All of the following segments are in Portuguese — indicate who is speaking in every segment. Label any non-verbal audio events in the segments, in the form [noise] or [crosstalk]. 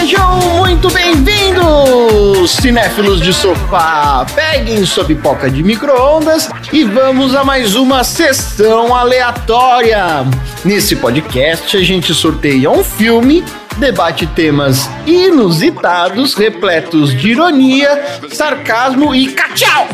Speaker 1: Sejam muito bem-vindos, cinéfilos de sofá. Peguem sua pipoca de micro-ondas e vamos a mais uma sessão aleatória. Nesse podcast, a gente sorteia um filme, debate temas inusitados, repletos de ironia, sarcasmo e cachau.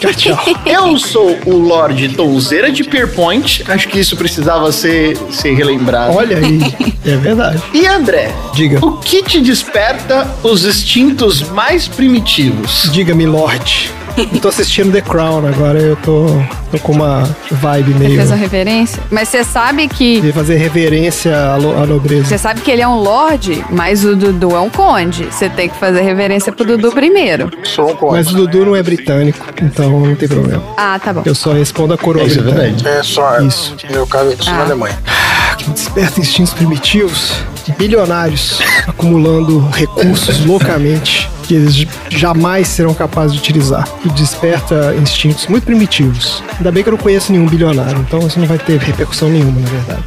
Speaker 1: Cachau. Eu sou o Lorde Tonzeira de Pierpoint. Acho que isso precisava ser, ser relembrado.
Speaker 2: Olha aí, é verdade.
Speaker 1: E André,
Speaker 2: Diga.
Speaker 1: o que te desperta os instintos mais primitivos?
Speaker 2: Diga-me, [laughs] Lorde. Eu tô assistindo The Crown agora, eu tô, tô com uma vibe
Speaker 3: Você
Speaker 2: meio.
Speaker 3: fez uma referência. Mas você sabe que.
Speaker 2: de fazer reverência à, lo- à nobreza.
Speaker 3: Você sabe que ele é um lorde, mas o Dudu é um conde. Você tem que fazer reverência pro Dudu primeiro.
Speaker 1: Sou um
Speaker 2: Mas o Dudu não é britânico, então não tem problema.
Speaker 3: Ah, tá bom.
Speaker 2: Eu só respondo a coroa.
Speaker 1: Isso é
Speaker 2: britânica.
Speaker 1: verdade.
Speaker 4: É só.
Speaker 2: Isso.
Speaker 4: No meu caso, eu sou na Alemanha.
Speaker 2: que me desperta instintos primitivos, bilionários acumulando
Speaker 1: [laughs]
Speaker 2: recursos loucamente que eles jamais serão capazes de utilizar. E desperta instintos muito primitivos. Ainda bem que eu não conheço nenhum bilionário, então isso não vai ter repercussão nenhuma, na verdade.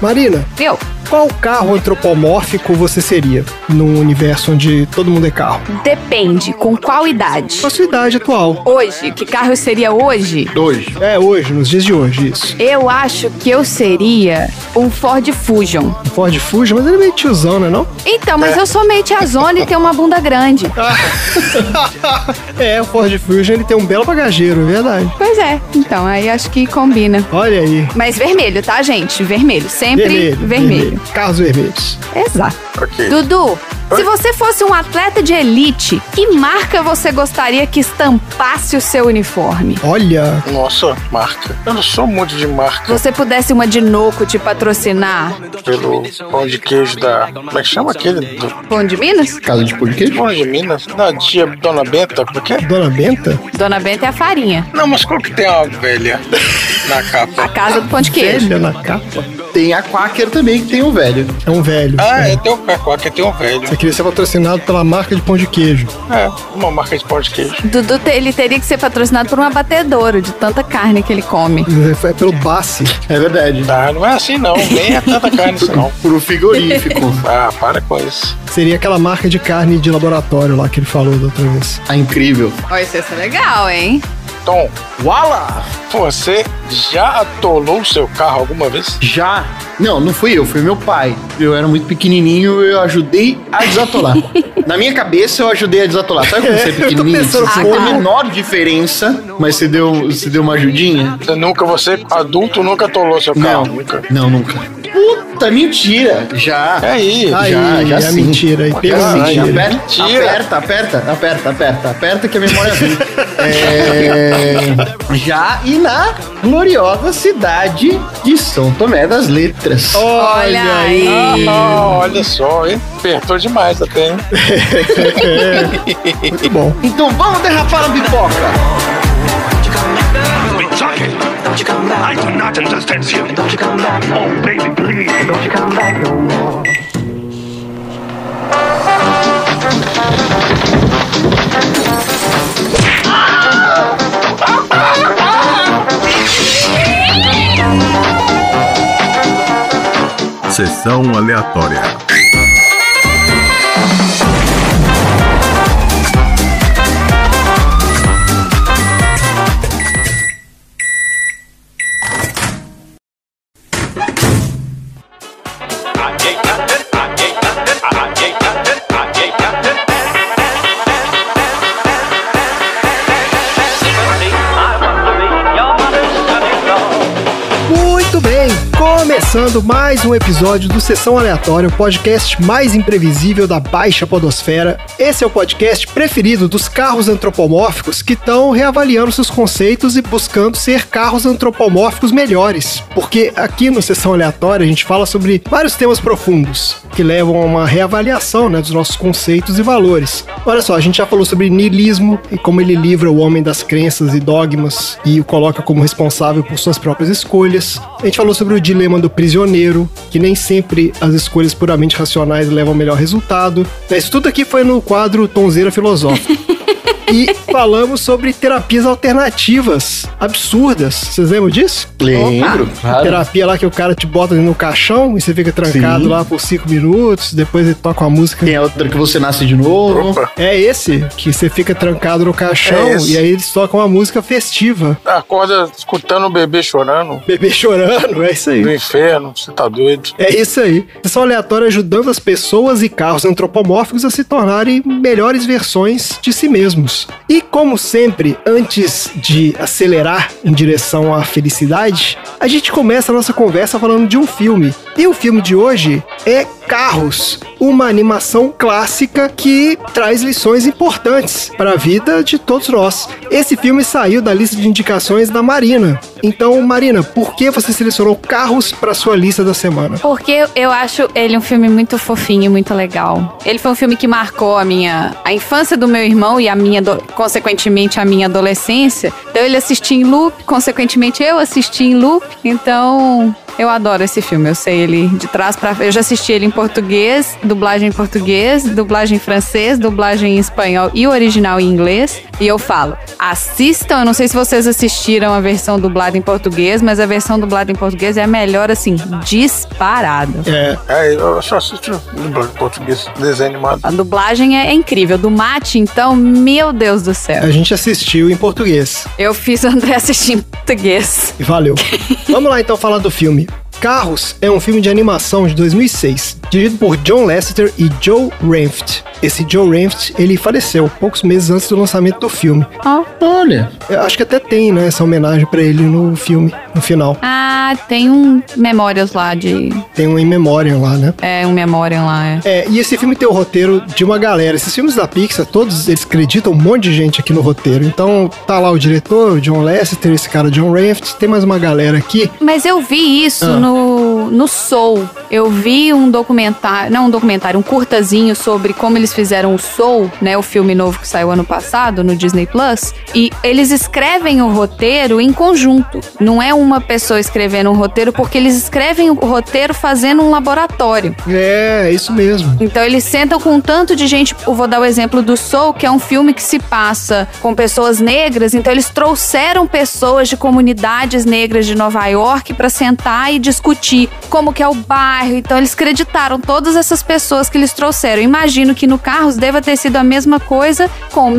Speaker 2: Marina,
Speaker 3: Eu?
Speaker 2: qual carro antropomórfico você seria num universo onde todo mundo é carro?
Speaker 3: Depende. Com qual idade?
Speaker 2: Com a sua idade atual.
Speaker 3: Hoje? Que carro eu seria hoje?
Speaker 1: Hoje.
Speaker 2: É hoje, nos dias de hoje, isso.
Speaker 3: Eu acho que eu seria um Ford Fusion.
Speaker 2: Um Ford Fuji, mas ele é meio tiozão, né não? [laughs]
Speaker 3: Então, mas eu sou meio tiazona e tenho uma bunda grande.
Speaker 2: Ah. é, o Ford Fuji ele tem um belo bagageiro, é verdade.
Speaker 3: Pois é. Então, aí acho que combina.
Speaker 2: Olha aí.
Speaker 3: Mas vermelho, tá, gente? Vermelho. Sempre
Speaker 2: Vermelho,
Speaker 3: vermelho.
Speaker 2: Carros vermelhos.
Speaker 3: Exato.
Speaker 4: Ok.
Speaker 3: Dudu, se você fosse um atleta de elite, que marca você gostaria que estampasse o seu uniforme?
Speaker 2: Olha,
Speaker 4: Nossa, marca. Eu não sou muito de marca
Speaker 3: Você pudesse uma de noco te patrocinar?
Speaker 4: pelo pão de queijo da. Como é que chama aquele? Do
Speaker 3: Pão de Minas?
Speaker 1: Casa de pão de queijo?
Speaker 4: pão de Minas? Da tia Dona Benta, como é que é?
Speaker 2: Dona Benta?
Speaker 3: Dona Benta é a farinha.
Speaker 4: Não, mas qual que tem uma velha na
Speaker 3: A
Speaker 4: capa?
Speaker 3: casa do pão de queijo.
Speaker 2: Velha na capa.
Speaker 1: Tem a Quaker também, que tem o velho.
Speaker 2: É um velho.
Speaker 4: Ah,
Speaker 2: é.
Speaker 4: é, tem um pé qual que tem um velho.
Speaker 2: Você queria ser patrocinado pela marca de pão de queijo.
Speaker 4: É, uma marca de pão de queijo.
Speaker 3: Dudu, te- ele teria que ser patrocinado por um abatedouro de tanta carne que ele come.
Speaker 2: É pelo Bassi.
Speaker 1: É verdade.
Speaker 4: Ah, não é assim não, nem é tanta carne assim não.
Speaker 1: Pro [laughs] frigorífico.
Speaker 4: Ah, para com isso.
Speaker 2: Seria aquela marca de carne de laboratório lá que ele falou da outra vez.
Speaker 1: Ah, incrível.
Speaker 3: Olha, isso ia ser legal, hein?
Speaker 4: Tom,
Speaker 1: Wala!
Speaker 4: você já atolou o seu carro alguma vez?
Speaker 1: Já. Não, não fui eu, foi meu pai. Eu era muito pequenininho eu ajudei a [laughs] desatolar. Na minha cabeça, eu ajudei a desatolar. Sabe quando você é
Speaker 2: eu tô
Speaker 1: pequenininho? Você
Speaker 2: pensando,
Speaker 1: não
Speaker 3: pô.
Speaker 1: tem a menor diferença, mas você deu, você deu uma ajudinha?
Speaker 4: Você nunca, você adulto nunca atolou seu
Speaker 1: Não,
Speaker 4: carro? Nunca.
Speaker 1: não, nunca. Puta, mentira! Já.
Speaker 4: É aí.
Speaker 1: Já,
Speaker 2: Aí,
Speaker 1: já
Speaker 2: é
Speaker 1: sim.
Speaker 2: mentira. Aí, pelo
Speaker 1: Já sim,
Speaker 2: mentira.
Speaker 1: aperta,
Speaker 4: Mentira.
Speaker 1: aperta, aperta, aperta, aperta, aperta que a memória [laughs] vem. É, já e na gloriosa cidade de São Tomé das Letras.
Speaker 3: Olha aí.
Speaker 4: Ah, olha só, hein? Apertou demais até, hein?
Speaker 2: Muito bom.
Speaker 1: Então vamos derrapar a pipoca.
Speaker 5: Don't you come back. Don't you come back. I do not understand you. Don't you come back. Oh, baby, please. Don't you come back no more.
Speaker 6: Sessão aleatória.
Speaker 2: Muito bem, começando mais um episódio do Sessão Aleatória, o podcast mais imprevisível da baixa podosfera. Esse é o podcast preferido dos carros antropomórficos que estão reavaliando seus conceitos e buscando ser carros antropomórficos melhores. Porque aqui no Sessão Aleatória a gente fala sobre vários temas profundos que levam a uma reavaliação né, dos nossos conceitos e valores. Olha só, a gente já falou sobre niilismo e como ele livra o homem das crenças e dogmas e o coloca como responsável por suas próprias escolhas. A gente falou sobre o dilema do prisioneiro, que nem sempre as escolhas né? puramente racionais levam ao melhor resultado. Isso tudo aqui foi no quadro Tonzeira Filosófica. E falamos sobre terapias alternativas absurdas. Vocês lembram disso?
Speaker 1: Lembro,
Speaker 2: A
Speaker 1: claro.
Speaker 2: terapia lá que o cara te bota no caixão e você fica trancado
Speaker 1: Sim.
Speaker 2: lá por cinco minutos, depois ele toca uma música.
Speaker 1: Tem a outra que você nasce de novo.
Speaker 4: Opa.
Speaker 2: É esse que você fica trancado no caixão
Speaker 4: É esse.
Speaker 2: e aí eles tocam uma música festiva.
Speaker 4: Acorda escutando o bebê chorando.
Speaker 2: Bebê chorando, é isso aí.
Speaker 4: Do inferno, você tá doido.
Speaker 2: É isso aí. Sessão aleatória ajudando as pessoas e carros antropomórficos a se tornarem melhores versões de si mesmos. E como sempre, antes de acelerar em direção à felicidade, a gente começa a nossa conversa falando de um filme. E o filme de hoje é Carros, uma animação clássica que traz lições importantes para a vida de todos nós. Esse filme saiu da lista de indicações da Marina. Então, Marina, por que você selecionou Carros para sua lista da semana?
Speaker 3: Porque eu acho ele um filme muito fofinho e muito legal. Ele foi um filme que marcou a minha a infância do meu irmão e a minha ado- consequentemente a minha adolescência. Então ele assistia em loop, consequentemente eu assisti em loop. Então eu adoro esse filme, eu sei ele de trás pra eu já assisti ele em português, dublagem em português, dublagem em francês, dublagem em espanhol e o original em inglês. E eu falo, assistam, eu não sei se vocês assistiram a versão dublada em português, mas a versão dublada em português é a melhor assim, disparado.
Speaker 2: É,
Speaker 4: É, eu só assisto dublagem em português, desenho animado.
Speaker 3: A dublagem é, é incrível. Do mate, então, meu Deus do
Speaker 2: a
Speaker 3: céu.
Speaker 2: gente assistiu em português.
Speaker 3: Eu fiz o André assistir em português.
Speaker 2: E valeu. Vamos lá então falar do filme. Carros é um filme de animação de 2006, dirigido por John Lasseter e Joe Renft. Esse Joe Renft, ele faleceu poucos meses antes do lançamento do filme.
Speaker 1: Olha,
Speaker 2: Eu acho que até tem, né, essa homenagem pra ele no filme, no final.
Speaker 3: Ah, tem um memórias lá de.
Speaker 2: Tem um em memória lá, né?
Speaker 3: É, um memória lá. É.
Speaker 2: É, e esse filme tem o roteiro de uma galera. Esses filmes da Pixar, todos eles acreditam um monte de gente aqui no roteiro. Então, tá lá o diretor, o John Lasseter, esse cara John Renft, tem mais uma galera aqui.
Speaker 3: Mas eu vi isso
Speaker 2: Ah.
Speaker 3: no, no Soul. Eu vi um documentário, não um documentário, um curtazinho sobre como eles fizeram o Soul, né? O filme novo que saiu ano passado no Disney Plus. E eles escrevem o roteiro em conjunto. Não é uma pessoa escrevendo um roteiro, porque eles escrevem o roteiro fazendo um laboratório.
Speaker 2: É, é isso mesmo.
Speaker 3: Então eles sentam com um tanto de gente. Eu vou dar o exemplo do Soul, que é um filme que se passa com pessoas negras. Então eles trouxeram pessoas de comunidades negras de Nova York pra sentar e discutir como que é o bairro. Então eles creditaram todas essas pessoas que eles trouxeram. Imagino que no Carros deva ter sido a mesma coisa com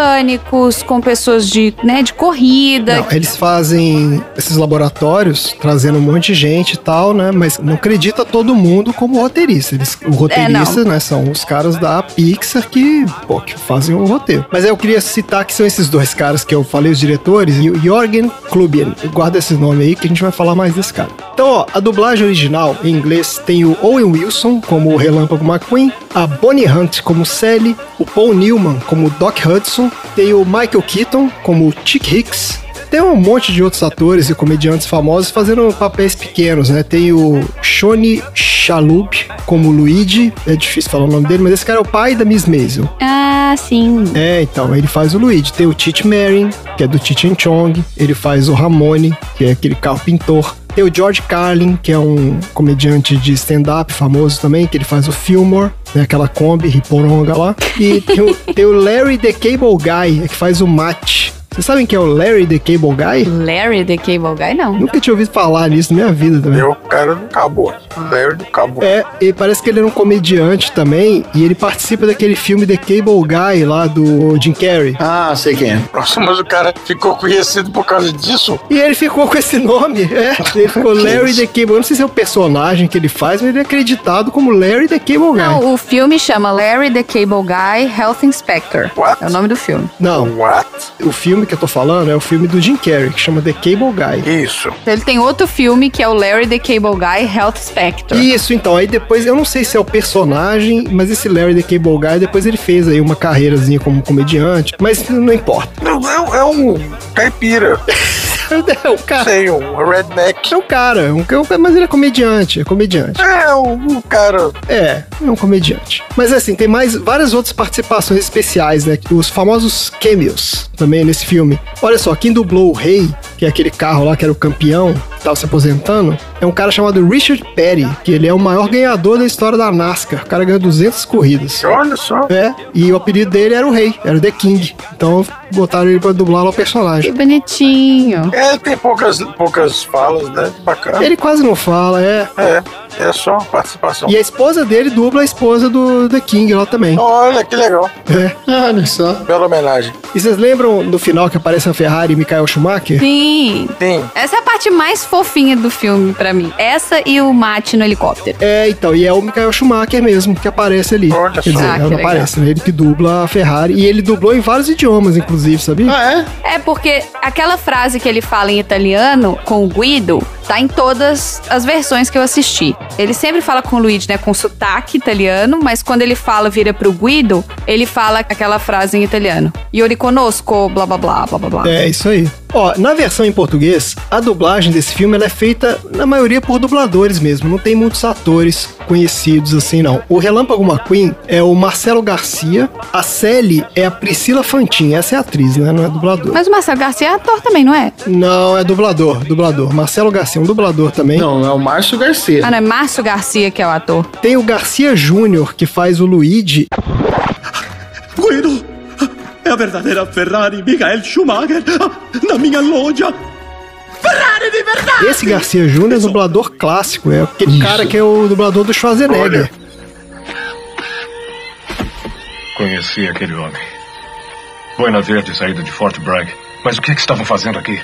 Speaker 3: mecânicos, com pessoas de, né, de corrida.
Speaker 2: Não, eles fazem esses laboratórios, trazendo um monte de gente e tal, né? Mas não acredita todo mundo como roteirista. Eles, o roteirista, né, são os caras da Pixar que, pô, que fazem o roteiro. Mas aí eu queria citar que são esses dois caras que eu falei, os diretores, e o Jorgen Klubian. Guarda esse nome aí que a gente vai falar mais desse cara. Então, ó, a dublagem original em inglês tem o Owen Wilson como o Relâmpago McQueen, a Bonnie Hunt como Sally, o Paul Newman como Doc Hudson, tem o Michael Keaton como Chick Hicks, tem um monte de outros atores e comediantes famosos fazendo papéis pequenos, né? Tem o Shoni Chalub como Luigi, é difícil falar o nome dele, mas esse cara é o pai da Miss Maisel.
Speaker 3: Ah, sim.
Speaker 2: É, então, ele faz o Luigi. Tem o Cheech Marin, que é do Cheech and Chong, ele faz o Ramone, que é aquele carro pintor. Tem o George Carlin, que é um comediante de stand-up famoso também, que ele faz o Fillmore, né, aquela Kombi riporonga lá. E tem o, tem o Larry the Cable Guy, é que faz o Matt. Vocês sabem quem é o Larry the Cable Guy?
Speaker 3: Larry the Cable Guy, não.
Speaker 2: Nunca tinha ouvido falar nisso na minha vida também.
Speaker 4: Eu, cara do cabo. Velho do cabo.
Speaker 2: É, e parece que ele era um comediante também, e ele participa daquele filme The Cable Guy lá do Jim Carrey.
Speaker 1: ah, sei quem é.
Speaker 4: Nossa, mas o cara ficou conhecido por causa disso?
Speaker 2: E ele ficou com esse nome, [laughs] é. Ele ficou Larry The Cable. Eu não sei se é o personagem que ele faz, mas ele é acreditado como Larry The Cable Guy.
Speaker 3: Não, o filme chama Larry the Cable Guy Health Inspector.
Speaker 4: What?
Speaker 3: É o nome do filme.
Speaker 2: Não,
Speaker 4: What?
Speaker 2: o filme que eu tô falando é o filme do Jim Carrey, que chama The Cable Guy.
Speaker 4: Isso.
Speaker 3: Então, Ele tem outro filme que é o Larry the Cable Guy Health Spectre.
Speaker 2: Isso, então, aí depois, eu não sei se é o personagem, mas esse Larry The Cable Guy, depois ele fez aí uma carreirazinha como comediante, mas não importa. [laughs]
Speaker 4: Não, é, um- é um caipira. [laughs]
Speaker 2: É o cara
Speaker 4: Sei, um redneck.
Speaker 2: É um cara, um, ca- mas ele é comediante, é comediante.
Speaker 4: É um, um cara.
Speaker 2: É, é um comediante. Mas assim, tem mais várias outras participações especiais, né? Os famosos cameos também nesse filme. Olha só, quem dublou o Rei, que é aquele carro lá que era o campeão, estava se aposentando, é um cara chamado Richard Petty, que ele é o maior ganhador da história da NASCAR. O cara ganhou 200 corridas.
Speaker 4: Olha só.
Speaker 2: É, e o apelido dele era o Rei, era o The King. Então botaram ele pra dublar lá o
Speaker 3: Que
Speaker 2: personagem.
Speaker 3: bonitinho.
Speaker 4: É, tem poucas, poucas falas, né? Bacana.
Speaker 2: Ele quase não fala, é.
Speaker 4: É, é só uma participação.
Speaker 2: E a esposa dele dubla a esposa do The King lá também.
Speaker 4: Olha que legal.
Speaker 2: É.
Speaker 1: Olha só.
Speaker 4: Bela homenagem.
Speaker 2: E vocês lembram no final que aparece a Ferrari e Michael Schumacher?
Speaker 3: Sim.
Speaker 4: Sim.
Speaker 3: Essa é a parte mais fofinha do filme pra mim. Essa e o mate no helicóptero.
Speaker 2: É, então, e é o Michael Schumacher mesmo que aparece ali.
Speaker 4: Olha
Speaker 2: Quer
Speaker 4: só.
Speaker 2: dizer,
Speaker 3: Ah, que
Speaker 2: não
Speaker 3: legal.
Speaker 2: aparece, né? Ele que dubla a Ferrari. E ele dublou em vários idiomas, inclusive, sabia?
Speaker 1: Ah, é?
Speaker 3: É porque aquela frase que ele fala em italiano com o Guido tá em todas as versões que eu assisti. Ele sempre fala com o Luigi, né, com sotaque italiano, mas quando ele fala vira pro Guido, ele fala aquela frase em italiano. Yori conosco, blá blá blá blá blá blá.
Speaker 2: É, isso aí. Ó, na versão em português, a dublagem desse filme ela é feita, na maioria, por dubladores mesmo. Não tem muitos atores conhecidos assim, não. O Relâmpago McQueen é o Marcelo Garcia. A Sally é a Priscila Fantin. Essa é a atriz, né? Não é dublador.
Speaker 3: Mas o Marcelo Garcia é ator também, não é?
Speaker 2: Não, é dublador, dublador. Marcelo Garcia, é um dublador também.
Speaker 1: Não, é o Márcio Garcia.
Speaker 3: Ah, não, é Márcio Garcia que é o ator.
Speaker 2: Tem o Garcia Júnior, que faz o Luigi.
Speaker 6: Guido! É a verdadeira Ferrari Michael Schumacher da minha loja! Ferrari de verdade!
Speaker 2: Esse Garcia Júnior é dublador clássico, é aquele
Speaker 1: Isso.
Speaker 2: cara que é o dublador do Schwarzenegger.
Speaker 7: Conheci aquele homem. Buenas Verde saído de Fort Bragg. Mas o que, é que estavam fazendo aqui?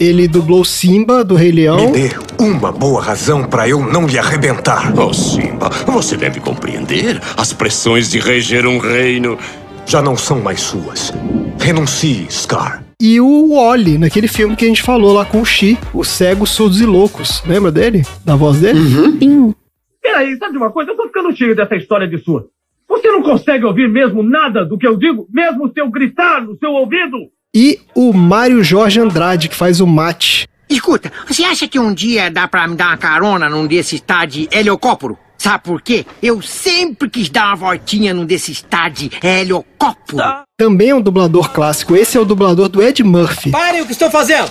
Speaker 2: Ele dublou Simba do Rei
Speaker 8: Me
Speaker 2: Leão.
Speaker 8: dê uma boa razão pra eu não lhe arrebentar.
Speaker 6: Oh, Simba, você deve compreender as pressões de reger um reino.
Speaker 8: Já não são mais suas. Renuncie, Scar.
Speaker 2: E o Wally, naquele filme que a gente falou lá com o Chi, Os Cegos, Surdos e Loucos. Lembra dele? Da voz dele?
Speaker 3: Sim.
Speaker 9: Peraí, sabe de uma coisa? Eu tô ficando cheio dessa história de sua. Você não consegue ouvir mesmo nada do que eu digo, mesmo se eu gritar no seu ouvido?
Speaker 2: E o Mário Jorge Andrade, que faz o Mate.
Speaker 10: Escuta, você acha que um dia dá pra me dar uma carona num desses tá de heliocóporo? Sabe por quê? Eu sempre quis dar uma voltinha num desses tá de heliocóporo.
Speaker 11: Tá.
Speaker 2: Também é um dublador clássico. Esse é o dublador do Ed Murphy.
Speaker 11: Parem o que estão fazendo!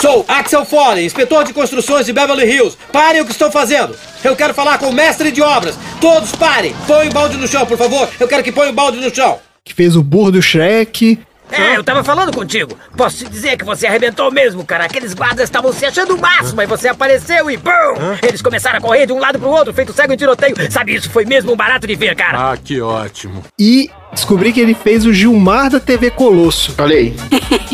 Speaker 11: Sou Axel Foley, inspetor de construções de Beverly Hills. Parem o que estão fazendo! Eu quero falar com o mestre de obras. Todos parem! Põe o balde no chão, por favor. Eu quero que ponha o balde no chão.
Speaker 2: Que fez o burro do Shrek.
Speaker 6: Então?
Speaker 9: É, eu tava falando contigo. Posso te dizer que você arrebentou mesmo, cara. Aqueles guardas estavam se achando o máximo, aí você apareceu e BUM! Eles começaram a correr de um lado pro outro, feito cego em tiroteio. Sabe, isso foi mesmo um barato de ver, cara.
Speaker 6: Ah, que ótimo.
Speaker 2: E descobri que ele fez o Gilmar da TV Colosso.
Speaker 1: Olha aí.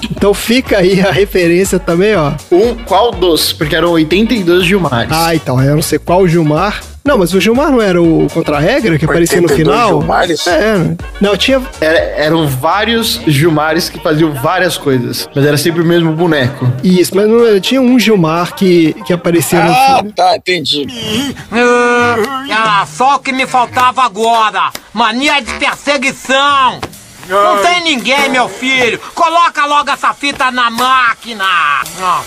Speaker 2: Então fica aí a referência também, ó.
Speaker 1: Um, qual dos? Porque eram 82 Gilmares.
Speaker 2: Ah, então, eu não sei qual o Gilmar. Não, mas o Gilmar não era o contra-regra que aparecia no
Speaker 4: 82
Speaker 2: final?
Speaker 4: Gilmares?
Speaker 2: É, né? não, tinha.
Speaker 1: Era- eram vários Gilmares que faziam várias coisas. Mas era sempre o mesmo boneco.
Speaker 2: Isso, mas não, tinha um Gilmar que, que aparecia no
Speaker 4: Ah,
Speaker 2: filme.
Speaker 4: tá, entendi.
Speaker 11: Ah, só o que me faltava agora! Mania de perseguição! Não tem ninguém, meu filho! Coloca logo essa fita na máquina! Ah.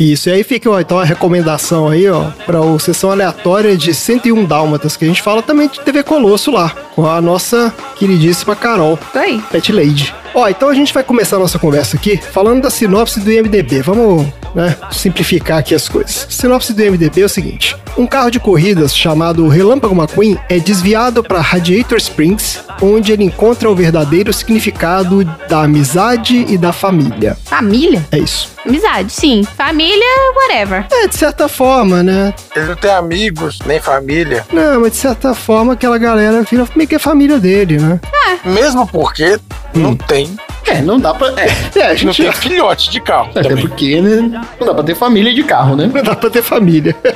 Speaker 2: Isso, e aí fica, ó, então a recomendação aí, ó, pra o sessão aleatória de 101 Dálmatas, que a gente fala também de TV Colosso lá, com a nossa queridíssima Carol.
Speaker 3: Tô aí.
Speaker 2: Pet Lady. Ó, então a gente vai começar a nossa conversa aqui falando da sinopse do IMDB. Vamos, né, simplificar aqui as coisas. Sinopse do IMDB é o seguinte: um carro de corridas chamado Relâmpago McQueen é desviado para Radiator Springs, onde ele encontra o verdadeiro significado da amizade e da família.
Speaker 3: Família?
Speaker 2: É isso.
Speaker 3: Amizade, sim. Família, whatever.
Speaker 2: É, de certa forma, né?
Speaker 4: Ele não tem amigos, nem família.
Speaker 2: Não, mas de certa forma aquela galera vira meio que a família dele, né?
Speaker 4: Mesmo porque não
Speaker 8: Hum.
Speaker 4: tem.
Speaker 1: É, não dá pra. É,
Speaker 2: [laughs] É, a
Speaker 4: Não
Speaker 2: gente
Speaker 4: tem filhote de carro
Speaker 1: até
Speaker 4: também.
Speaker 1: porque, né? Não dá pra ter família de carro, né?
Speaker 2: não [laughs] dá pra ter família. É.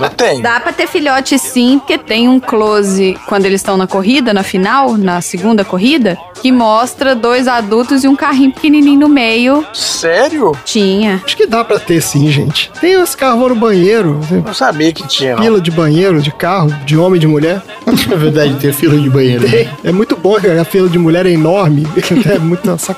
Speaker 4: Não tem.
Speaker 3: Dá pra ter filhote sim, porque tem um close quando eles estão na corrida, na final, na segunda corrida, que mostra dois adultos e um carrinho pequenininho no meio.
Speaker 4: Sério?
Speaker 3: Tinha.
Speaker 2: Acho que dá pra ter sim, gente. Tem os carros vão no banheiro,
Speaker 4: Não sabia que tinha, não.
Speaker 2: fila de banheiro, de carro, de homem, de
Speaker 1: [laughs]
Speaker 2: mulher.
Speaker 1: Na É verdade, ter fila de banheiro. né?
Speaker 2: É muito bom, cara. A fila de mulher é enorme. [laughs] É muito sacanagem.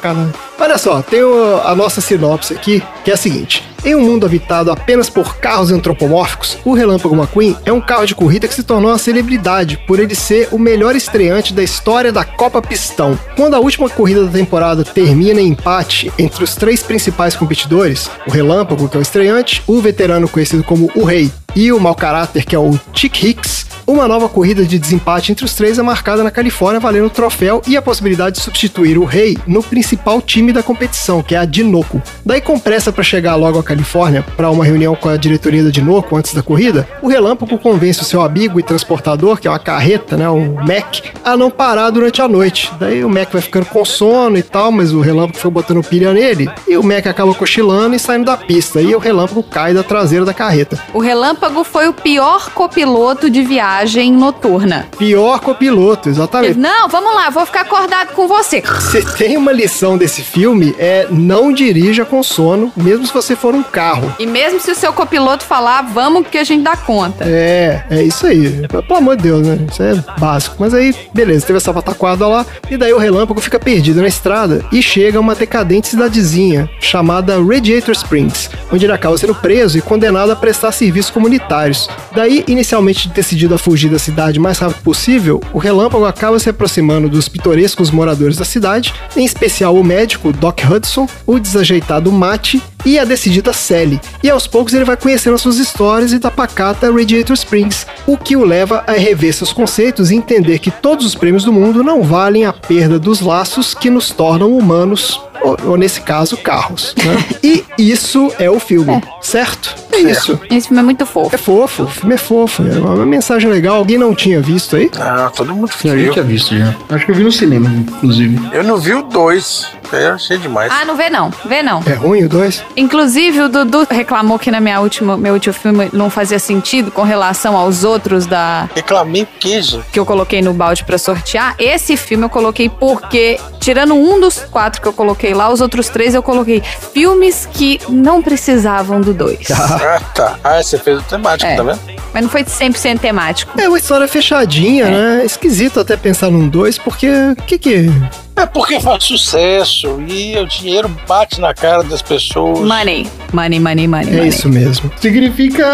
Speaker 2: Olha só, tem o- a nossa sinopse aqui, que é a seguinte. Em um mundo habitado apenas por carros antropomórficos, o Relâmpago McQueen é um carro de corrida que se tornou uma celebridade por ele ser o melhor estreante da história da Copa Pistão. Quando a última corrida da temporada termina em empate entre os três principais competidores, o Relâmpago, que é o estreante, o veterano conhecido como o Rei e o mau caráter, que é o Chick Hicks, uma nova corrida de desempate entre os três é marcada na Califórnia, valendo o troféu e a possibilidade de substituir o Rei no principal time da competição, que é a Dinoco. Daí, com pressa para chegar logo à Califórnia para uma reunião com a diretoria da Dinoco antes da corrida, o Relâmpago convence o seu amigo e transportador, que é uma carreta, né, um Mac, a não parar durante a noite. Daí o Mac vai ficando com sono e tal, mas o Relâmpago foi botando pilha nele e o Mac acaba cochilando e saindo da pista. E o Relâmpago cai da traseira da carreta.
Speaker 3: O Relâmpago foi o pior copiloto de viagem noturna.
Speaker 2: Pior copiloto, exatamente.
Speaker 3: Não, vamos lá, vou ficar acordado com você.
Speaker 2: Se tem uma lição desse filme é não dirija com sono, mesmo se você for um carro.
Speaker 3: E mesmo se o seu copiloto falar, vamos que a gente dá conta.
Speaker 2: É, é isso aí. Pelo amor de Deus, né? Isso é básico. Mas aí, beleza, teve essa pataquada lá, e daí o relâmpago fica perdido na estrada e chega a uma decadente cidadezinha chamada Radiator Springs, onde ele acaba sendo preso e condenado a prestar serviços comunitários. Daí, inicialmente decidido a fugir da cidade o mais rápido possível, o relâmpago acaba se aproximando dos pitorescos moradores da cidade, em especial o médico Doc Hudson, o desajeitado Mate e a decidida Sally. E aos poucos ele vai conhecendo as suas histórias e da pacata Radiator Springs, o que o leva a rever seus conceitos e entender que todos os prêmios do mundo não valem a perda dos laços que nos tornam humanos, ou, ou nesse caso, carros. né? [laughs] e isso é o filme, certo? É isso.
Speaker 3: Esse filme é muito fofo.
Speaker 2: É fofo, o filme é fofo. É uma uma mensagem legal. Alguém não tinha visto aí?
Speaker 4: Ah, todo mundo
Speaker 1: Sim, a gente
Speaker 4: viu.
Speaker 1: tinha visto já. Acho que eu vi no cinema, inclusive.
Speaker 4: Eu não vi o dois. Eu achei demais.
Speaker 3: Ah, não vê não, vê não.
Speaker 2: É ruim o dois?
Speaker 3: Inclusive, o Dudu reclamou que na minha última, meu último filme não fazia sentido com relação aos outros da
Speaker 4: Reclamei queijo.
Speaker 3: que eu coloquei no balde pra sortear. Esse filme eu coloquei porque, tirando um dos quatro que eu coloquei lá, os outros três eu coloquei filmes que não precisavam do dois.
Speaker 4: Ah, tá. Ah, você fez o temático,
Speaker 3: É.
Speaker 4: tá vendo?
Speaker 3: Mas não foi 100% temático.
Speaker 2: É uma história fechadinha, né? Esquisito até pensar num dois, porque o que que.
Speaker 4: É porque faz sucesso e o dinheiro bate na cara das pessoas.
Speaker 3: Money, money, money, money.
Speaker 2: É
Speaker 3: money.
Speaker 2: isso mesmo.
Speaker 1: Significa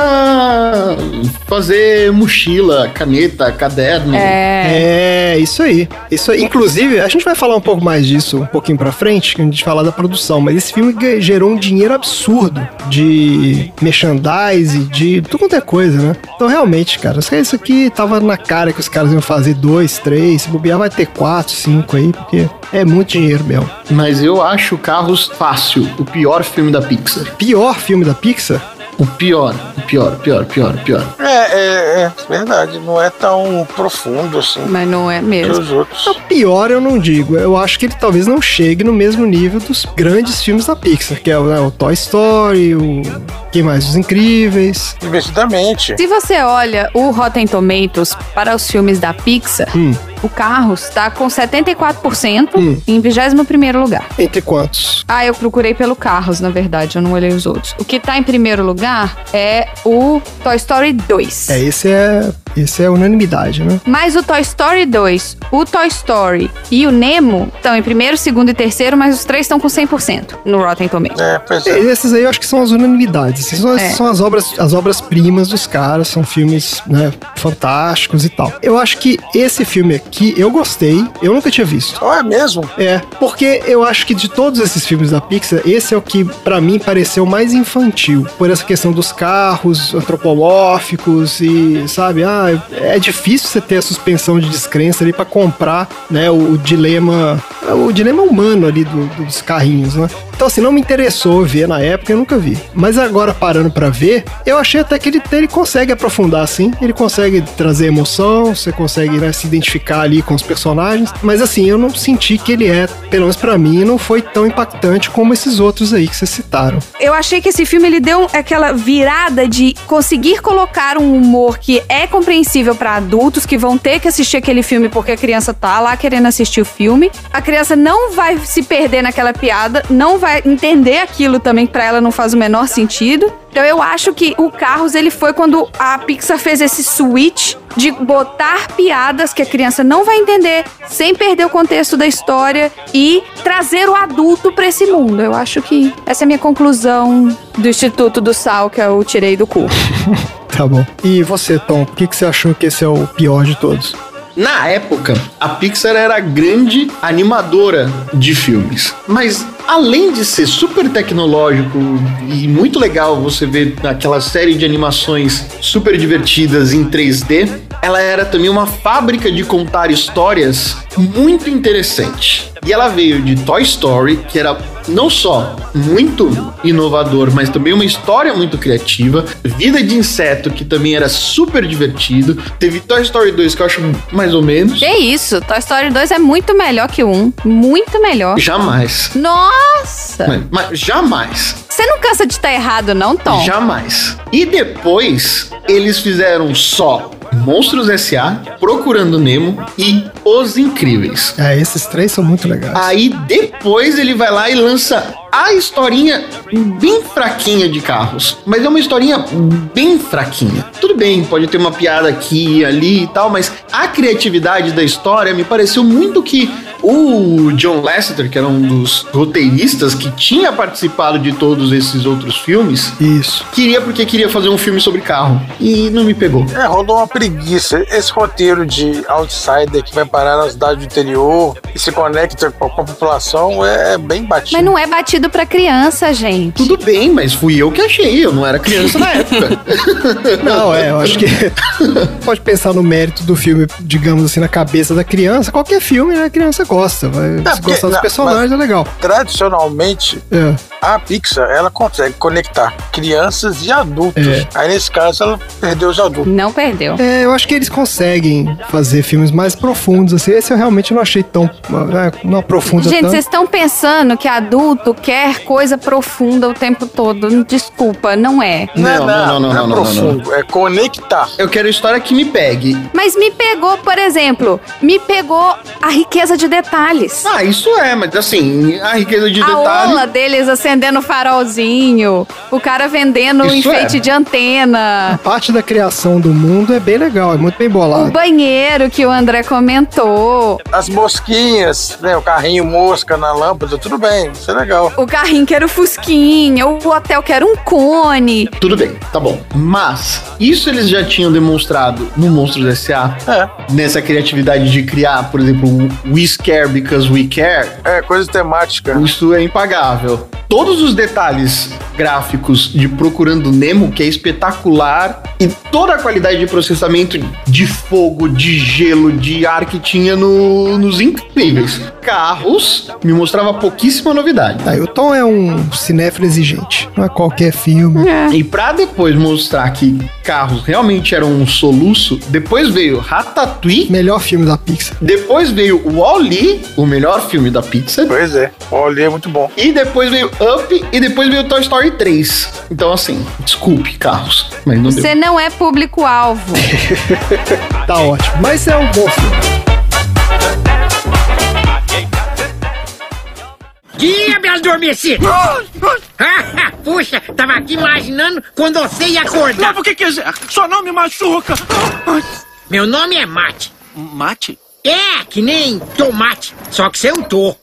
Speaker 1: fazer mochila, caneta, caderno.
Speaker 3: É.
Speaker 2: É, isso aí. Isso aí. Inclusive, a gente vai falar um pouco mais disso um pouquinho pra frente, quando a gente falar da produção, mas esse filme ge- gerou um dinheiro absurdo de merchandise, de tudo quanto é coisa, né? Então, realmente, cara, isso aqui tava na cara que os caras iam fazer dois, três, se bobear vai ter quatro, cinco aí, porque é muito dinheiro mesmo.
Speaker 1: Mas eu acho Carros Fácil o pior filme da Pixar.
Speaker 2: Pior filme da Pixar?
Speaker 1: O pior, o pior, pior, pior, pior.
Speaker 4: É, é, é verdade. Não é tão profundo assim
Speaker 3: Mas não é
Speaker 4: que
Speaker 3: mesmo.
Speaker 4: os outros.
Speaker 2: Não, Tá pior eu não digo. Eu acho que ele talvez não chegue no mesmo nível dos grandes filmes da Pixar, que é o, né, o Toy Story, o. Quem mais? Os Incríveis.
Speaker 4: Divertidamente.
Speaker 3: Se você olha o Rotten Tomatoes para os filmes da Pixar,
Speaker 2: Hum.
Speaker 3: o Carros está com 74%
Speaker 2: Hum.
Speaker 3: em 21º lugar.
Speaker 2: Entre quantos?
Speaker 3: Ah, eu procurei pelo Carros, na verdade, eu não olhei os outros. O que tá em primeiro lugar é o Toy Story 2.
Speaker 2: É, esse é. Esse é unanimidade, né?
Speaker 3: Mas o Toy Story 2, o Toy Story e o Nemo estão em primeiro, segundo e terceiro, mas os três estão com 100% no Rotten Tomatoes.
Speaker 4: É, pois
Speaker 2: E
Speaker 4: é.
Speaker 2: Esses aí eu acho que são as unanimidades. Esses são, as-
Speaker 3: É.
Speaker 2: são as obras as obras primas dos caras, são filmes né, fantásticos e tal. Eu acho que esse filme aqui eu gostei, eu nunca tinha visto.
Speaker 4: Ou é mesmo?
Speaker 2: É, porque eu acho que de todos esses filmes da Pixar, esse é o que pra mim pareceu mais infantil, por essa questão dos carros antropomórficos e, sabe, ah, é difícil você ter a suspensão de descrença ali pra comprar, né, o, o dilema, o dilema humano ali do- do- dos carrinhos, né? Então assim, não me interessou ver na época, eu nunca vi. Mas agora parando pra ver, eu achei até que ele, ele consegue aprofundar assim, ele consegue trazer emoção, você consegue né, se identificar ali com os personagens, mas assim, eu não senti que ele é, pelo menos pra mim, não foi tão impactante como esses outros aí que vocês citaram.
Speaker 3: Eu achei que esse filme ele deu aquela virada de conseguir colocar um humor que é compreensível pra adultos que vão ter que assistir aquele filme porque a criança tá lá querendo assistir o filme. A criança não vai se perder naquela piada, não vai entender aquilo também que pra ela não faz o menor sentido. Então eu acho que o Carros ele foi quando a Pixar fez esse switch de botar piadas que a criança não vai entender sem perder o contexto da história e trazer o adulto pra esse mundo. Eu acho que essa é a minha conclusão do Instituto do Sal que eu tirei do cu.
Speaker 2: Tá bom. E você, Tom, o que, que você achou que esse é o pior de todos?
Speaker 1: Na época, a Pixar era a grande animadora de filmes. Mas além de ser super tecnológico e muito legal você ver aquela série de animações super divertidas em 3D, ela era também uma fábrica de contar histórias muito interessante. E ela veio de Toy Story, que era não só muito inovador, mas também uma história muito criativa. Vida de Inseto, que também era super divertido. Teve Toy Story 2, que eu acho mais ou menos.
Speaker 3: Que isso, Toy Story 2 é muito melhor que o 1. Muito melhor.
Speaker 1: Jamais.
Speaker 3: Nossa!
Speaker 1: Mas, mas jamais.
Speaker 3: Você não cansa de estar errado, não, Tom?
Speaker 1: Jamais. E depois, eles fizeram só Monstros S.A., Procurando Nemo e Os Incríveis.
Speaker 2: É, esses três são muito legais.
Speaker 1: Aí depois ele vai lá e lança a historinha bem fraquinha de carros, mas é uma historinha bem fraquinha. Tudo bem, pode ter uma piada aqui e ali e tal, mas a criatividade da história me pareceu muito que o John Lasseter, que era um dos roteiristas que tinha participado de todos esses outros filmes,
Speaker 2: Isso.
Speaker 1: queria porque queria fazer um filme sobre carro e não me pegou.
Speaker 4: É, rolou uma preguiça. Esse roteiro de outsider que vai parar na cidade do interior e se conecta com a população é, é bem batido.
Speaker 3: Mas não é batido pra criança, gente.
Speaker 1: Tudo bem, mas fui eu que achei, eu não era criança na época.
Speaker 2: Não, é, eu acho
Speaker 4: [laughs]
Speaker 2: que pode pensar no mérito do filme, digamos assim, na cabeça da criança. Qualquer filme, né, a criança gosta. Vai, se
Speaker 4: porque-
Speaker 2: gostar dos
Speaker 4: não,
Speaker 2: personagens,
Speaker 4: mas-
Speaker 2: é legal.
Speaker 4: Tradicionalmente,
Speaker 2: É.
Speaker 4: a Pixar ela consegue conectar crianças e adultos.
Speaker 2: É.
Speaker 4: Aí nesse caso ela perdeu os adultos.
Speaker 3: Não perdeu.
Speaker 2: É, eu acho que eles conseguem fazer filmes mais profundos, assim. Esse eu realmente não achei tão. né, não aprofunda
Speaker 3: Gente,
Speaker 2: tanto.
Speaker 3: vocês estão pensando que adulto quer coisa profunda o tempo todo. Desculpa, não é.
Speaker 1: [laughs] Não, não, não, não, não, não, não, não.
Speaker 4: É conectar.
Speaker 1: Eu quero história que me pegue.
Speaker 3: Mas me pegou, por exemplo, me pegou a riqueza de detalhes.
Speaker 1: Ah, isso é, mas assim, a riqueza de
Speaker 3: a
Speaker 1: detalhe.
Speaker 3: ola deles acendendo o farolzinho, o cara vendendo um
Speaker 2: Isso
Speaker 3: enfeite
Speaker 2: é.
Speaker 3: de antena,
Speaker 2: A parte da criação do mundo é bem legal, é muito bem
Speaker 3: o
Speaker 2: bolado.
Speaker 3: banheiro que o André comentou,
Speaker 4: As mosquinhas, né? O carrinho mosca na lâmpada, tudo bem, isso é legal.
Speaker 3: o carrinho que era o Fusquinha, o hotel que era um cone.
Speaker 1: Tudo bem, tá bom. Mas isso eles já tinham demonstrado no Monstros S.A.
Speaker 4: É,
Speaker 1: Nessa criatividade de criar, por exemplo, o We Care Because We Care.
Speaker 4: É, coisa temática.
Speaker 1: Isso é impagável. Todos os detalhes gráficos de Procurando Nemo, que é espetacular, e toda a qualidade de processamento de fogo, de gelo, de ar que tinha no- nos incríveis carros, me mostrava pouquíssima novidade.
Speaker 2: Aí o Tom é um cinéfilo exigente, não é qualquer filme.
Speaker 1: E pra depois mostrar que carros realmente eram um soluço, depois veio Ratatouille,
Speaker 2: Melhor filme da Pixar.
Speaker 1: depois veio Wall-E, o melhor filme da Pixar.
Speaker 4: Pois é, olha, é muito bom.
Speaker 1: E depois veio Up e depois veio Toy Story 3. Então, assim, desculpe, carros, mas não deu.
Speaker 3: Você não é público-alvo.
Speaker 2: Tá ótimo. Mas é um bom filme.
Speaker 10: Dia, me
Speaker 5: [laughs]
Speaker 10: adormecido!
Speaker 5: Ah,
Speaker 10: [laughs] Puxa, tava aqui imaginando quando você ia acordar.
Speaker 5: Lava o que quiser, só não me machuca.
Speaker 10: Meu nome é Mate.
Speaker 5: Mate?
Speaker 10: É, que nem tomate, só que sem o tô.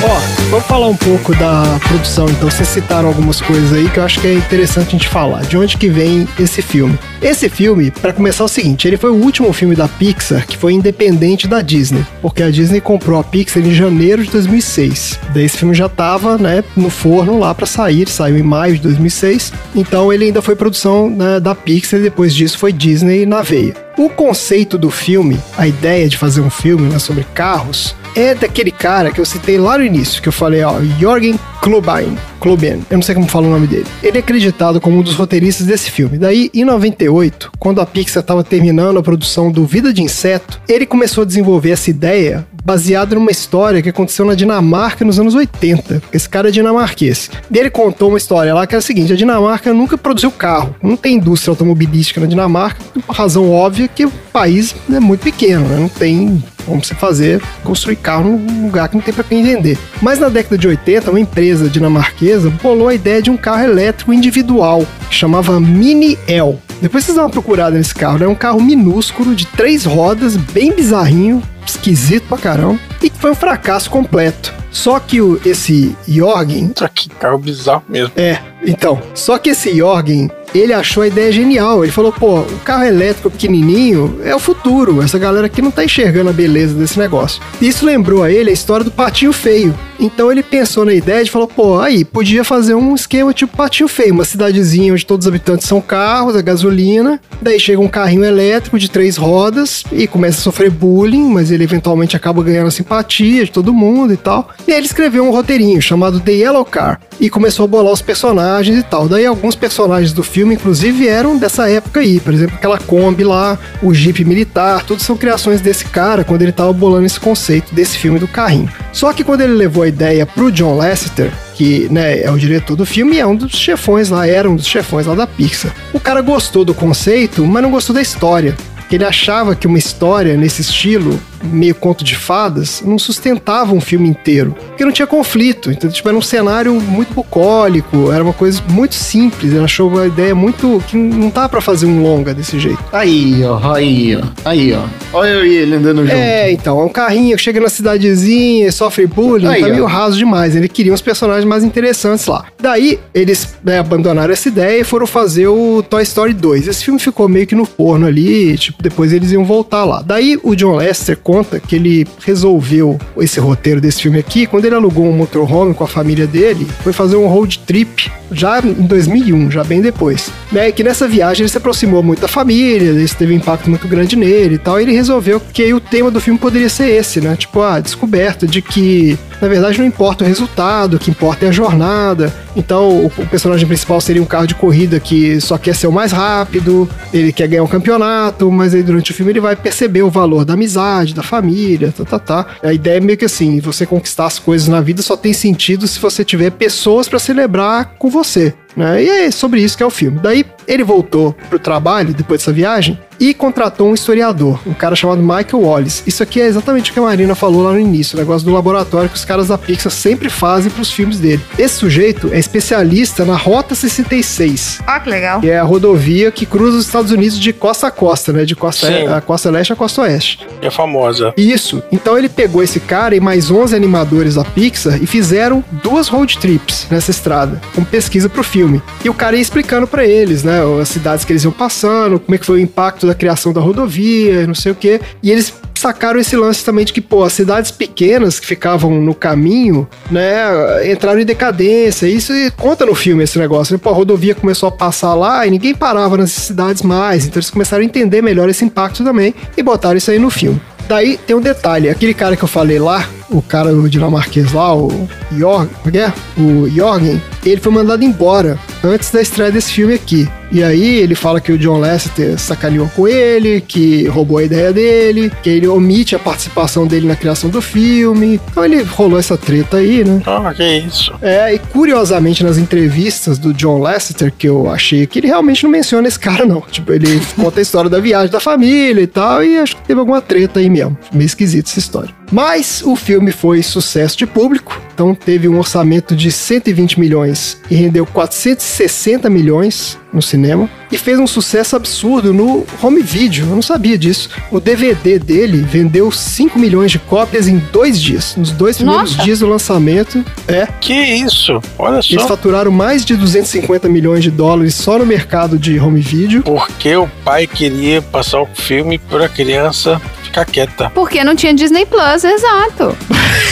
Speaker 2: Ó, vamos falar um pouco da produção, então. Vocês citaram algumas coisas aí que eu acho que é interessante a gente falar. De onde que vem esse filme? Esse filme, pra começar, é o seguinte: ele foi o último filme da Pixar que foi independente da Disney, porque a Disney comprou a Pixar em janeiro de 2006. Daí esse filme já tava, né, no forno lá pra sair, saiu em maio de 2006. Então ele ainda foi produção né, da Pixar e depois disso foi Disney na veia. O conceito do filme, a ideia de fazer um filme né, sobre carros, é daquele cara que eu citei lá no início, que eu falei, ó, Jorgen Klubin. Klubin, eu não sei como fala o nome dele. Ele é acreditado como um dos roteiristas desse filme. Daí, em 98, quando a Pixar estava terminando a produção do Vida de Inseto, ele começou a desenvolver essa ideia baseada numa história que aconteceu na Dinamarca nos anos 80. Esse cara é dinamarquês. E ele contou uma história lá que era a seguinte: a Dinamarca nunca produziu carro. Não tem indústria automobilística na Dinamarca, por uma razão óbvia que o país é muito pequeno, né? não tem como você fazer, construir carro num lugar que não tem pra quem vender. Mas na década de 80, uma empresa dinamarquesa bolou a ideia de um carro elétrico individual, que chamava Mini L. Depois vocês dão uma procurada nesse carro, é um carro minúsculo, de três rodas, bem bizarrinho, esquisito pra caramba, e que foi um fracasso completo. Só que o, esse Jorgen.
Speaker 4: Só que carro bizarro mesmo.
Speaker 2: É, então. Só que esse Jorgen, ele achou a ideia genial. Ele falou: pô, o carro elétrico pequenininho é o futuro. Essa galera aqui não tá enxergando a beleza desse negócio. Isso lembrou a ele a história do patinho feio. Então ele pensou na ideia e falou: pô, aí, podia fazer um esquema tipo patinho feio, uma cidadezinha onde todos os habitantes são carros, a gasolina. Daí chega um carrinho elétrico de três rodas e começa a sofrer bullying, mas ele eventualmente acaba ganhando a simpatia de todo mundo e tal. E aí ele escreveu um roteirinho chamado The Yellow Car e começou a bolar os personagens e tal. Daí alguns personagens do filme, inclusive, eram dessa época aí. Por exemplo, aquela Kombi lá, o Jeep militar, tudo são criações desse cara quando ele tava bolando esse conceito desse filme do carrinho. Só que quando ele levou a ideia pro John Lasseter, que né, é o diretor do filme e é um dos chefões lá, era um dos chefões lá da Pixar. O cara gostou do conceito, mas não gostou da história que ele achava que uma história nesse estilo, meio conto de fadas, não sustentava um filme inteiro. Porque não tinha conflito, então tipo, era um cenário muito bucólico, era uma coisa muito simples, ele achou uma ideia muito. que não tá para fazer um longa desse jeito.
Speaker 1: Aí, ó, aí, ó, aí, ó. Olha eu e ele andando junto.
Speaker 2: É, então, é um carrinho que chega na cidadezinha, sofre bullying,
Speaker 1: Aí,
Speaker 2: tá
Speaker 1: ó.
Speaker 2: meio raso demais. Ele queria uns personagens mais interessantes lá. Daí, eles né, abandonaram essa ideia e foram fazer o Toy Story 2. Esse filme ficou meio que no forno ali, tipo, depois eles iam voltar lá. Daí, o John Lester conta que ele resolveu esse roteiro desse filme aqui quando ele alugou um motorhome com a família dele, foi fazer um road trip já em 2001, já bem depois. Né, que nessa viagem ele se aproximou muito da família, isso teve um impacto muito grande nele e tal. E ele resolveu que aí o tema do filme poderia ser esse, né? Tipo, a descoberta de que, na verdade, não importa o resultado, o que importa é a jornada. Então, o, o personagem principal seria um carro de corrida que só quer ser o mais rápido, ele quer ganhar um campeonato, mas aí durante o filme ele vai perceber o valor da amizade, da família, tá, tá, tá. A ideia é meio que assim, você conquistar as coisas na vida só tem sentido se você tiver pessoas pra celebrar com você. Né? E é sobre isso que é o filme. Daí ele voltou pro trabalho depois dessa viagem e contratou um historiador, um cara chamado Michael Wallace. Isso aqui é exatamente o que a Marina falou lá no início, o negócio do laboratório que os caras da Pixar sempre fazem pros filmes dele. Esse sujeito é especialista na Rota 66,
Speaker 12: Ah, que legal.
Speaker 2: que é a rodovia que cruza os Estados Unidos de costa a costa, né? De costa,
Speaker 4: Sim.
Speaker 2: a costa leste à costa oeste.
Speaker 4: É famosa.
Speaker 2: Isso. Então ele pegou esse cara e mais 11 animadores da Pixar e fizeram duas road trips nessa estrada, como pesquisa pro filme. E o cara ia explicando pra eles, né, as cidades que eles iam passando, como é que foi o impacto da criação da rodovia, não sei o quê. E eles sacaram esse lance também de que, pô, as cidades pequenas que ficavam no caminho, né, entraram em decadência. Isso e conta no filme esse negócio. né? Pô, a rodovia começou a passar lá e ninguém parava nas cidades mais. Então eles começaram a entender melhor esse impacto também e botaram isso aí no filme. Daí tem um detalhe, aquele cara que eu falei lá, o cara o dinamarquês lá, o Jorgen, como é que é? O Jorgen, ele foi mandado embora antes da estreia desse filme aqui. E aí ele fala que o John Lasseter sacaneou com ele, que roubou a ideia dele, que ele omite a participação dele na criação do filme. Então ele rolou essa treta aí, né?
Speaker 4: Ah, que isso.
Speaker 2: É, e curiosamente nas entrevistas do John Lasseter, que eu achei que ele realmente não menciona esse cara, não. Tipo, ele conta a história da viagem da família e tal, e acho que teve alguma treta aí mesmo. Meio esquisita essa história. Mas o filme foi sucesso de público, então teve um orçamento de 120 milhões e rendeu 460 milhões no cinema e fez um sucesso absurdo no home video. Eu não sabia disso. O DVD dele vendeu 5 milhões de cópias em dois dias. Nos dois primeiros
Speaker 4: Nossa.
Speaker 2: dias do lançamento. É.
Speaker 4: Que isso? Olha só.
Speaker 2: Eles faturaram mais de 250 milhões de dólares só no mercado de home video.
Speaker 4: Porque o pai queria passar o filme pra criança ficar quieta.
Speaker 3: Porque não tinha Disney Plus, exato.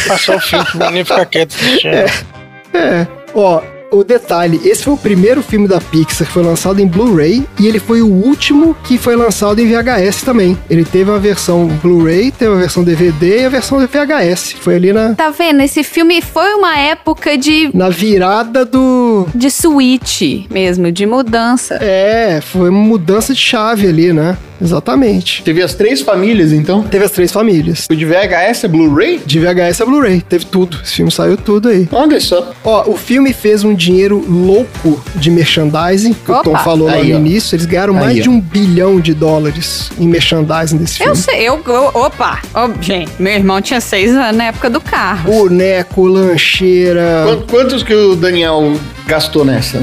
Speaker 4: Passar o filme pra menina ficar quieta assistindo.
Speaker 2: É. Ó, o detalhe, esse foi o primeiro filme da Pixar que foi lançado em Blu-ray e ele foi o último que foi lançado em VHS também. Ele teve uma versão Blu-ray, teve uma versão DVD e a versão VHS. Foi ali na
Speaker 3: Tá vendo? Esse filme foi uma época de.
Speaker 2: Na virada do.
Speaker 3: De switch mesmo, de mudança.
Speaker 2: É, foi uma mudança de chave ali, né? Exatamente.
Speaker 1: Teve as três famílias, então?
Speaker 2: Teve as três famílias.
Speaker 1: O de VHS é Blu-ray?
Speaker 2: De VHS a Blu-ray. Teve tudo. Esse filme saiu tudo aí.
Speaker 1: Olha só.
Speaker 2: Ó, o filme fez um dinheiro louco de merchandising, que o
Speaker 3: Opa.
Speaker 2: Tom falou lá
Speaker 1: Aí,
Speaker 2: no
Speaker 1: ó.
Speaker 2: início. Eles ganharam
Speaker 1: Aí,
Speaker 2: mais de
Speaker 1: ó.
Speaker 2: um bilhão de dólares em merchandising desse filme.
Speaker 3: Eu sei, eu. eu- opa! Ô, gente, meu irmão tinha seis anos na época do [laughs] carro.
Speaker 2: Boneco, lancheira.
Speaker 1: Quant- Quantos que o Daniel gastou nessa?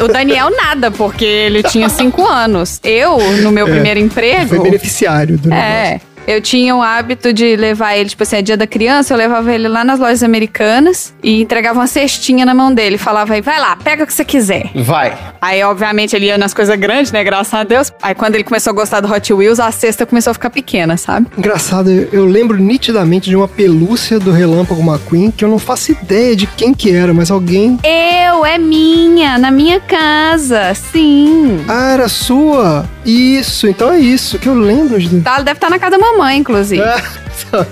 Speaker 3: O, o Daniel nada, porque ele tinha cinco anos. Eu, no meu
Speaker 2: É,
Speaker 3: primeiro
Speaker 2: Foi
Speaker 3: emprego.
Speaker 2: beneficiário do negócio.
Speaker 3: É. Eu tinha o hábito de levar ele, tipo assim, é dia da criança, eu levava ele lá nas lojas americanas e entregava uma cestinha na mão dele. Falava aí, vai lá, pega o que você quiser.
Speaker 1: Vai.
Speaker 3: Aí, obviamente, ele ia nas coisas grandes, né? Graças a Deus. Aí, quando ele começou a gostar do Hot Wheels, a cesta começou a ficar pequena, sabe?
Speaker 2: Engraçado, eu- eu lembro nitidamente de uma pelúcia do Relâmpago McQueen que eu não faço ideia de quem que era, mas alguém.
Speaker 3: Eu, é minha, na minha casa, sim.
Speaker 2: Ah, era sua? Isso, então é isso que eu lembro de.
Speaker 3: Tá, deve estar na casa da mamãe, inclusive.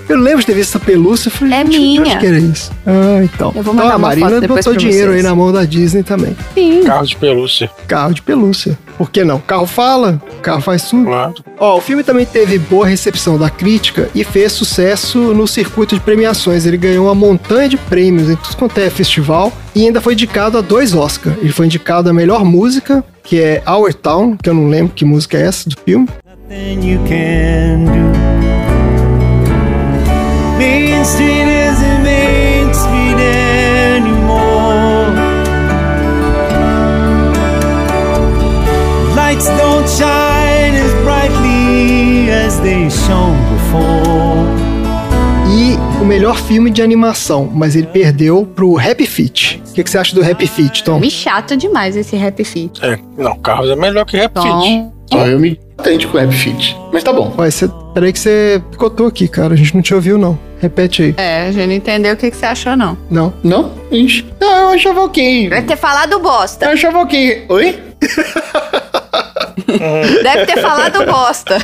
Speaker 2: Eu lembro de ter [laughs] visto essa pelúcia e falei, é minha. acho que era isso. Ah, então.
Speaker 3: Eu
Speaker 2: então
Speaker 3: vou mandar
Speaker 2: a
Speaker 3: uma
Speaker 2: Marina
Speaker 3: foto depois
Speaker 2: botou
Speaker 3: pra
Speaker 2: dinheiro
Speaker 3: vocês.
Speaker 2: aí na mão da Disney também.
Speaker 3: Sim.
Speaker 4: Carro de pelúcia.
Speaker 2: Carro de pelúcia. Por que não? Carro fala, carro faz tudo. Ó, o filme também teve boa recepção da crítica e fez sucesso no circuito de premiações. Ele ganhou uma montanha de prêmios em tudo quanto é festival e ainda foi indicado a dois Oscars. Ele foi indicado a melhor música, que é Our Town, que eu não lembro que música é essa do filme.
Speaker 5: you can do. Being still isn't main street anymore. Lights don't shine as brightly as they shone before.
Speaker 2: E o melhor filme de animação, mas ele perdeu pro Happy Feet. O que, que você acha do Happy Feet, Tom?
Speaker 3: Me chato demais esse rap fit.
Speaker 4: É, não, carros é melhor que rap
Speaker 3: Tom.
Speaker 1: Só eu me tente com o Happy Fit. Mas tá bom.
Speaker 2: Ué, você, peraí que você picotou aqui, cara. A gente não te ouviu, não. Repete aí.
Speaker 3: É, a gente não entendeu o que, que você achou, não.
Speaker 2: Não.
Speaker 1: Não? então? Ixi. Não, eu achava ok.
Speaker 3: Deve ter falado bosta.
Speaker 1: Eu achava ok. Oi?
Speaker 3: [laughs] Deve ter falado bosta.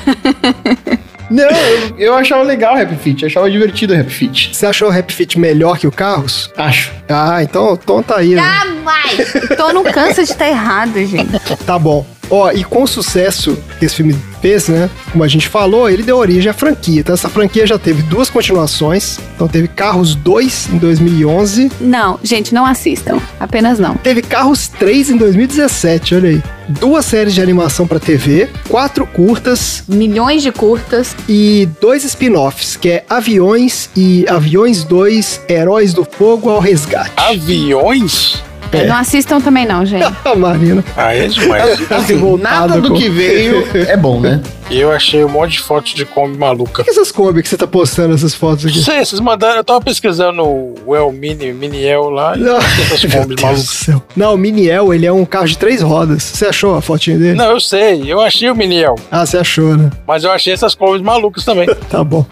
Speaker 1: Não, eu, eu achava legal o Happy Fit. eu Achava divertido o Happy Fit.
Speaker 2: Você achou o Happy Feet melhor que o Carros?
Speaker 1: Acho.
Speaker 2: Ah, então o Tom tá aí, né?
Speaker 3: Jamais! Tô não cansa de estar errado, gente.
Speaker 2: Tá bom. Ó, e com o sucesso que esse filme fez, né? Como a gente falou, ele deu origem à franquia. Então essa franquia já teve duas continuações. Então teve Carros 2 em 2011,
Speaker 3: Não, gente, não assistam. Apenas não.
Speaker 2: teve Carros 3 em 2017, olha aí. Duas séries de animação pra TV, quatro curtas
Speaker 3: Milhões de curtas.
Speaker 2: e dois spin-offs, que é Aviões e Aviões 2, Heróis do Fogo ao Resgate. [laughs]
Speaker 4: Aviões?
Speaker 2: É.
Speaker 3: Não assistam também, não, gente.
Speaker 2: A Tá, Marina.
Speaker 4: Ah, é
Speaker 2: [laughs]
Speaker 4: demais.
Speaker 1: Assim, nada do que [laughs] veio é bom, né?
Speaker 4: Eu achei um monte de fotos de Kombi maluca.
Speaker 2: Por que essas Kombi que você tá postando essas fotos
Speaker 4: Não
Speaker 2: aqui?
Speaker 4: sei, vocês mandaram. Eu tava pesquisando o El Mini, Mini El lá e
Speaker 2: [laughs] Não.
Speaker 4: essas Kombis
Speaker 2: Meu Deus do
Speaker 4: malucas.
Speaker 2: céu. Não, o Miniel, ele é um carro de três rodas. Você achou a fotinha dele?
Speaker 4: Não, eu sei, eu achei o Mini El,
Speaker 2: Ah, você achou, né?
Speaker 4: mas eu achei essas Kombis malucas também.
Speaker 2: Tá bom.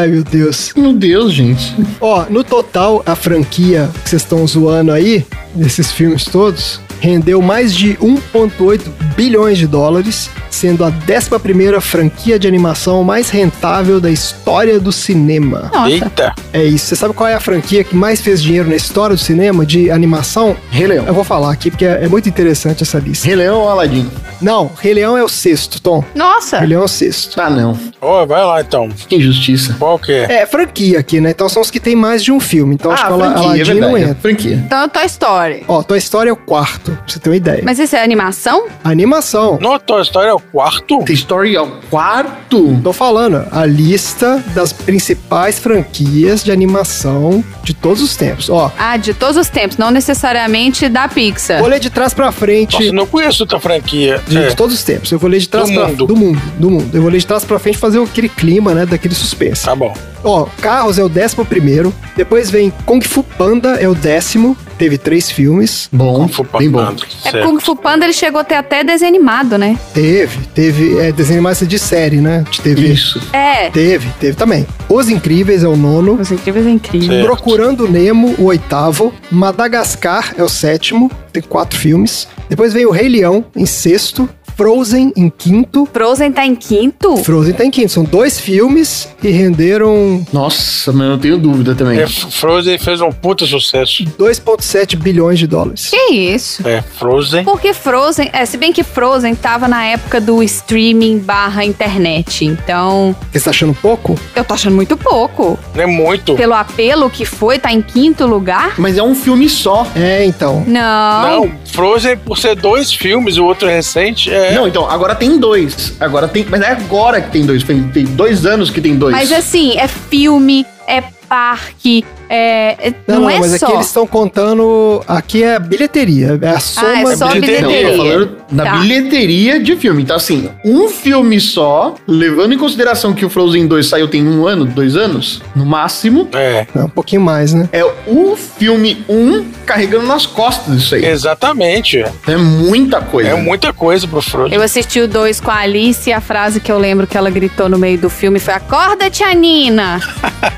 Speaker 2: Ai, meu Deus.
Speaker 1: Meu Deus, gente.
Speaker 2: Ó, no total, a franquia que vocês estão zoando aí, desses filmes todos, rendeu mais de 1,8 bilhões de dólares, sendo a 11 franquia de animação mais rentável da história do cinema.
Speaker 3: Nossa.
Speaker 4: Eita,
Speaker 2: É isso. Você sabe qual é a franquia que mais fez dinheiro na história do cinema de animação?
Speaker 1: Rei Leão.
Speaker 2: Eu vou falar aqui porque é é muito interessante essa lista.
Speaker 1: Rei Leão ou Aladdin?
Speaker 2: Não, Rei Leão é o sexto, Tom.
Speaker 3: Nossa.
Speaker 2: Rei Leão é o sexto.
Speaker 1: Ah, não.
Speaker 4: ó, vai lá então.
Speaker 1: Que injustiça.
Speaker 4: Qual que é?
Speaker 2: É, franquia aqui, né? Então são os que tem mais de um filme. Então
Speaker 1: Ah,
Speaker 4: Ah,
Speaker 2: acho que o Ala- Aladdin não entra.
Speaker 1: franquia.
Speaker 3: Então, Toy Story.
Speaker 2: Ó, Toy Story é o quarto, pra você ter uma ideia.
Speaker 3: Mas isso é animação?
Speaker 2: Animação.
Speaker 4: No Toy Story é o quarto?
Speaker 1: Toy Story é o quarto?
Speaker 2: Tô falando, a lista das principais franquias de animação de todos os tempos. Ó,
Speaker 3: Ah, de todos os tempos, não necessariamente da Pixar.
Speaker 2: vou ler de trás pra frente
Speaker 4: É. Nossa, eu não conheço outra franquia.
Speaker 2: de, de
Speaker 4: É.
Speaker 2: todos os tempos. Eu vou ler de trás
Speaker 4: Do
Speaker 2: pra
Speaker 4: mundo.
Speaker 2: do mundo, do mundo. Eu vou ler de trás pra frente fazer aquele clima, né, daquele suspense.
Speaker 4: Tá bom.
Speaker 2: Ó, Carros é o décimo primeiro. Depois vem Kung Fu Panda é o décimo. Teve três filmes.
Speaker 1: Bom,
Speaker 4: Fui
Speaker 1: bem bom.
Speaker 4: papando,
Speaker 3: É
Speaker 4: certo.
Speaker 3: porque Kung Fu Panda ele chegou a ter até desenho animado, né?
Speaker 2: Teve, teve é, desenho animado de série, né, de TV.
Speaker 1: Isso.
Speaker 3: É.
Speaker 2: Teve, teve também. Os Incríveis é o nono.
Speaker 3: Os incríveis é incrível.
Speaker 4: Certo.
Speaker 2: Procurando Nemo, o oitavo. Madagascar é o sétimo, tem quatro filmes. Depois vem o Rei Leão, em sexto. Frozen, em quinto.
Speaker 3: Frozen tá em quinto?
Speaker 2: Frozen tá em quinto. São dois filmes e renderam
Speaker 1: Nossa, mas eu não tenho dúvida também.
Speaker 4: É, Frozen fez um puta sucesso.
Speaker 2: 2,7 bilhões de dólares.
Speaker 3: Que isso?
Speaker 4: É, Frozen.
Speaker 3: Porque Frozen, é, se bem que Frozen tava na época do streaming barra internet, então
Speaker 2: Você tá achando pouco?
Speaker 3: eu tô achando muito pouco.
Speaker 4: Não é muito.
Speaker 3: Pelo apelo que foi, tá em quinto lugar?
Speaker 1: Mas é um filme só.
Speaker 2: É, então.
Speaker 3: Não.
Speaker 4: Não, Frozen, por ser dois filmes, o outro é recente, é.
Speaker 1: Não, então, agora tem dois. Agora tem. Mas é agora que tem dois. Tem, tem dois anos que tem dois.
Speaker 3: Mas assim, é filme, é parque. É, é, não, é
Speaker 2: mas
Speaker 3: só.
Speaker 2: aqui eles estão contando. Aqui é a bilheteria, é a soma
Speaker 3: é só
Speaker 2: da
Speaker 3: a
Speaker 2: bilheteria.
Speaker 1: Não, eu tô falando da
Speaker 3: Tá.
Speaker 1: bilheteria de filme. Então, assim, um filme só, levando em consideração que o Frozen 2 saiu tem um ano, dois anos, no máximo.
Speaker 4: É.
Speaker 2: É um pouquinho mais, né?
Speaker 1: É o filme 1 um carregando nas costas isso aí.
Speaker 4: Exatamente.
Speaker 1: É muita coisa.
Speaker 4: É muita coisa pro Frodo.
Speaker 3: Eu assisti o dois com a Alice e a frase que eu lembro que ela gritou no meio do filme foi: Acorda, tia Nina!
Speaker 4: [laughs]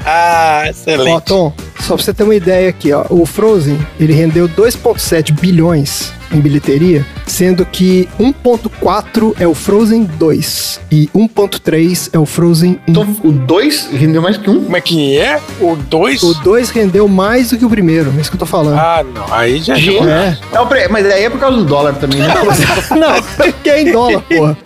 Speaker 4: Ah, excelente.
Speaker 2: Ó, Tom, só pra você ter uma ideia aqui, ó. O Frozen, ele rendeu 2,7 bilhões em bilheteria, sendo que 1,4 é o Frozen 2 e 1,3 é o Frozen 1.
Speaker 1: Então, o 2 rendeu mais que um.
Speaker 4: Como é que é? O 2?
Speaker 2: O 2 rendeu mais do que o primeiro, é isso que eu tô falando.
Speaker 4: Ah, não. Aí já
Speaker 1: Gente,
Speaker 4: [laughs]
Speaker 2: É.
Speaker 1: Não, peraí, mas aí é por causa do dólar também, né?
Speaker 2: Não, porque é em dólar, porra.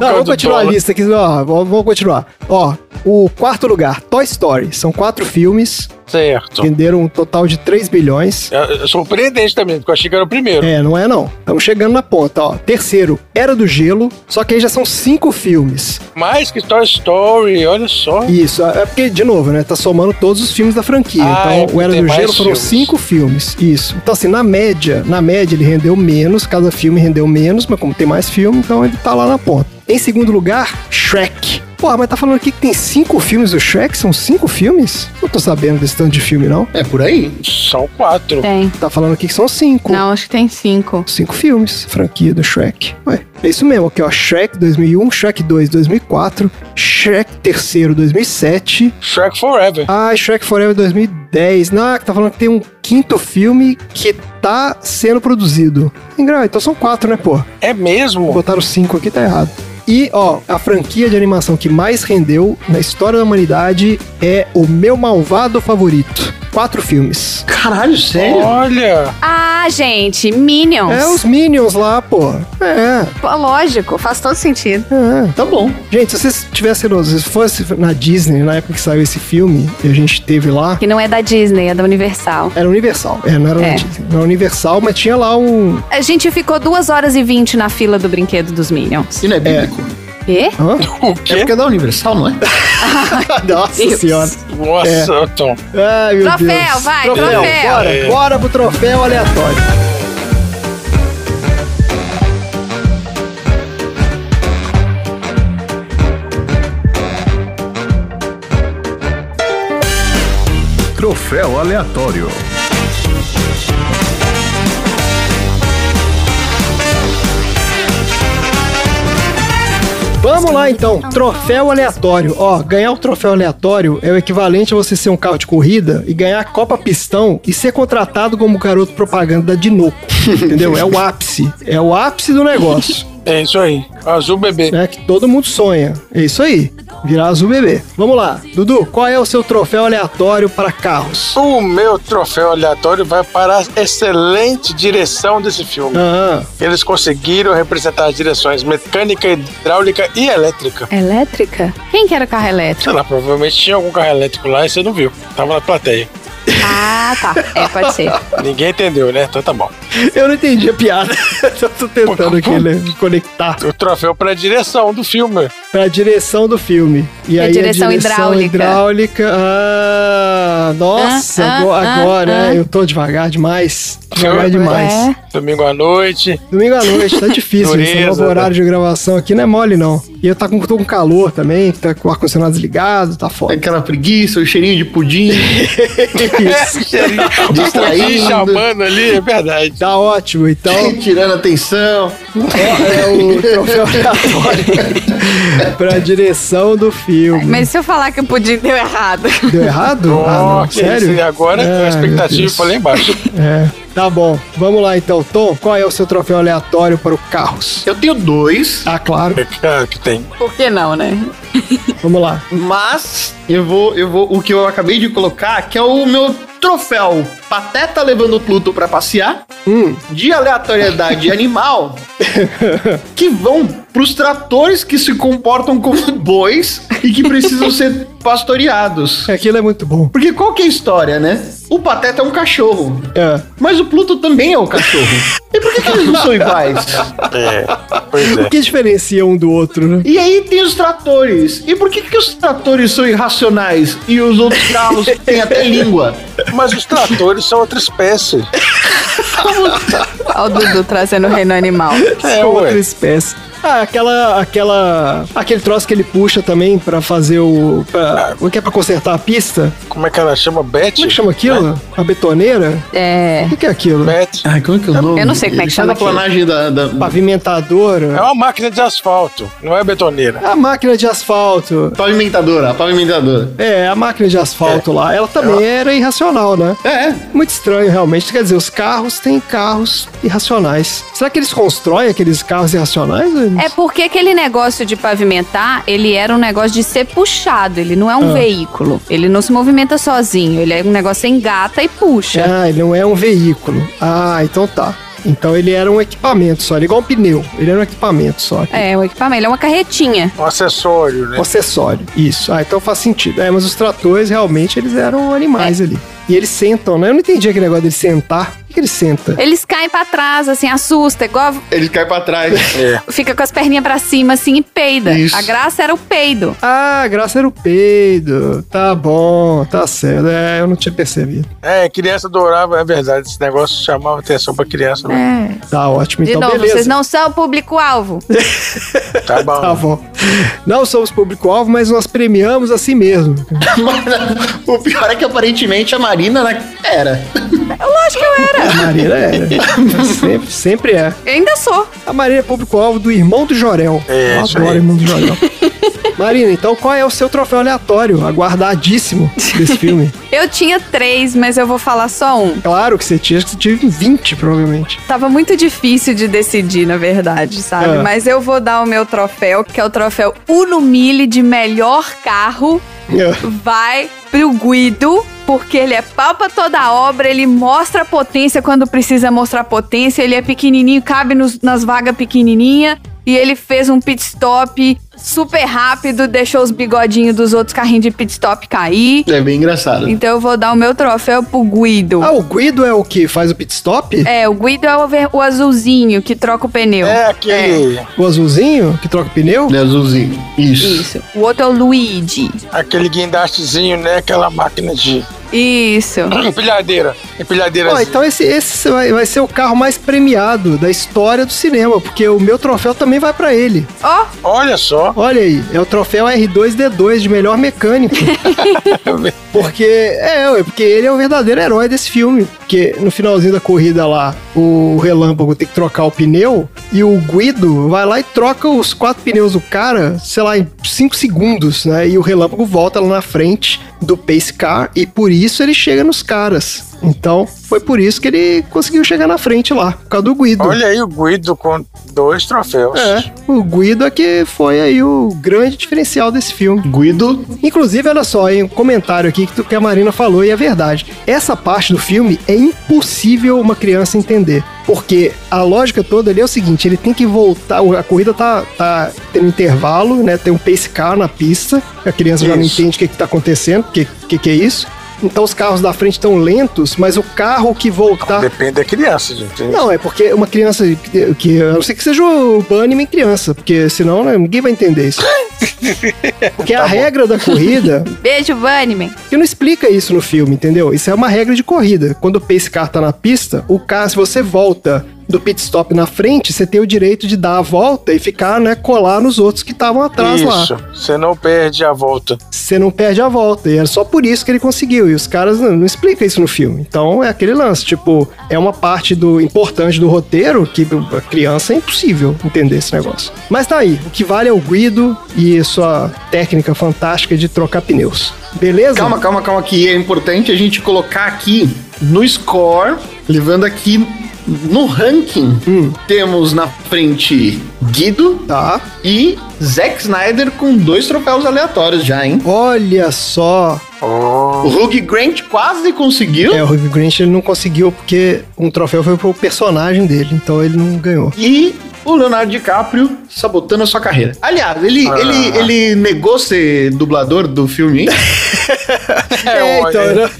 Speaker 2: Não,
Speaker 4: causa
Speaker 2: vamos
Speaker 4: do
Speaker 2: continuar
Speaker 4: dólar.
Speaker 2: a lista aqui, ó, vamos vamos continuar. Ó, o quarto lugar, Toy Story. São quatro filmes,
Speaker 4: Certo.
Speaker 2: renderam um total de 3 bilhões.
Speaker 4: É, é Surpreendente também, porque eu achei que era o primeiro.
Speaker 2: É, não é não. Estamos chegando na ponta, ó. Terceiro, Era do Gelo, só que aí já são cinco filmes.
Speaker 4: Mais que Toy Story, olha só.
Speaker 2: Isso, é porque, de novo, né, tá somando todos os filmes da franquia.
Speaker 4: Ah, é,
Speaker 2: então, o Era
Speaker 4: tem
Speaker 2: do
Speaker 4: mais
Speaker 2: Gelo foram
Speaker 4: filmes.
Speaker 2: cinco filmes. Isso. Então, assim, na média, na média ele rendeu menos, cada filme rendeu menos, mas como tem mais filme, então ele tá lá na ponta. Em segundo lugar, Shrek. Porra, mas tá falando aqui que tem cinco filmes do Shrek? São cinco filmes? Não tô sabendo desse tanto de filme, não.
Speaker 1: É por aí.
Speaker 4: São quatro.
Speaker 3: Tem.
Speaker 2: Tá falando aqui que são cinco.
Speaker 3: Não, acho que tem cinco.
Speaker 2: Cinco filmes, franquia do Shrek. Ué, é isso mesmo, aqui ó, Shrek 2001, Shrek 2 2004, Shrek terceiro 2007,
Speaker 4: Shrek Forever.
Speaker 2: ah, Shrek Forever 2010. Não, que tá falando que tem um quinto filme que tá sendo produzido. Engraçado, então são quatro, né, pô?
Speaker 4: É mesmo?
Speaker 2: Botaram cinco aqui, tá errado. E, ó, a franquia de animação que mais rendeu na história da humanidade é O Meu Malvado Favorito. Quatro filmes.
Speaker 1: Caralho, sério?
Speaker 4: Olha.
Speaker 3: Ah, gente, Minions.
Speaker 2: É os Minions lá, pô. É,
Speaker 3: Pô, Lógico, faz todo sentido.
Speaker 2: é.
Speaker 1: Tá bom.
Speaker 2: Gente, se vocês tivessem noção, se fosse na Disney, na época que saiu esse filme, e a gente teve lá,
Speaker 3: Que não é da Disney, é da Universal.
Speaker 2: era Universal. É, não era na
Speaker 3: É.
Speaker 2: Disney. Era Universal, mas tinha lá um.
Speaker 3: A gente ficou duas horas e vinte na fila do brinquedo dos Minions.
Speaker 1: E não é bíblico.
Speaker 3: Quê?
Speaker 2: Hã?
Speaker 4: O
Speaker 1: É,
Speaker 4: quê?
Speaker 1: porque é da Universal, não é?
Speaker 2: [laughs] Nossa
Speaker 3: Deus.
Speaker 2: senhora.
Speaker 4: Nossa, Tom.
Speaker 2: Ai, meu
Speaker 3: Troféu,
Speaker 2: Deus.
Speaker 3: vai, troféu.
Speaker 2: Bora,
Speaker 4: É.
Speaker 2: bora pro troféu aleatório.
Speaker 8: Troféu aleatório.
Speaker 2: Vamos lá então, troféu aleatório. Ó, ganhar o troféu aleatório é o equivalente a você ser um carro de corrida e ganhar a Copa Pistão e ser contratado como garoto propaganda da [laughs] Dinoco. Entendeu? É o ápice. É o ápice do negócio.
Speaker 4: É isso aí. Azul bebê.
Speaker 2: né? Que todo mundo sonha. É isso aí. Virar azul bebê. Vamos lá. Dudu, qual é o seu troféu aleatório para carros?
Speaker 4: O meu troféu aleatório vai para a excelente direção desse filme.
Speaker 2: Ah,
Speaker 4: Eles conseguiram representar as direções mecânica, hidráulica e elétrica.
Speaker 3: Elétrica? Quem que era o carro
Speaker 4: [laughs]
Speaker 3: elétrico?
Speaker 4: Sei lá, provavelmente tinha algum carro elétrico lá e você não viu. Tava na plateia.
Speaker 3: Ah, tá. É, pode ser.
Speaker 4: Ninguém entendeu, né? Então tá bom.
Speaker 2: eu não entendi a piada. [laughs] Eu tô tentando aqui né, me conectar
Speaker 4: O troféu para a direção do filme.
Speaker 2: para a direção do filme. E
Speaker 3: É
Speaker 2: aí
Speaker 3: direção
Speaker 2: a direção
Speaker 3: hidráulica.
Speaker 2: hidráulica. Ah, nossa,
Speaker 3: Ah, ah,
Speaker 2: agora,
Speaker 3: ah,
Speaker 2: agora,
Speaker 3: ah.
Speaker 2: é, eu tô devagar demais. Devagar
Speaker 4: É.
Speaker 2: demais.
Speaker 4: Domingo à noite.
Speaker 2: Domingo à noite, tá difícil.
Speaker 4: Dureza,
Speaker 2: Esse novo
Speaker 4: né?
Speaker 2: horário de gravação aqui não é mole, não. E eu tá com, tô com calor também, tá com o ar-condicionado desligado, tá
Speaker 1: [laughs]
Speaker 2: foda.
Speaker 1: Aquela preguiça, o cheirinho de pudim. Tá
Speaker 4: Distrair
Speaker 1: Distraído.
Speaker 4: Tá chamando ali, é verdade.
Speaker 2: Tá ótimo,
Speaker 1: [laughs]
Speaker 2: então.
Speaker 1: Tirando atenção.
Speaker 2: É o troféu aleatório pra direção do filme.
Speaker 3: Mas se eu falar que o pudim deu errado. [laughs]
Speaker 2: Deu errado? ah, não.
Speaker 4: Nossa,
Speaker 2: Sério?
Speaker 4: esse agora é
Speaker 2: Ah,
Speaker 4: a expectativa
Speaker 2: meu Deus.
Speaker 4: foi lá embaixo.
Speaker 2: É. Tá bom. Vamos lá então, Tom. Qual é o seu troféu aleatório para o Carros?
Speaker 1: [laughs] Eu tenho dois,
Speaker 2: Ah, claro.
Speaker 4: [laughs] É, que tem.
Speaker 3: Por que não, né?
Speaker 2: Vamos lá.
Speaker 1: mas eu vou, eu vou. O que eu acabei de colocar, que é o meu troféu. Pateta levando o Pluto pra passear.
Speaker 2: Hum.
Speaker 1: De
Speaker 2: [laughs]
Speaker 1: aleatoriedade animal. que vão pros tratores que se comportam como bois e que precisam ser pastoreados.
Speaker 2: Aquilo é muito bom.
Speaker 1: Porque qual que é a história, né? O Pateta é um cachorro.
Speaker 2: É.
Speaker 1: Mas o Pluto também é o cachorro. E por que, que eles não são iguais?
Speaker 4: É,
Speaker 2: O que diferencia um do outro, né?
Speaker 1: E aí tem os tratores. E por que, que os tratores são irracionais e os outros
Speaker 3: [laughs]
Speaker 1: carros têm até língua?
Speaker 4: Mas os tratores são outra espécie.
Speaker 3: Olha o Dudu trazendo o reino animal.
Speaker 2: É outra espécie. Ah, aquela, aquela, aquele troço que ele puxa também pra fazer o, pra, o que é pra consertar a pista?
Speaker 4: Como é que ela chama? Bet?
Speaker 2: Como é que chama aquilo? A betoneira?
Speaker 3: É.
Speaker 2: O que que é aquilo?
Speaker 4: Bet.
Speaker 1: Ai, como é que é o nome?
Speaker 3: Eu não sei como é que
Speaker 1: Sabe
Speaker 3: chama
Speaker 1: a planagem da, da-
Speaker 4: É
Speaker 2: Pavimentadora.
Speaker 4: uma máquina de asfalto, não é betoneira.
Speaker 2: A máquina de asfalto.
Speaker 1: Pavimentadora, a pavimentadora.
Speaker 2: É, a máquina de asfalto lá, ela também era irracional, né?
Speaker 1: É,
Speaker 2: Muito estranho, realmente. Quer dizer, os carros têm carros irracionais. Será que eles constroem aqueles carros irracionais?
Speaker 3: É porque aquele negócio de pavimentar, ele era um negócio de ser puxado, ele não é um
Speaker 2: Ah.
Speaker 3: veículo. Ele não se movimenta sozinho, ele é um negócio que engata e puxa.
Speaker 2: Ah, ele não é um veículo. Ah, então tá. Então ele era um equipamento só, ele é igual um pneu. Ele era um equipamento só.
Speaker 3: É, o equipamento, ele é uma carretinha.
Speaker 4: Um acessório, né?
Speaker 2: Um acessório. Isso. Ah, então faz sentido. É, mas os tratores realmente eles eram animais
Speaker 3: É.
Speaker 2: ali. E eles sentam, né? Eu não entendi aquele negócio dele sentar. Por que que ele senta?
Speaker 3: Eles caem pra trás, assim, assusta, igual
Speaker 1: ele cai pra [laughs] trás.
Speaker 4: É.
Speaker 3: fica com as perninhas pra cima, assim, e peida.
Speaker 1: Isso.
Speaker 3: A graça era o peido.
Speaker 2: Ah, a graça era o peido. Tá bom, tá certo. É, eu não tinha percebido.
Speaker 4: É, criança adorava, é verdade. Esse negócio chamava atenção pra criança. né?
Speaker 3: É.
Speaker 2: Tá ótimo,
Speaker 3: De
Speaker 2: então
Speaker 3: novo,
Speaker 2: beleza.
Speaker 3: vocês não são o público-alvo.
Speaker 2: [laughs]
Speaker 4: Tá bom.
Speaker 2: Tá bom. Não somos público-alvo, mas nós premiamos assim mesmo.
Speaker 1: Mas, o pior é que aparentemente a Marina né, era.
Speaker 3: Lógico que eu
Speaker 2: A
Speaker 3: era.
Speaker 2: Marina era. sempre, sempre é.
Speaker 3: Eu ainda sou.
Speaker 2: A Marina é público-alvo do Irmão do Jorel.
Speaker 4: É,
Speaker 2: Eu
Speaker 4: isso
Speaker 2: adoro
Speaker 4: aí.
Speaker 2: Irmão do Jorel. Marina, então qual é o seu troféu aleatório, aguardadíssimo desse filme?
Speaker 3: Eu tinha três, mas eu vou falar só um.
Speaker 2: Claro que você tinha, acho que você tive 20, provavelmente.
Speaker 3: Tava muito difícil de decidir, na verdade, sabe?
Speaker 2: Ah.
Speaker 3: Mas eu vou dar o meu troféu, que é o troféu Uno Mille de melhor carro.
Speaker 4: É.
Speaker 3: Vai pro Guido, porque ele é pau pra toda a obra, ele mostra a potência quando precisa mostrar potência, ele é pequenininho, cabe nos- nas vagas pequenininha. E ele fez um pit stop super rápido, deixou os bigodinhos dos outros carrinhos de pit stop cair.
Speaker 1: É bem engraçado.
Speaker 3: Então eu vou dar o meu troféu pro Guido.
Speaker 2: Ah, o Guido é o que? Faz o pit stop?
Speaker 3: É, o Guido é o, ver- o azulzinho que troca o pneu.
Speaker 4: É aquele,
Speaker 2: O azulzinho que troca o pneu?
Speaker 1: É azulzinho. Isso.
Speaker 3: Isso. O outro é o Luigi.
Speaker 4: aquele guindastezinho, né? Aquela máquina de [clears throat]
Speaker 3: Isso.
Speaker 4: empilhadeira. Empilhadeira.
Speaker 2: Ó, então esse, esse vai, vai ser o carro mais premiado da história do cinema, porque o meu troféu também vai pra ele.
Speaker 3: Ó,
Speaker 2: [laughs]
Speaker 4: Olha só.
Speaker 2: Olha aí, é o troféu R2D2 de melhor mecânico. Tá Porque é, ué, porque ele é o verdadeiro herói desse filme. Porque no finalzinho da corrida lá, o Relâmpago tem que trocar o pneu e o Guido vai lá e troca os quatro pneus do cara, sei lá, em cinco segundos, né? E o Relâmpago volta lá na frente do Pace Car e por isso ele chega nos caras. Então, foi por isso que ele conseguiu chegar na frente lá, por causa do Guido.
Speaker 4: Olha aí o Guido com dois troféus.
Speaker 2: É, o Guido é que foi aí o grande diferencial desse filme.
Speaker 1: Guido.
Speaker 2: Inclusive, olha só, hein, um comentário aqui que, tu- que a Marina falou e é verdade. Essa parte do filme é impossível uma criança entender. Porque a lógica toda ali é o seguinte: ele tem que voltar. o- A corrida tá, tá tendo intervalo, né? Tem um pace car na pista. A criança já não
Speaker 4: Isso.
Speaker 2: entende o que, que tá acontecendo, o que, que, que é isso. Então os carros da frente estão lentos, mas o carro que voltar.
Speaker 4: Depende da criança, gente.
Speaker 2: Ah. Não, é porque uma criança que, que- a não ser que seja o Bunnyman criança, porque senão né, ninguém vai entender isso. Porque a regra da corrida,
Speaker 3: beijo, Bunnyman.
Speaker 2: que não explica isso no filme, entendeu? Isso é uma regra de corrida. Quando o pace car tá na pista, o carro, se você volta do pit stop na frente, você tem o direito de dar a volta e ficar, né, colar nos outros que estavam atrás lá.
Speaker 4: Isso. Você não perde a volta.
Speaker 2: Você não perde a volta. E era só por isso que ele conseguiu. E os caras não, não explicam isso no filme. Então é aquele lance, tipo, é uma parte do importante do roteiro que a criança é impossível entender esse negócio. Mas tá aí, o que vale é o Guido e sua técnica fantástica de trocar pneus. Beleza?
Speaker 1: Calma, calma, calma, que é importante a gente colocar aqui no score, levando aqui no ranking. Temos na frente Guido
Speaker 2: Tá.
Speaker 1: e Zack Snyder com dois troféus aleatórios já, hein?
Speaker 2: Olha só.
Speaker 1: O Hugh Grant quase conseguiu.
Speaker 2: É, o Hugh Grant ele não conseguiu porque um troféu foi pro personagem dele, então ele não ganhou.
Speaker 1: E o Leonardo DiCaprio sabotando a sua carreira. Aliás, ele,
Speaker 2: Ah.
Speaker 1: ele,
Speaker 2: [laughs]
Speaker 1: ele negou ser dublador do filme, hein?
Speaker 4: É, olha.
Speaker 2: né?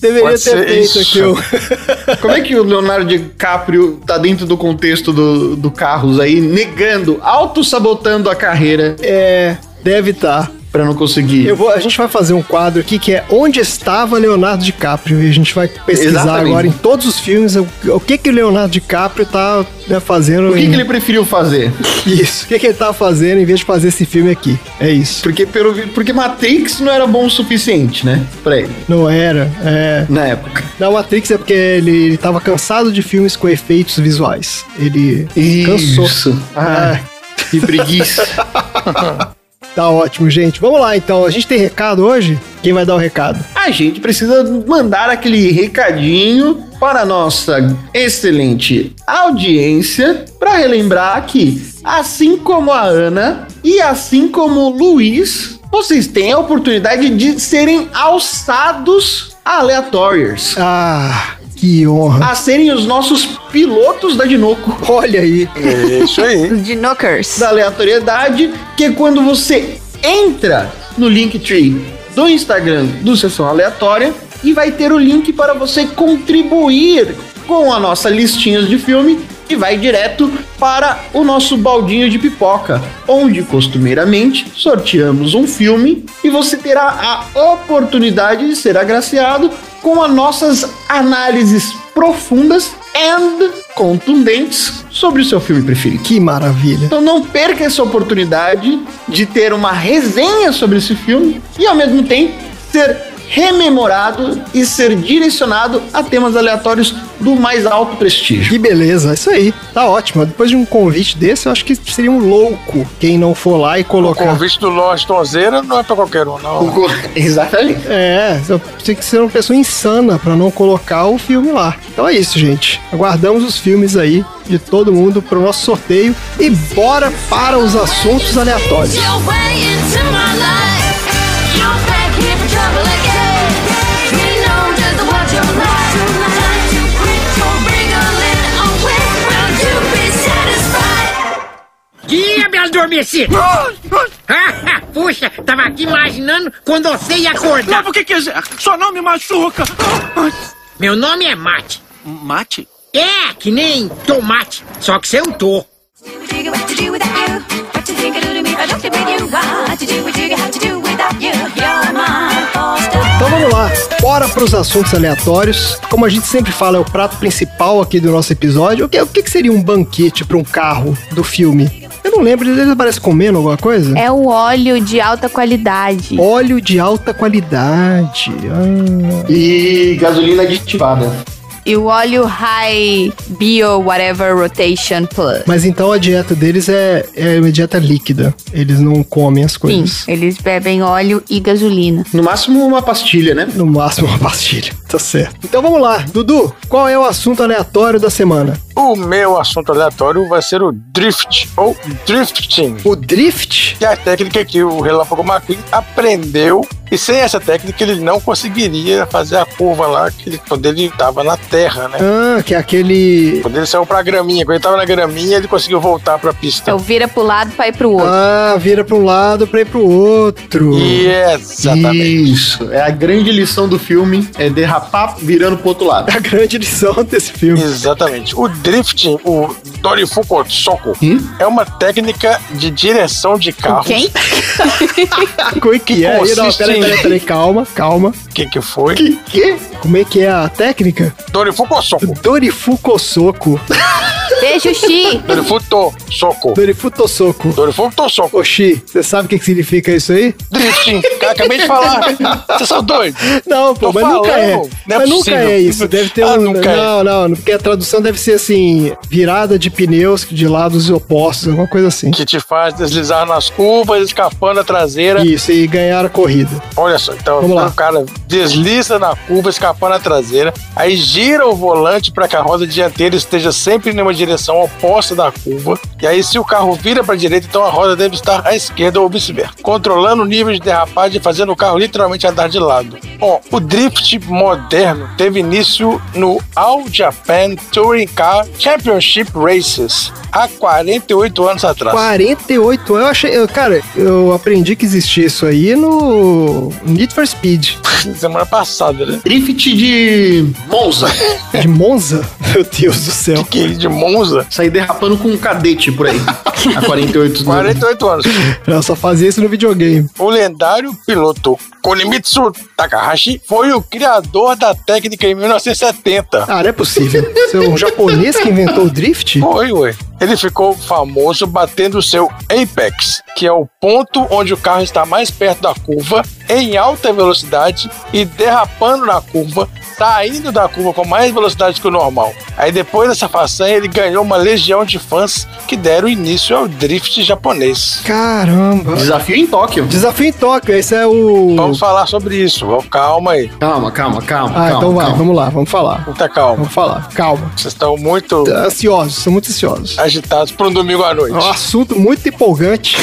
Speaker 2: Deveria
Speaker 1: Pode
Speaker 2: ter
Speaker 1: ser
Speaker 2: feito aqui
Speaker 1: isso.
Speaker 2: o.
Speaker 1: Como é que o Leonardo DiCaprio tá dentro do contexto do, do Carros aí, negando, auto-sabotando a carreira?
Speaker 2: É, deve estar. Tá.
Speaker 1: Pra não conseguir.
Speaker 2: Eu vou, a gente vai fazer um quadro aqui que é Onde Estava Leonardo DiCaprio? E a gente vai pesquisar
Speaker 1: Exatamente.
Speaker 2: agora em todos os filmes o, o que que o Leonardo DiCaprio tá né, fazendo.
Speaker 1: O que,
Speaker 2: em-
Speaker 1: que ele preferiu fazer?
Speaker 2: Isso. O que, que ele tá fazendo em vez de fazer esse filme aqui? É isso.
Speaker 1: Porque, pelo, vi- porque Matrix não era bom o suficiente, né? Pra ele,
Speaker 2: Não era. É.
Speaker 1: na época.
Speaker 2: Na Matrix é porque ele, ele tava cansado de filmes com efeitos visuais. Ele cansou.
Speaker 1: Ah, que preguiça.
Speaker 2: Tá ótimo, gente. Vamos lá então. A gente tem recado hoje? Quem vai dar o recado?
Speaker 1: [laughs] A gente precisa mandar aquele recadinho para a nossa excelente audiência para relembrar que, assim como a Ana e assim como o Luiz, vocês têm a oportunidade de serem alçados a aleatórios.
Speaker 2: Ah, que honra.
Speaker 1: A serem os nossos pilotos da Dinoco.
Speaker 2: Olha aí.
Speaker 4: É isso
Speaker 3: [laughs]
Speaker 4: aí.
Speaker 3: De knockers.
Speaker 1: da aleatoriedade, que é quando você entra no Linktree do Instagram do Sessão Aleatória e vai ter o link para você contribuir com a nossa listinha de filme que vai direto para o nosso baldinho de pipoca, onde costumeiramente sorteamos um filme e você terá a oportunidade de ser agraciado com as nossas análises profundas and contundentes sobre o seu filme preferido.
Speaker 2: Que maravilha.
Speaker 1: Então não perca essa oportunidade de ter uma resenha sobre esse filme e ao mesmo tempo ser rememorado e ser direcionado a temas aleatórios do mais alto [laughs] prestígio.
Speaker 2: Que beleza, isso aí. Tá ótimo. Depois de um convite desse, eu acho que seria um louco quem não for lá e
Speaker 4: O
Speaker 2: colocar.
Speaker 4: convite do Lorde Tonzeira não é pra qualquer um, não.
Speaker 1: Exatamente.
Speaker 2: É, eu tem que ser uma pessoa insana pra não colocar o filme lá. Então é isso, gente. Aguardamos os filmes aí de todo mundo pro nosso sorteio e bora para os assuntos aleatórios.
Speaker 10: Dia, me adormeci!
Speaker 5: Ah,
Speaker 10: [laughs] Puxa, tava aqui imaginando quando você ia acordar.
Speaker 6: por que quiser? Só não me machuca.
Speaker 10: Meu nome é Mate.
Speaker 6: Mate?
Speaker 10: É, que nem tomate, só que sem um tô.
Speaker 2: Então vamos lá, bora pros assuntos aleatórios. Como a gente sempre fala, é o prato principal aqui do nosso episódio. O que, o que que seria um banquete pra um carro do filme? Eu não lembro, ele parece comendo alguma coisa?
Speaker 3: É o óleo de alta qualidade.
Speaker 2: Óleo de alta qualidade. Ah.
Speaker 1: E gasolina aditivada.
Speaker 3: E o óleo high bio whatever rotation plus.
Speaker 2: Mas então a dieta deles é, é uma dieta líquida. Eles não comem as
Speaker 3: Sim,
Speaker 2: coisas.
Speaker 3: eles bebem óleo e gasolina.
Speaker 1: No máximo uma pastilha, né?
Speaker 2: No máximo uma pastilha. Tá certo. Então vamos lá. Dudu, qual é o assunto aleatório da semana?
Speaker 4: O meu assunto aleatório vai ser o drift, ou drifting.
Speaker 2: O drift?
Speaker 4: que é a técnica que o Relâmpago McQueen aprendeu. E sem essa técnica ele não conseguiria fazer a curva lá que ele, quando ele estava na terra, né?
Speaker 2: Ah, que é aquele.
Speaker 4: Quando ele saiu pra graminha, quando ele tava na graminha, ele conseguiu voltar pra
Speaker 3: É
Speaker 4: pista.
Speaker 3: o vira pro lado pra ir pro outro.
Speaker 2: Ah, vira pra um lado pra ir pro outro.
Speaker 4: E é exatamente.
Speaker 1: Isso. É a grande lição do filme, é derrapar virando pro outro lado.
Speaker 2: É A grande lição desse filme.
Speaker 4: Exatamente. O drifting, o Dorifuku Soco,
Speaker 1: Hum?
Speaker 4: é uma técnica de direção de carros.
Speaker 3: Quem?
Speaker 2: Como é que é? Aí, Não,
Speaker 4: consiste
Speaker 2: peraí,
Speaker 4: em-
Speaker 2: peraí, peraí, calma, calma.
Speaker 4: Que que foi?
Speaker 2: Quê? Como é que é a técnica?
Speaker 4: Dorifuku Soco.
Speaker 2: Dorifu Kosoko.
Speaker 3: Beijo, Xi.
Speaker 4: Dorifuto Soco.
Speaker 2: Dorifu Tosoko.
Speaker 4: Dorifuku Soco.
Speaker 2: Oxi, você sabe o que que significa isso aí?
Speaker 4: Drifting. Cara, acabei de falar. Vocês são doidos.
Speaker 2: Não, pô,
Speaker 4: Tô
Speaker 2: mas
Speaker 4: falando,
Speaker 2: nunca é.
Speaker 4: não é
Speaker 2: mas nunca
Speaker 4: possível.
Speaker 2: é isso. Deve ter
Speaker 4: [laughs] Ah,
Speaker 2: um.
Speaker 4: nunca é.
Speaker 2: não, não, porque a tradução deve ser assim: virada de pneus de lados opostos, alguma coisa assim.
Speaker 4: que te faz deslizar nas curvas, escapando a traseira.
Speaker 2: Isso, e ganhar a corrida.
Speaker 4: Olha só, então
Speaker 2: Vamos lá.
Speaker 4: o cara desliza na curva, escapando a traseira, aí gira o volante para que a roda dianteira esteja sempre em uma direção oposta da curva. E aí, se o carro vira para a direita, então a roda deve estar à esquerda ou vice-versa, controlando o nível de derrapagem e fazendo o carro literalmente andar de lado. Bom, o drift moderno teve início no All Japan Touring Car Championship Races há 48 anos atrás.
Speaker 2: 48 anos, eu achei. eu- cara, eu aprendi que existia isso aí no Need for Speed.
Speaker 4: Semana passada, né?
Speaker 1: Drift de Monza.
Speaker 4: [laughs]
Speaker 2: De Monza? Meu Deus do céu.
Speaker 4: Que, de Monza?
Speaker 1: Saí derrapando com um cadete [laughs] por aí. Há 48
Speaker 4: 48 anos.
Speaker 2: Eu só fazia isso no videogame.
Speaker 4: O lendário piloto Konemitsu Takahashi foi o criador da técnica em 1970.
Speaker 2: Ah, não é possível. Seu japonês que inventou o
Speaker 4: [laughs]
Speaker 2: drift?
Speaker 4: Foi, ué. Ele ficou famoso batendo o seu apex, que é o ponto onde o carro está mais perto da curva, em alta velocidade e derrapando na curva, saindo da curva com mais velocidade que o normal. Aí depois dessa façanha, ele ganhou uma legião de fãs que deram início ao drift japonês.
Speaker 2: Caramba.
Speaker 1: Desafio em Tóquio.
Speaker 2: Desafio em Tóquio, esse é o.
Speaker 4: Vamos falar sobre isso, ó, calma aí.
Speaker 1: Calma, calma, calma.
Speaker 2: Ah, então vai, vamos lá, vamos falar.
Speaker 4: Muita calma.
Speaker 2: Vamos falar, calma.
Speaker 4: Vocês estão muito
Speaker 2: Ansiosos, são muito ansiosos.
Speaker 4: agitados para um domingo à noite.
Speaker 2: É um assunto muito [laughs] empolgante.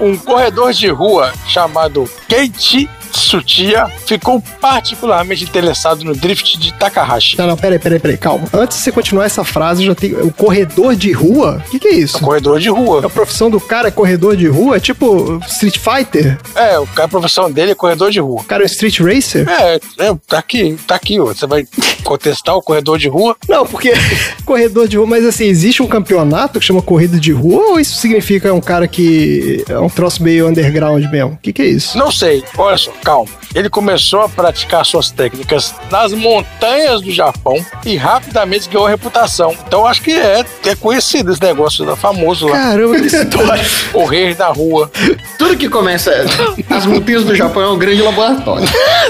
Speaker 4: um corredor de rua chamado Keiichi Tsuchiya ficou particularmente interessado no drift de Takahashi.
Speaker 2: Não, não, peraí, peraí, peraí, calma. Antes de você continuar essa frase, já tem o corredor de rua? O que, que é isso?
Speaker 4: um Corredor de
Speaker 2: A
Speaker 4: rua.
Speaker 2: profissão do cara é corredor de rua? É tipo Street Fighter?
Speaker 4: É, o cara- a profissão dele é corredor de rua.
Speaker 2: O cara é um Street Racer?
Speaker 4: É, é, tá aqui, tá aqui, ó. Você vai contestar o corredor de rua?
Speaker 2: Não, porque [laughs] corredor de rua, mas assim, existe um campeonato que chama corrida de rua ou isso significa um cara que é um troço meio underground mesmo? O que, que é isso?
Speaker 4: Não sei. Olha só, calma. Ele começou a praticar suas técnicas nas montanhas do Japão e rapidamente ganhou reputação. Então acho que é, é conhecido esse negócio, é famoso lá.
Speaker 2: Caramba, [laughs] que história.
Speaker 4: Correr na rua.
Speaker 1: Tudo que começa. As montanhas do Japão é um grande laboratório.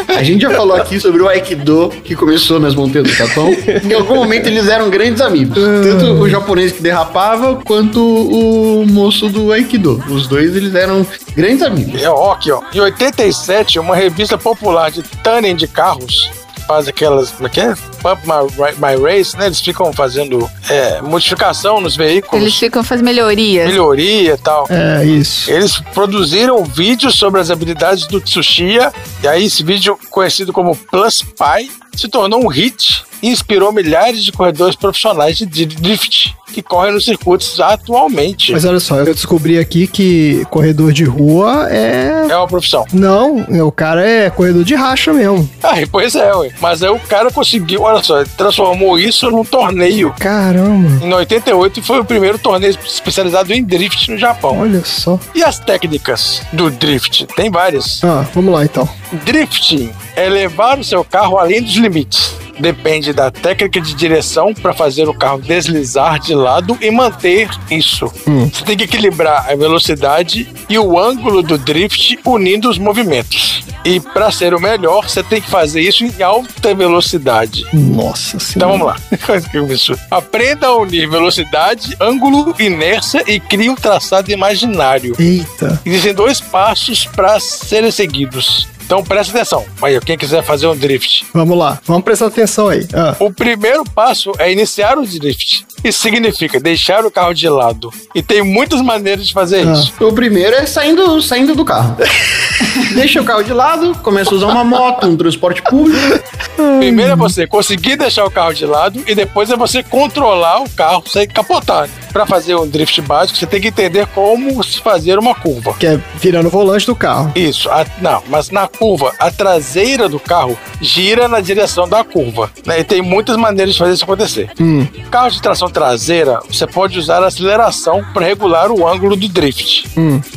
Speaker 1: A gente já falou aqui sobre o Aikido, que começou nas montanhas do Japão. Em algum momento eles eram grandes amigos.
Speaker 2: Ah.
Speaker 1: Tanto o japonês que derrapava, quanto o moço do Aikido. Os dois eles eram grandes amigos.
Speaker 4: É, ó, aqui, ó. Em 87, uma revista popular de tanning de carros faz aquelas. Como é que é? Pump My, my Race, né? Eles ficam fazendo é, modificação nos veículos,
Speaker 3: Eles ficam fazendo melhorias.
Speaker 4: melhoria e tal.
Speaker 2: É isso.
Speaker 4: Eles produziram vídeos sobre as habilidades do Tsuchiya, e aí esse vídeo, conhecido como Plus Pai, se tornou um hit e inspirou milhares de corredores profissionais de drift que correm nos circuitos atualmente.
Speaker 2: Mas olha só, eu descobri aqui que corredor de rua é.
Speaker 4: É uma profissão.
Speaker 2: Não, é, o cara é corredor de racha mesmo.
Speaker 4: Ah, e pois é, ué. Mas aí o cara conseguiu, olha só, ele transformou isso num torneio.
Speaker 2: Caramba,
Speaker 4: Em 88 foi o primeiro torneio especializado em drift no Japão.
Speaker 2: olha só.
Speaker 4: E as técnicas do drift? Tem várias.
Speaker 2: Ah, vamos lá então.
Speaker 4: Drifting é levar o seu carro além dos limites. Depende da técnica de direção para fazer o carro deslizar de lado e manter isso. Você tem que equilibrar a velocidade e o ângulo do drift unindo os movimentos. E para ser o melhor, você tem que fazer isso em alta velocidade.
Speaker 2: Nossa senhora.
Speaker 4: Então vamos lá. Que absurdo. Aprenda a unir velocidade, ângulo, inércia e crie um traçado imaginário.
Speaker 2: Eita.
Speaker 4: Existem dois passos para serem seguidos. Então presta atenção. Aí, ó, quem quiser fazer um drift.
Speaker 2: Vamos lá, vamos prestar atenção aí. Ah,
Speaker 4: O primeiro passo é iniciar o drift. Isso significa deixar o carro de lado. E tem muitas maneiras de fazer
Speaker 2: Ah.
Speaker 4: isso.
Speaker 1: O primeiro é saindo, saindo do carro. Deixa o carro de lado, começa a usar uma moto, um transporte público.
Speaker 4: Primeiro é você conseguir deixar o carro de lado e depois é você controlar o carro sem capotar. Para fazer um drift básico, você tem que entender como se fazer uma curva.
Speaker 2: que é virando o volante do carro.
Speaker 4: Isso, a- não, mas na curva, a traseira do carro gira na direção da curva. né? E tem muitas maneiras de fazer isso acontecer. Carro de tração traseira, você pode usar a aceleração para regular o ângulo do drift.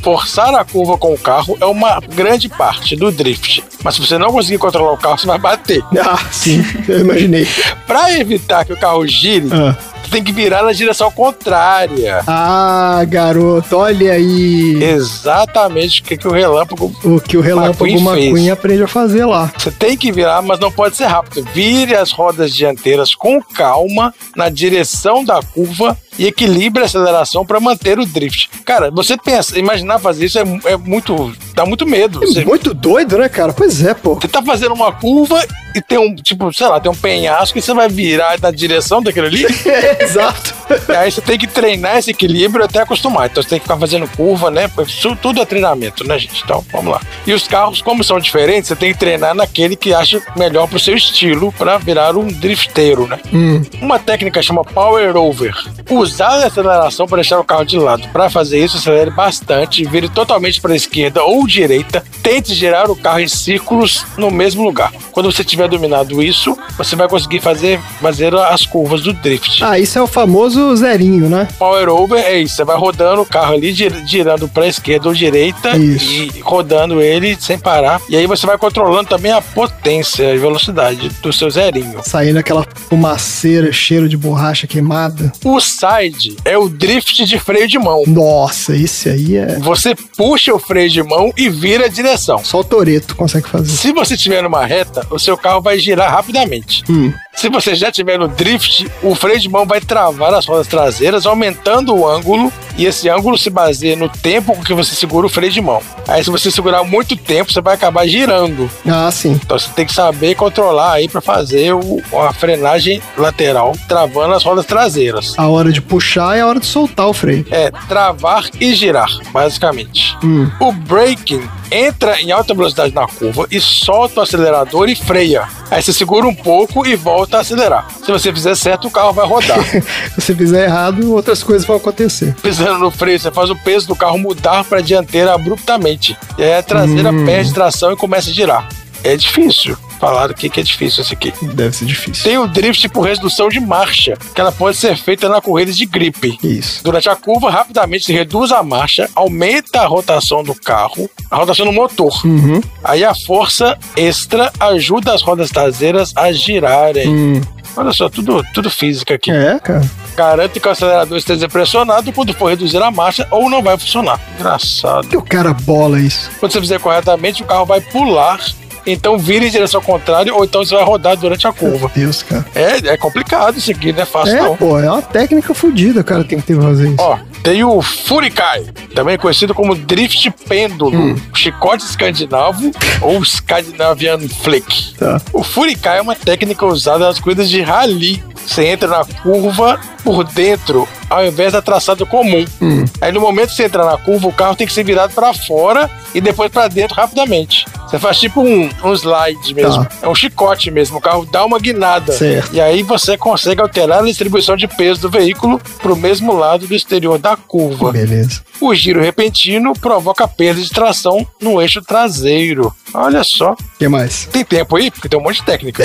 Speaker 4: Forçar a curva com o carro é uma grande parte do drift. Mas se você não conseguir controlar o carro, você vai bater.
Speaker 2: Ah, [laughs] sim, eu imaginei.
Speaker 4: Para evitar que o carro gire,
Speaker 2: Ah.
Speaker 4: você tem que virar na direção contrária.
Speaker 2: Ah, garoto, olha aí
Speaker 4: Exatamente o que, que o relâmpago
Speaker 2: o que o relâmpago
Speaker 4: McQueen fez.
Speaker 2: McQueen aprende a fazer lá.
Speaker 4: Você tem que virar, mas não pode ser rápido. Vire as rodas dianteiras com calma na direção da curva e equilibre a aceleração para manter o drift. Cara, você pensa, imaginar fazer isso é, mu- é muito. dá muito medo. Você, [laughs]
Speaker 2: Muito doido, né, cara? Pois é, pô.
Speaker 4: você tá fazendo uma curva e tem um, tipo, sei lá, tem um penhasco e você vai virar na direção daquele ali. É,
Speaker 2: Exato.
Speaker 4: E [laughs] aí você tem que treinar esse equilíbrio até acostumar. Então você tem que ficar fazendo curva, né? Isso tudo é treinamento, né, gente? Então, vamos lá. E os carros, como são diferentes, você tem que treinar naquele que acha melhor pro seu estilo pra virar um drifteiro, né?
Speaker 2: Hum.
Speaker 4: Uma técnica chama Power Over. Usar a aceleração para deixar o carro de lado. Para fazer isso, acelere bastante, vire totalmente para a esquerda ou direita. Tente girar o carro em círculos no mesmo lugar. Quando você tiver dominado isso, você vai conseguir fazer, fazer as curvas do drift.
Speaker 2: Ah, isso é o famoso zerinho, né?
Speaker 4: Power Over é isso, você vai rodando o carro ali, gir- girando para esquerda ou direita
Speaker 2: Isso.
Speaker 4: e rodando ele sem parar. E aí você vai controlando também a potência e velocidade do seu zerinho.
Speaker 2: Saindo aquela fumaceira, cheiro de borracha queimada.
Speaker 4: O side é o drift de freio de mão.
Speaker 2: Nossa, esse aí é.
Speaker 4: Você puxa o freio de mão e vira a direção.
Speaker 2: Só o Toreto consegue fazer.
Speaker 4: Se você estiver numa reta, o seu carro vai girar rapidamente.
Speaker 2: Hum.
Speaker 4: Se você já estiver no drift, o freio de mão vai travar as rodas traseiras, aumentando o ângulo, e esse ângulo se baseia no tempo com que você segura o freio de mão. Aí, se você segurar muito tempo, você vai acabar girando.
Speaker 2: Ah, sim.
Speaker 4: Então, você tem que saber controlar aí para fazer o- a frenagem lateral, travando as rodas traseiras.
Speaker 2: A hora de puxar é a hora de soltar o freio. [laughs]
Speaker 4: É travar e girar, basicamente.
Speaker 2: Hum.
Speaker 4: O braking entra em alta velocidade na curva e solta o acelerador e freia. Aí você segura um pouco e volta a acelerar. Se você fizer certo, o carro vai rodar.
Speaker 2: [laughs] Se você fizer errado, outras coisas vão acontecer.
Speaker 4: Pisando no freio, você faz o peso do carro mudar para a dianteira abruptamente. E aí a traseira
Speaker 2: Hum.
Speaker 4: perde tração e começa a girar. É difícil. Falaram aqui que é difícil esse aqui.
Speaker 2: Deve ser difícil.
Speaker 4: Tem o drift por redução de marcha, que ela pode ser feita na corrida de gripe.
Speaker 2: Isso.
Speaker 4: Durante a curva, rapidamente se reduz a marcha, aumenta a rotação do carro, a rotação do motor.
Speaker 2: Uhum.
Speaker 4: Aí a força extra ajuda as rodas traseiras a girarem.
Speaker 2: Hum.
Speaker 4: Olha só, tudo, tudo física aqui.
Speaker 2: É, cara.
Speaker 4: Garante que o acelerador esteja pressionado quando for reduzir a marcha ou não vai funcionar. Engraçado.
Speaker 2: Que o cara bola isso.
Speaker 4: Quando você fizer corretamente, o carro vai pular, então vira em direção contrária ou então você vai rodar durante a curva.
Speaker 2: Deus, cara.
Speaker 4: É, é complicado isso aqui, não é fácil
Speaker 2: É,
Speaker 4: não.
Speaker 2: pô, é uma técnica fodida, o cara tem que ter que fazer isso.
Speaker 4: Ó, tem o Furikai, também conhecido como Drift Pêndulo, um chicote escandinavo ou Scandinavian Flick.
Speaker 2: Tá.
Speaker 4: O Furikai é uma técnica usada nas corridas de rally. Você entra na curva por dentro, ao invés da traçada comum.
Speaker 2: Hum.
Speaker 4: Aí no momento que você entrar na curva, o carro tem que ser virado pra fora e depois pra dentro rapidamente. Você faz tipo um, um slide mesmo. É um chicote mesmo. O carro dá uma guinada.
Speaker 2: Tá Certo.
Speaker 4: E aí você consegue alterar a distribuição de peso do veículo pro mesmo lado do exterior da curva.
Speaker 2: Beleza.
Speaker 4: O giro repentino provoca perda de tração no eixo traseiro. Olha só.
Speaker 2: O que mais? [laughs]
Speaker 4: Tem tempo aí? Porque tem um monte de técnica.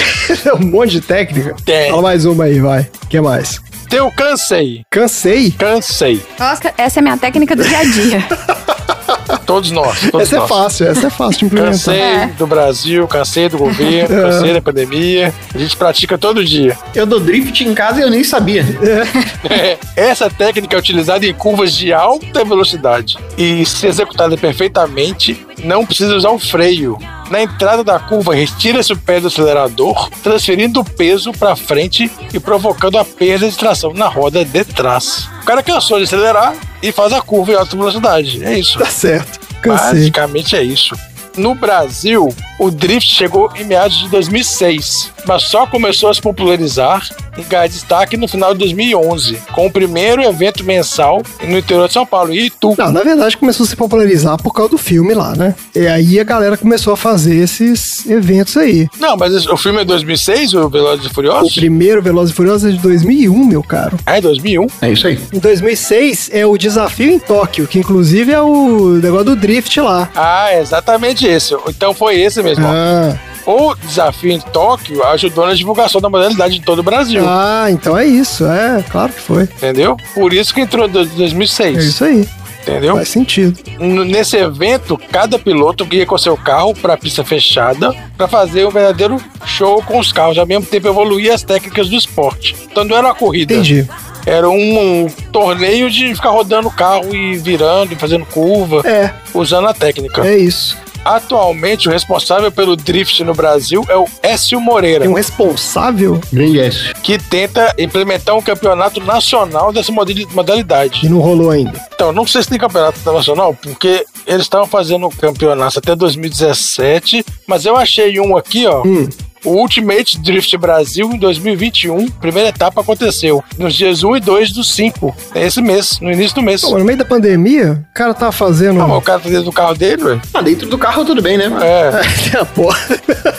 Speaker 2: um monte de técnica.
Speaker 4: Tem.
Speaker 2: Fala mais uma aí, vai. O que mais?
Speaker 4: Tem o cansei.
Speaker 2: Cansei?
Speaker 4: Cansei.
Speaker 3: Nossa, essa é a minha técnica do dia a dia.
Speaker 4: Todos nós. Todos
Speaker 2: essa é
Speaker 4: nós.
Speaker 2: fácil, essa é fácil de implementar.
Speaker 4: Cansei do Brasil, cansei do governo,
Speaker 2: [laughs] É.
Speaker 4: cansei da pandemia. A gente pratica todo dia.
Speaker 1: Eu dou drift em casa e eu nem sabia.
Speaker 4: Essa técnica é utilizada em curvas de alta velocidade e, se executada perfeitamente, não precisa usar o freio. Na entrada da curva, retira-se o pé do acelerador, transferindo o peso para frente e provocando a perda de tração na roda de trás. O cara cansou de acelerar e faz a curva em alta velocidade. É
Speaker 2: [laughs]
Speaker 4: isso.
Speaker 2: Tá certo. Cansei.
Speaker 4: Basicamente é isso. No Brasil, o drift chegou em meados de 2006, mas só começou a se popularizar e ganhar destaque no final de 2011, com o primeiro evento mensal no interior de São Paulo, em Itu.
Speaker 2: Não, na verdade começou a se popularizar por causa do filme lá, né? E aí a galera começou a fazer esses eventos aí.
Speaker 4: Não, mas esse- o filme é 2006, o Velozes e
Speaker 2: O
Speaker 4: Furiosos?
Speaker 2: primeiro Velozes e Furiosos é de 2001, meu caro.
Speaker 4: Ah, é 2001.
Speaker 1: É isso aí.
Speaker 2: Em 2006 é o Desafio em Tóquio, que inclusive é o negócio do drift lá.
Speaker 4: Ah, é exatamente esse. Então foi esse mesmo. ó.
Speaker 2: Ah,
Speaker 4: O desafio em Tóquio ajudou na divulgação da modalidade em todo o Brasil,
Speaker 2: ah, então é isso, é, claro que foi.
Speaker 4: entendeu? Por isso que entrou em do-
Speaker 2: É
Speaker 4: 2006,
Speaker 2: isso aí,
Speaker 4: entendeu?
Speaker 2: faz sentido.
Speaker 4: N- Nesse evento, cada piloto guia com seu carro para a pista fechada para fazer um verdadeiro show com os carros, ao mesmo tempo evoluir as técnicas do esporte. Então não era uma corrida,
Speaker 2: Entendi.
Speaker 4: era um, um torneio de ficar rodando o carro e virando, e fazendo curva,
Speaker 2: É,
Speaker 4: usando a técnica.
Speaker 2: é isso.
Speaker 4: Atualmente, o responsável pelo drift no Brasil é o Écio Moreira,
Speaker 2: Tem um responsável
Speaker 1: Grande S.
Speaker 4: que tenta implementar um campeonato nacional dessa modeli- modalidade.
Speaker 2: que não rolou ainda.
Speaker 4: Então, não sei se tem campeonato internacional, porque eles estavam fazendo campeonato até 2017, mas eu achei um aqui, ó.
Speaker 2: Hum.
Speaker 4: O Ultimate Drift Brasil em 2021, primeira etapa aconteceu nos dias 1 e 2 do 5, esse mês, no início do mês.
Speaker 2: Pô, mas no meio da pandemia, o cara tá fazendo. [laughs]
Speaker 4: Ah, mas o cara tá dentro do carro dele, velho.
Speaker 1: Ah, dentro do carro tudo bem, né?
Speaker 2: [laughs]
Speaker 4: É.
Speaker 1: é porra.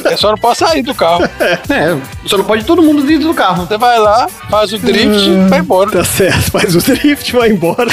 Speaker 4: É só não pode sair do carro.
Speaker 1: É, só não pode todo mundo dentro do carro.
Speaker 4: Você vai lá, faz o drift,
Speaker 2: Hum,
Speaker 4: vai embora.
Speaker 2: Tá certo, faz o drift, vai embora.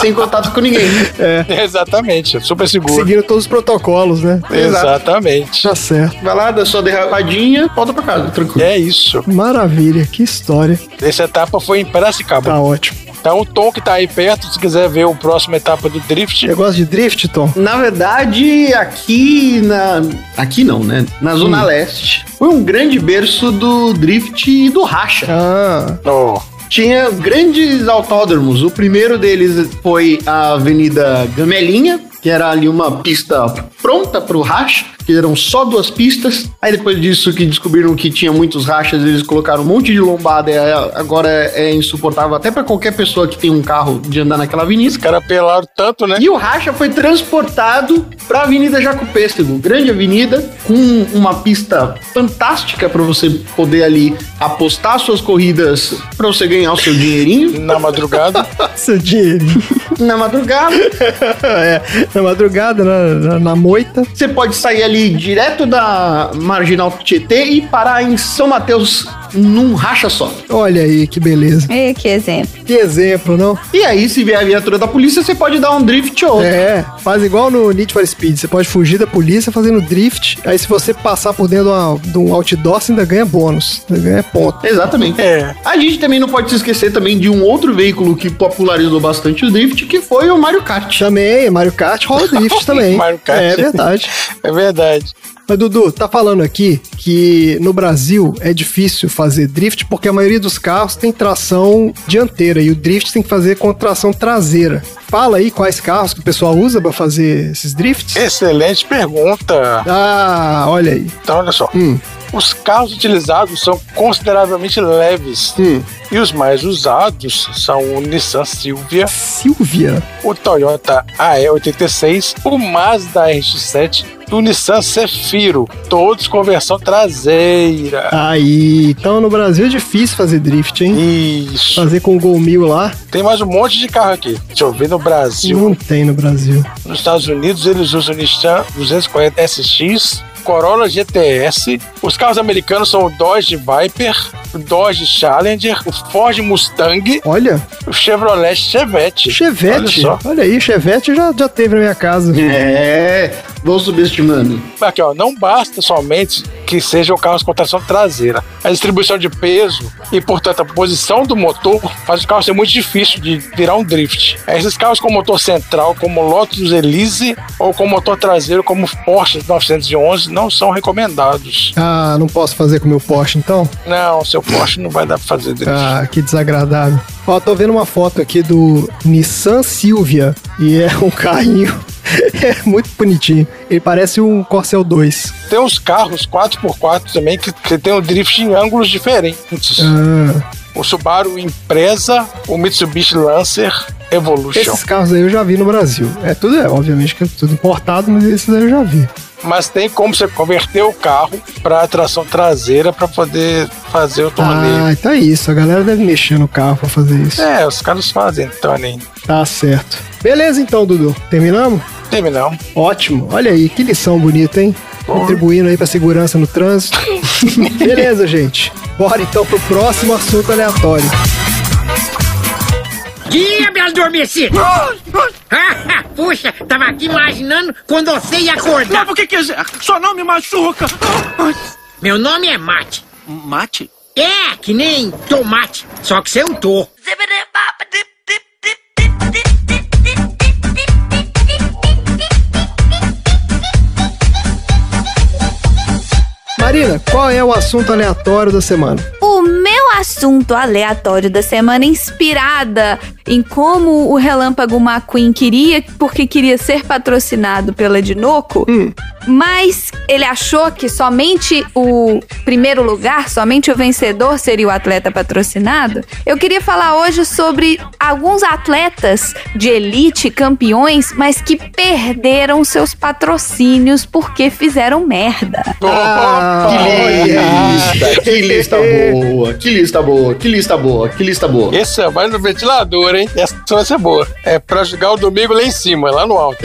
Speaker 1: Sem contato com ninguém.
Speaker 4: É. [laughs] Exatamente, é super
Speaker 2: [laughs]
Speaker 4: seguro.
Speaker 2: Seguiram todos os protocolos, né?
Speaker 4: Exatamente.
Speaker 2: Tá certo.
Speaker 1: Vai lá, dá sua derrapadinha, volta pra casa, tranquilo.
Speaker 4: É isso.
Speaker 2: Maravilha, que história.
Speaker 4: Essa etapa foi em Piracicaba.
Speaker 2: Tá ótimo.
Speaker 4: Então o Tom que tá aí perto, se quiser ver o próximo etapa do Drift,
Speaker 2: Eu gosto de drift, Tom?
Speaker 1: Na verdade, aqui na. Aqui não, né? Na Zona Leste. Foi um grande berço do drift e do racha.
Speaker 2: Ah, [laughs]
Speaker 4: ó,
Speaker 1: tinha grandes autódromos. O primeiro deles foi a Avenida Gamelinha, que era ali uma pista pronta para o racha, que eram só duas pistas. Aí depois disso que descobriram que tinha muitos rachas, eles colocaram um monte de lombada e a- agora é insuportável até para qualquer pessoa que tem um carro de andar naquela avenida.
Speaker 4: os caras pelaram tanto, né?
Speaker 1: E o racha foi transportado para a Avenida Jaco Pêssego, grande avenida, com uma pista fantástica para você poder ali apostar suas corridas para você ganhar o seu dinheirinho
Speaker 4: Na madrugada.
Speaker 2: seu dinheirinho. [laughs]
Speaker 1: na madrugada.
Speaker 2: é, na madrugada, na, na- na moita.
Speaker 1: Você pode sair ali direto da Marginal Tietê e parar em São Mateus num racha só.
Speaker 2: Olha aí, que beleza.
Speaker 3: [laughs] Ei, que exemplo.
Speaker 2: Que exemplo, não?
Speaker 1: E aí, se vier a viatura da polícia, você pode dar um drift ou outro.
Speaker 2: É, faz igual no Need for Speed. Você pode fugir da polícia fazendo drift. Aí, se você passar por dentro de, uma- de um outdoor, você ainda ganha bônus. Você ganha ponto.
Speaker 1: Exatamente.
Speaker 4: É.
Speaker 1: A gente também não pode se esquecer também de um outro veículo que popularizou bastante o drift, que foi o Mario Kart.
Speaker 2: Também, Mario Kart rola [laughs] drift também.
Speaker 4: Mario Kart.
Speaker 2: É verdade.
Speaker 4: É verdade.
Speaker 2: Mas, Dudu, tá falando aqui que no Brasil é difícil fazer drift porque a maioria dos carros tem tração dianteira e o drift tem que fazer com tração traseira. Fala aí quais carros que o pessoal usa pra fazer esses drifts.
Speaker 4: Excelente pergunta.
Speaker 2: Ah, olha aí.
Speaker 4: Então, olha só.
Speaker 2: Hum.
Speaker 4: Os carros utilizados são consideravelmente leves.
Speaker 2: Hum.
Speaker 4: E os mais usados são o Nissan Silvia,
Speaker 2: Silvia.
Speaker 4: o Toyota AE86, o Mazda RX-7 e o Nissan Cefiro. Todos com versão traseira.
Speaker 2: Aí, então no Brasil é difícil fazer drift, hein?
Speaker 4: Isso.
Speaker 2: Fazer com o Gol Mil lá,
Speaker 4: Tem mais um monte de carro aqui. Deixa eu ver no Brasil.
Speaker 2: não tem no Brasil.
Speaker 4: Nos Estados Unidos, eles usam o Nissan 240 SX, Corolla GTS. Os carros americanos são o Dodge Viper, o Dodge Challenger, o Ford Mustang,
Speaker 2: Olha,
Speaker 4: o Chevrolet Chevette.
Speaker 2: Chevette.
Speaker 4: Olha
Speaker 2: Olha, aí, Chevette já, já teve na minha casa.
Speaker 1: É, vou subestimando.
Speaker 4: só. Aqui, ó, não basta somente que sejam carros com tração traseira. A distribuição de peso e, portanto, a posição do motor faz o carro ser muito difícil de virar um drift. Esses carros com motor central, como o Lotus Elise ou com motor traseiro, como o Porsche 911, não são recomendados.
Speaker 2: Ah, não posso fazer com o meu Porsche então?
Speaker 4: Não, seu Porsche não vai dar pra fazer drift.
Speaker 2: Ah, que desagradável. Ó, tô vendo uma foto aqui do Nissan Silvia e é um carrinho. [laughs] É muito bonitinho. Ele parece um Corsel 2.
Speaker 4: Tem uns carros 4x4 também que, que tem o drift em ângulos diferentes.
Speaker 2: Ah,
Speaker 4: O Subaru Impreza, o Mitsubishi Lancer Evolution.
Speaker 2: esses carros aí eu já vi no Brasil. É tudo, é, obviamente que é tudo importado, mas esses aí eu já vi.
Speaker 4: Mas tem como você converter o carro pra tração traseira pra poder fazer o torneio.
Speaker 2: Ah, então é isso. A galera deve mexer no carro pra fazer isso.
Speaker 4: É, os caras fazem torneio.
Speaker 2: Tá certo. Beleza então, Dudu. Terminamos?
Speaker 4: Teve não.
Speaker 2: Ótimo. Olha aí, que lição bonita, hein? Contribuindo aí pra segurança no trânsito. Beleza, gente. Bora então pro próximo assunto aleatório.
Speaker 10: Dia, me adormeci!
Speaker 5: Ah,
Speaker 10: [laughs] Puxa, tava aqui imaginando quando você ia acordar.
Speaker 5: Mas por que quiser? Só não me machuca.
Speaker 10: Meu nome é Mate.
Speaker 5: Mate?
Speaker 10: É, que nem tomate, só que sem o tô.
Speaker 2: Marina, qual é o assunto aleatório da semana?
Speaker 3: O meu assunto aleatório da semana, inspirada em como o Relâmpago McQueen queria, porque queria ser patrocinado pela Dinoco, mas ele achou que somente o primeiro lugar, somente o vencedor seria o atleta patrocinado. Eu queria falar hoje sobre alguns atletas de elite, campeões, mas que perderam seus patrocínios porque fizeram merda.
Speaker 1: Ah, Que lista boa, que lista boa, que lista boa, que lista boa.
Speaker 4: Essa vai no ventilador, hein? Essa vai ser boa. É pra jogar o domingo lá em cima, lá no alto.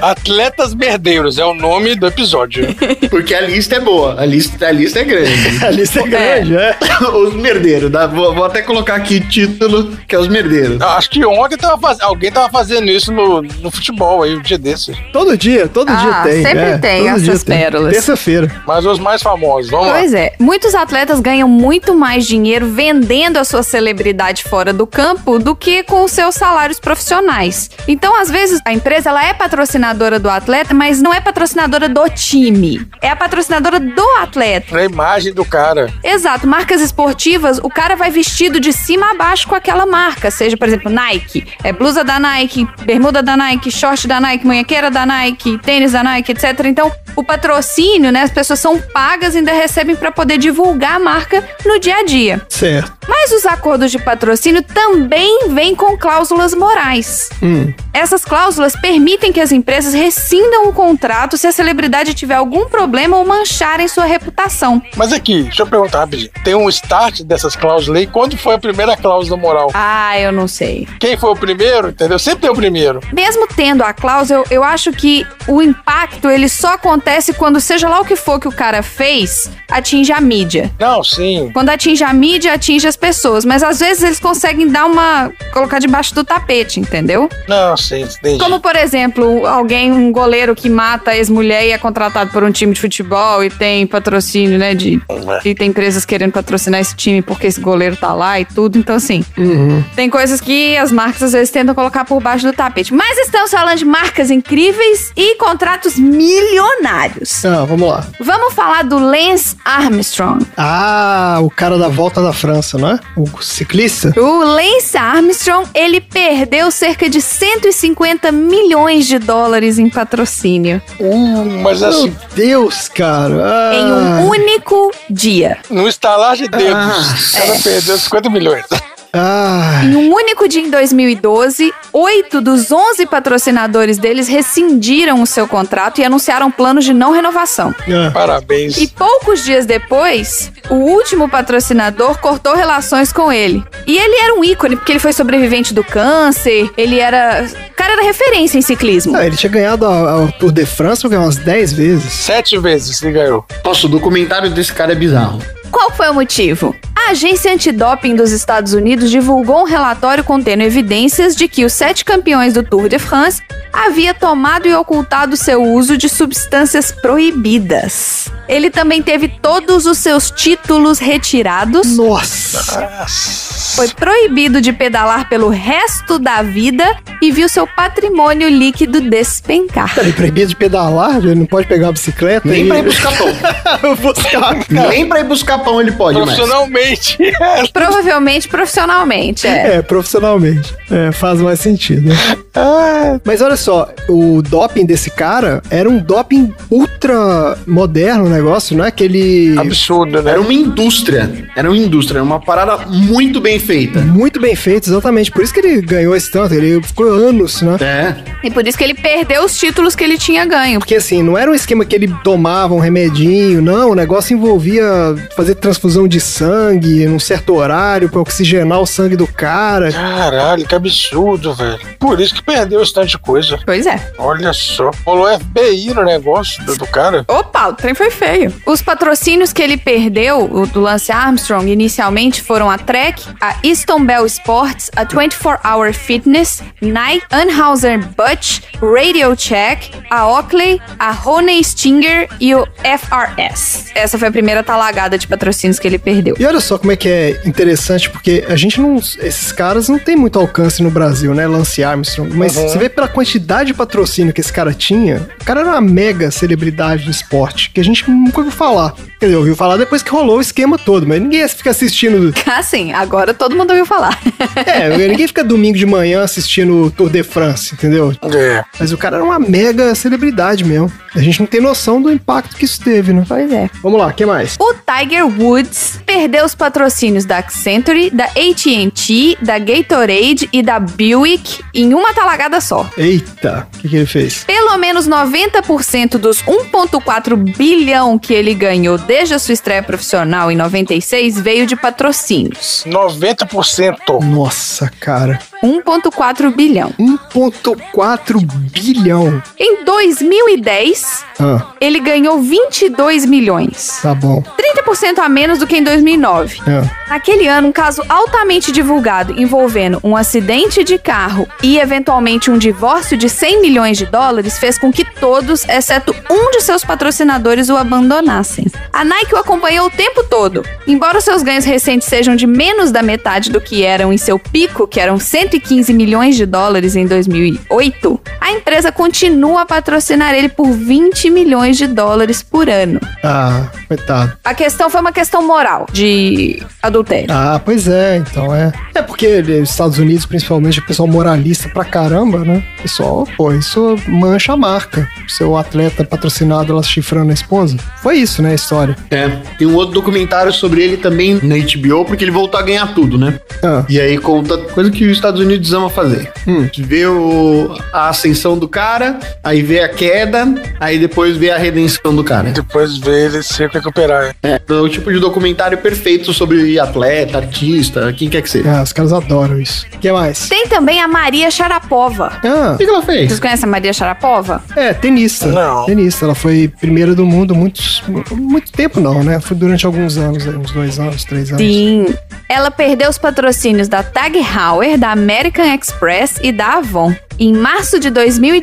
Speaker 4: Atletas Merdeiros é o nome do episódio.
Speaker 1: Porque a lista é boa, a lista, a lista é grande. [laughs] a lista é grande, é. [laughs] Os merdeiros, dá- vou, vou até colocar aqui título, que é os merdeiros.
Speaker 4: Acho que ontem tava faz- alguém tava fazendo isso no, no futebol aí, um dia desse.
Speaker 2: Todo dia, todo
Speaker 3: Ah,
Speaker 2: dia tem.
Speaker 3: sempre
Speaker 2: é,
Speaker 3: tem
Speaker 2: todo
Speaker 3: essas
Speaker 2: dia tem.
Speaker 3: pérolas.
Speaker 2: Terça-feira.
Speaker 4: Mas os mais famosos, vamos lá.
Speaker 3: Pois é, muitos atletas ganham muito mais dinheiro vendendo a sua celebridade fora do campo do que com os seus salários profissionais. Então, às vezes, a empresa ela é patrocinadora do atleta, mas não é patrocinadora do time. É a patrocinadora do atleta.
Speaker 4: A imagem do cara.
Speaker 3: Exato, marcas esportivas, o cara vai vestido de cima a baixo com aquela marca, seja, por exemplo, Nike. É blusa da Nike, bermuda da Nike, short da Nike, munhequeira da Nike, tênis da Nike, etc. Então, o patrocínio, né, as pessoas são pagas e ainda recebem pra poder divulgar a marca no dia a dia.
Speaker 2: Certo.
Speaker 3: Mas os acordos de patrocínio também vêm com cláusulas morais.
Speaker 2: Hum.
Speaker 3: Essas cláusulas permitem que as empresas rescindam o contrato se a celebridade tiver algum problema ou mancharem sua reputação.
Speaker 4: Mas aqui, deixa eu perguntar rapidinho. Tem um start dessas cláusulas aí? Quando foi a primeira cláusula moral?
Speaker 3: Ah, eu não sei.
Speaker 4: Quem foi o primeiro, entendeu? Sempre tem o primeiro.
Speaker 3: Mesmo tendo a cláusula, eu, eu acho que o impacto ele só acontece quando seja lá o que for que o cara fez, atinge a mídia.
Speaker 4: Não, sim.
Speaker 3: Quando atinge a mídia, atinge as pessoas. Mas às vezes eles conseguem dar uma. colocar debaixo do tapete, entendeu?
Speaker 4: Não, sim, entendi.
Speaker 3: Como, por exemplo, alguém, um goleiro que mata a ex-mulher e é contratado por um time de futebol e tem patrocínio, né? De, e tem empresas querendo patrocinar esse time porque esse goleiro tá lá e tudo. Então, assim, tem coisas que as marcas às vezes tentam colocar por baixo do tapete. Mas estamos falando de marcas incríveis e contratos milionários.
Speaker 2: Ah, vamos lá.
Speaker 3: Vamos falar do Lance Armstrong.
Speaker 2: Ah, o cara da volta da França, não é? O ciclista?
Speaker 3: O Lance Armstrong, ele perdeu cerca de 150 milhões de dólares em patrocínio.
Speaker 4: mas assim-
Speaker 2: Meu Deus, cara. Ah,
Speaker 3: Em um único dia.
Speaker 4: No estalar de dedos, [laughs] o cara
Speaker 3: é.
Speaker 4: perdeu 50 milhões. [laughs]
Speaker 2: ah,
Speaker 3: Em um único dia em 2012, oito dos 11 patrocinadores deles rescindiram o seu contrato e anunciaram planos de não renovação.
Speaker 2: ah.
Speaker 4: Parabéns.
Speaker 3: E poucos dias depois, o último patrocinador cortou relações com ele. E ele era um ícone, porque ele foi sobrevivente do câncer, ele era. O cara era referência em ciclismo.
Speaker 2: Ah, ele tinha ganhado a, a Tour de França ganhou umas 10 vezes.
Speaker 4: Sete vezes ele ganhou.
Speaker 1: Nossa, o documentário desse cara é bizarro.
Speaker 3: Qual foi o motivo? A agência antidoping dos Estados Unidos divulgou um relatório contendo evidências de que os sete campeões do Tour de France havia tomado e ocultado seu uso de substâncias proibidas. Ele também teve todos os seus títulos retirados.
Speaker 2: Nossa!
Speaker 3: Foi proibido de pedalar pelo resto da vida e viu seu patrimônio líquido despencar.
Speaker 2: [laughs] Ele é proibido de pedalar, ele não pode pegar a bicicleta.
Speaker 1: Nem
Speaker 2: ele-
Speaker 1: pra ir buscar pão.
Speaker 2: [laughs]
Speaker 1: [laughs] Nem pra ir buscar pão ele pode, mas.
Speaker 4: Profissionalmente.
Speaker 3: Provavelmente profissionalmente, é.
Speaker 2: É, profissionalmente. É, faz mais sentido. né? Ah, Mas olha só, o doping desse cara era um doping ultra moderno o negócio, não é aquele.
Speaker 4: Absurdo, né?
Speaker 1: Era um- uma indústria. Era uma indústria, era uma parada muito bem feita.
Speaker 2: Muito bem feito, exatamente. Por isso que ele ganhou esse tanto, ele ficou anos, né?
Speaker 1: É.
Speaker 3: E por isso que ele perdeu os títulos que ele tinha ganho.
Speaker 2: Porque assim, não era um esquema que ele tomava um remedinho, não. O negócio envolvia fazer transfusão de sangue num certo horário pra oxigenar o sangue do cara.
Speaker 4: Caralho, que absurdo, velho. Por isso que perdeu esse tanto de coisa.
Speaker 3: Pois é.
Speaker 4: Olha só. Rolou FBI no negócio do, do cara.
Speaker 3: Opa, o trem foi feio. Os patrocínios que ele perdeu, o do Lance Armstrong, inicialmente foram a Trek, a Easton Bell Sports, a 24 Hour Fitness, Nike, Anheuser Busch, Radio Check, a Oakley, a Rony Stinger e o FRS. Essa foi a primeira talagada de patrocínios que ele perdeu.
Speaker 2: E
Speaker 3: [laughs]
Speaker 2: olha só como é que é interessante, porque a gente não. Esses caras não tem muito alcance no Brasil, né? Lance Armstrong. Mas
Speaker 11: Uhum.
Speaker 2: você vê pela quantidade de patrocínio que esse cara tinha, o cara era uma mega celebridade do esporte, que a gente nunca ouviu falar. Quer dizer, ouviu falar depois que rolou o esquema todo, mas ninguém fica assistindo.
Speaker 3: Ah, sim, agora todo mundo ouviu falar. [laughs]
Speaker 2: É, ninguém fica domingo de manhã assistindo o Tour de France, entendeu?
Speaker 4: É.
Speaker 2: Mas o cara era uma mega celebridade mesmo. A gente não tem noção do impacto que isso teve, né?
Speaker 3: Pois é.
Speaker 2: Vamos lá, o que mais?
Speaker 3: O Tiger Woods perdeu os patrocínios da Accenture, da AT&T, da Gatorade e da Buick em uma talagada só.
Speaker 2: Eita, o que, que ele fez?
Speaker 3: Pelo menos 90% dos 1,4 bilhão que ele ganhou desde a sua estreia profissional em 96 veio de patrocínios.
Speaker 4: 90%.
Speaker 2: Nossa, cara.
Speaker 3: 1,4 bilhão.
Speaker 2: 1,4 bilhão.
Speaker 3: Em 2010,
Speaker 2: Ah,
Speaker 3: ele ganhou 22 milhões.
Speaker 2: tá bom.
Speaker 3: 30% a menos do que em 2009.
Speaker 2: Ah,
Speaker 3: Naquele ano, um caso altamente divulgado envolvendo um acidente de carro e eventualmente um divórcio de 100 milhões de dólares fez com que todos, exceto um de seus patrocinadores, o abandonassem. A Nike o acompanhou o tempo todo. Embora os seus ganhos recentes sejam de menos da metade do que eram em seu pico, que eram 115 milhões de dólares em 2008, a empresa continua a patrocinar ele por 20 milhões de dólares por ano.
Speaker 2: ah, coitado.
Speaker 3: A questão foi uma questão moral de adultério.
Speaker 2: Ah, pois é, então é. É porque ele- os Estados Unidos, principalmente, o pessoal moralista pra caramba, né? Pessoal, pô, isso mancha a marca. Seu atleta patrocinado lá chifrando a esposa. Foi isso, né, a história.
Speaker 1: É, tem um outro documentário sobre ele também na HBO, porque ele voltou a ganhar tudo, né?
Speaker 2: Ah,
Speaker 1: E aí conta coisa que os Estados Unidos ama fazer.
Speaker 2: Hum.
Speaker 1: Vê o- a ascensão do cara, aí vê a queda, aí depois vê a redenção do cara.
Speaker 4: Depois vê ele se recuperar.
Speaker 1: É, é o tipo de documentário perfeito sobre atleta, artista, quem quer que seja.
Speaker 2: Ah, os caras adoram isso. O que mais?
Speaker 3: Tem também a Maria Sharapova.
Speaker 2: Ah, o que que ela fez?
Speaker 3: Vocês conhecem a Maria Sharapova?
Speaker 2: É, tenista.
Speaker 3: Não.
Speaker 2: Tenista. Ela foi primeira do mundo muitos, muito tempo, não, né? Foi durante alguns anos, aí, uns dois anos, três anos.
Speaker 3: Sim. Ela perdeu os patrocínios da Tag Heuer, da American Express e da Avon. Em março de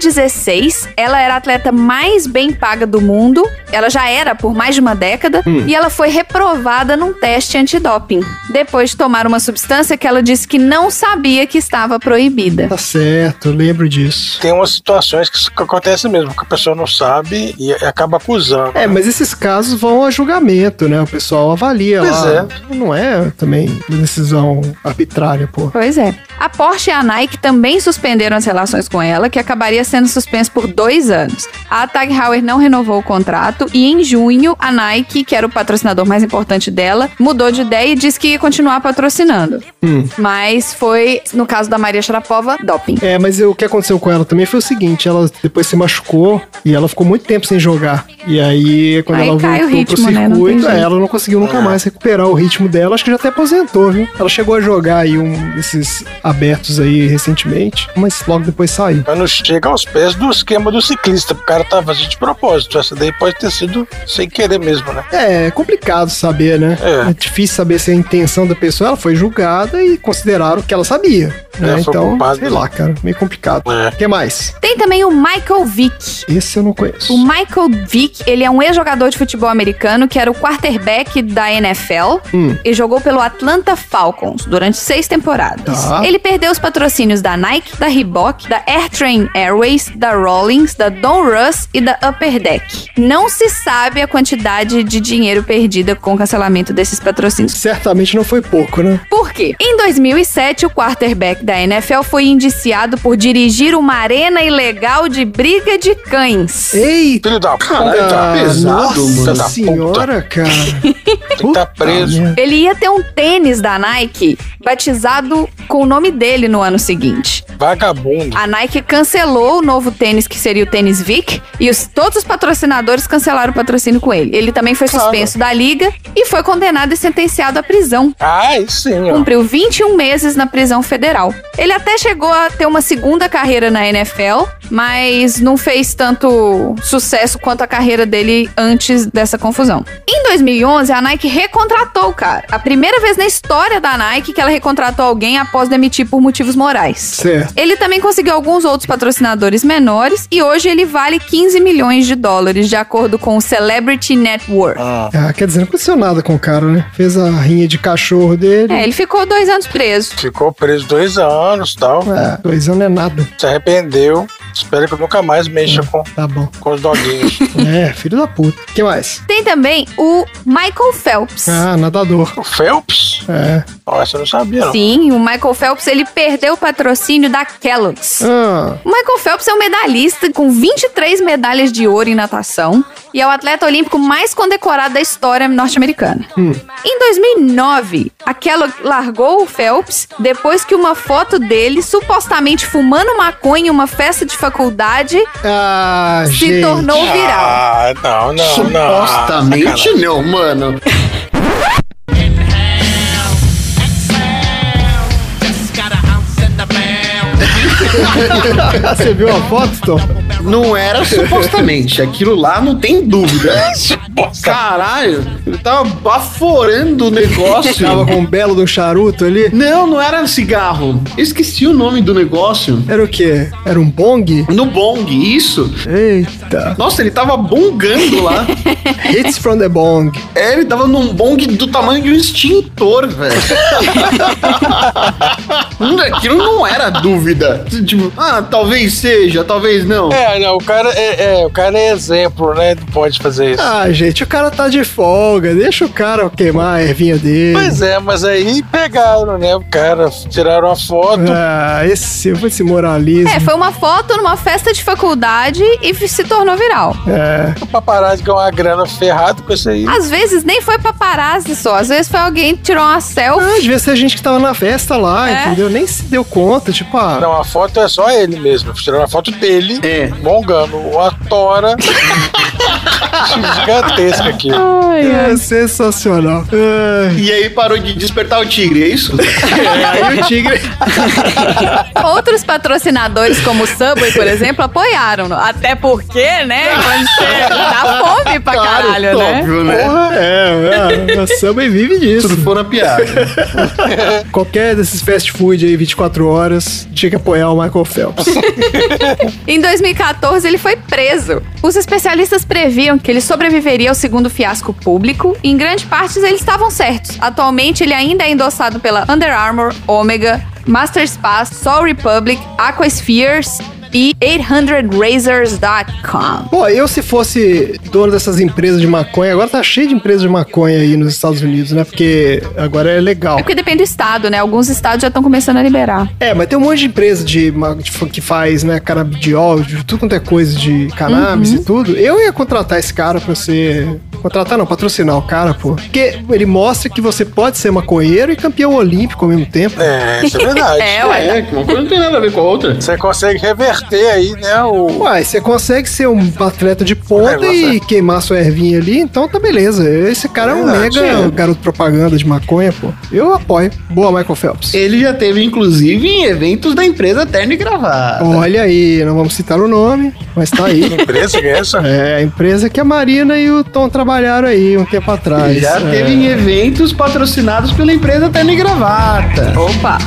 Speaker 3: 2016, ela era a atleta mais bem paga do mundo. Ela já era por mais de uma década
Speaker 12: Hum.
Speaker 3: e ela foi reprovada num teste antidoping, depois de tomar uma substância que ela disse que não sabia que estava proibida.
Speaker 2: Tá certo, eu lembro disso.
Speaker 4: Tem umas situações que, isso que acontece mesmo, que a pessoa não sabe e acaba acusando.
Speaker 2: É, mas esses casos vão a julgamento, né? O pessoal avalia
Speaker 4: Pois
Speaker 2: lá. Não é também uma decisão arbitrária, pô.
Speaker 3: Pois é. A Porsche e a Nike também suspenderam as relações com ela, que acabaria sendo suspensa por dois anos. A Tag Heuer não renovou o contrato e em junho a Nike, que era o patrocinador mais importante dela, mudou de ideia e disse que ia continuar patrocinando.
Speaker 2: Hum.
Speaker 3: Mas foi, no caso da Maria Sharapova, doping.
Speaker 2: É, mas eu- o que aconteceu com ela também foi o seguinte: ela depois se machucou e ela ficou muito tempo sem jogar. E aí, quando
Speaker 3: Aí
Speaker 2: ela
Speaker 3: cai
Speaker 2: voltou
Speaker 3: o ritmo,
Speaker 2: pro
Speaker 3: né? Não tem
Speaker 2: circuito, é,
Speaker 3: jeito.
Speaker 2: ela não conseguiu nunca mais recuperar o ritmo dela. Acho que já até aposentou, viu? Ela chegou a jogar aí um desses abertos aí recentemente, mas logo depois saiu.
Speaker 4: Mas não chega aos pés do esquema do ciclista. O cara tá fazendo de propósito. Essa daí pode ter sido sem querer mesmo, né?
Speaker 2: É, é complicado saber, né? É. difícil saber se a intenção da pessoa. Ela foi julgada e consideraram que ela sabia. Né?
Speaker 4: É, foi
Speaker 2: então,
Speaker 4: culpado, É.
Speaker 2: sei
Speaker 4: né?
Speaker 2: lá, cara. Meio complicado. O que mais?
Speaker 3: Tem também o Michael Vick.
Speaker 2: Esse eu não conheço.
Speaker 3: O Michael Vick, ele é um ex-jogador de futebol americano que era o quarterback da NFL
Speaker 2: Hum.
Speaker 3: e jogou pelo Atlanta Falcons durante seis temporadas.
Speaker 12: Tá.
Speaker 3: Ele perdeu os patrocínios da Nike, da Reebok, da AirTrain Airways, da Rawlings, da Don Russ e da Upper Deck. Não se sabe a quantidade de dinheiro perdida com o cancelamento desses patrocínios.
Speaker 2: Certamente não foi pouco, né?
Speaker 3: Por quê? Em 2007, o quarterback da NFL foi indiciado por dirigir uma arena ilegal de briga de cães.
Speaker 2: Eita!
Speaker 4: Filho da
Speaker 2: Ah, nossa senhora, cara. Puta
Speaker 4: tá preso.
Speaker 2: merda.
Speaker 3: Ele ia ter um tênis da Nike batizado com o nome dele no ano seguinte.
Speaker 4: Vagabundo.
Speaker 3: A Nike cancelou o novo tênis, que seria o tênis Vic, e os- todos os patrocinadores cancelaram o patrocínio com ele. Ele também foi suspenso da liga e foi condenado e sentenciado à prisão.
Speaker 4: Ah, isso sim.
Speaker 3: Cumpriu 21 meses na prisão federal. Ele até chegou a ter uma segunda carreira na NFL, mas não fez tanto sucesso quanto a carreira dele antes dessa confusão. Em 2011, a Nike recontratou o cara. A primeira vez na história da Nike que ela recontratou alguém após demitir por motivos morais.
Speaker 2: Certo.
Speaker 3: Ele também conseguiu alguns outros patrocinadores menores e hoje ele vale 15 milhões de dólares, de acordo com o Celebrity Network.
Speaker 4: Hum.
Speaker 2: Ah, quer dizer, não aconteceu nada com o cara, né? Fez a rinha de cachorro dele.
Speaker 3: É, ele ficou dois anos preso.
Speaker 4: Ficou preso dois anos tal.
Speaker 2: É, dois anos é nada.
Speaker 4: Se arrependeu. Espero que eu nunca mais mexa com,
Speaker 3: [laughs]
Speaker 4: com
Speaker 2: [laughs]
Speaker 4: os doguinhos.
Speaker 2: Tá É, filho da puta. O que mais?
Speaker 3: Tem também o Michael Phelps.
Speaker 2: Ah, nadador.
Speaker 4: O Phelps?
Speaker 2: É.
Speaker 4: Nossa, eu não sabia, não.
Speaker 3: Sim, o Michael Phelps ele perdeu o patrocínio da Kellogg's.
Speaker 4: Ah.
Speaker 2: Ah,
Speaker 3: O Michael Phelps é um medalhista com 23 medalhas de ouro em natação e é o atleta olímpico mais condecorado da história norte-americana.
Speaker 4: Hum.
Speaker 3: Em 2009, a Kellogg largou o Phelps depois que uma foto dele supostamente fumando maconha em uma festa de faculdade
Speaker 2: ah,
Speaker 3: se tornou viral.
Speaker 4: Ah, não, não, não.
Speaker 1: Supostamente não, mano.
Speaker 2: Você viu a foto, Tom?
Speaker 1: Não era supostamente. Aquilo lá não tem dúvida. Caralho, ele tava baforando o negócio.
Speaker 2: Tava com um belo do charuto ali.
Speaker 1: Não, não era cigarro. Eu esqueci o nome do negócio.
Speaker 2: Era o quê? Era um bong?
Speaker 1: No bong, isso.
Speaker 2: Eita.
Speaker 1: Nossa, ele tava bongando lá.
Speaker 2: Hits from the bong.
Speaker 1: É, ele tava num bong do tamanho de um extintor, velho. Não, Aquilo não era dúvida. Tipo, ah, talvez seja, talvez não.
Speaker 4: É, não, o cara é, é, o cara é exemplo, né? Não pode fazer isso.
Speaker 2: Ah, gente, o cara tá de folga. Deixa o cara queimar a ervinha dele.
Speaker 4: Pois é, mas aí pegaram, né? O cara tiraram a foto.
Speaker 2: Ah, esse, esse moralismo.
Speaker 3: É, foi uma foto numa festa de faculdade e se tornou viral.
Speaker 2: É.
Speaker 4: O paparazzi ganhou uma grana ferrada com isso aí.
Speaker 3: Às vezes nem foi paparazzi só, às vezes foi alguém que tirou uma selfie.
Speaker 2: Ah, devia ser gente que tava na festa lá,
Speaker 3: É.
Speaker 2: entendeu? Nem se deu conta, tipo, ah,
Speaker 4: Não, a foto é só ele mesmo. Tiraram a foto dele,
Speaker 1: É.
Speaker 4: bongando a tora. gigantesca aqui.
Speaker 2: é sensacional. Ah, Ai.
Speaker 1: E aí parou de despertar o tigre, é isso?
Speaker 2: Aí o [laughs] tigre.
Speaker 3: Outros patrocinadores, como o Subway, por exemplo, apoiaram. Até porque, né? Quando você dá fome
Speaker 1: [laughs]
Speaker 3: pra caralho, né?
Speaker 1: Óbvio, né?
Speaker 2: Porra, Ah, é, é, a samba vive disso.
Speaker 1: Tudo foi na piada.
Speaker 2: Qualquer desses fast food aí, 24 horas, tinha que apoiar o Michael Phelps.
Speaker 3: Em 2014, ele foi preso. Os especialistas previram que ele sobreviveria ao segundo fiasco público e, em grande parte, eles estavam certos. Atualmente, ele ainda é endossado pela Under Armour, Omega, Master Spa, Soul Republic, Aquaspheres e 800razors.com.
Speaker 2: Pô, eu se fosse dono dessas empresas de maconha, agora tá cheio de empresas de maconha aí nos Estados Unidos, né? Porque agora é legal.
Speaker 3: É porque depende do estado, né? Alguns estados já estão começando a liberar.
Speaker 2: É, mas tem um monte de empresa de, ma- de fa- que faz, né, canabidiol, de tudo quanto é coisa de cannabis e tudo. Eu ia contratar esse cara pra você. Contratar não, patrocinar o cara, pô. Porque ele mostra que você pode ser maconheiro e campeão olímpico ao mesmo tempo.
Speaker 4: É, isso é verdade.
Speaker 3: É, ué.
Speaker 1: É, que uma coisa não tem nada a ver com a outra.
Speaker 4: Você consegue reverter aí, né? O...
Speaker 2: Uai, você consegue ser um atleta de ponta
Speaker 4: negócio
Speaker 2: e queimar sua ervinha ali, então tá beleza. Esse cara é um
Speaker 4: Verdade,
Speaker 2: mega garoto propaganda de maconha, pô. Eu apoio. Boa, Michael Phelps.
Speaker 1: Ele já teve, inclusive, em eventos da empresa Terno e Gravata.
Speaker 2: Olha aí, não vamos citar o nome, mas tá aí.
Speaker 4: [laughs] Preço que é essa?
Speaker 2: É, a empresa que a Marina e o Tom trabalharam aí um tempo atrás.
Speaker 1: Ele já
Speaker 2: É.
Speaker 1: teve em eventos patrocinados pela empresa Terno e Gravata.
Speaker 3: Opa!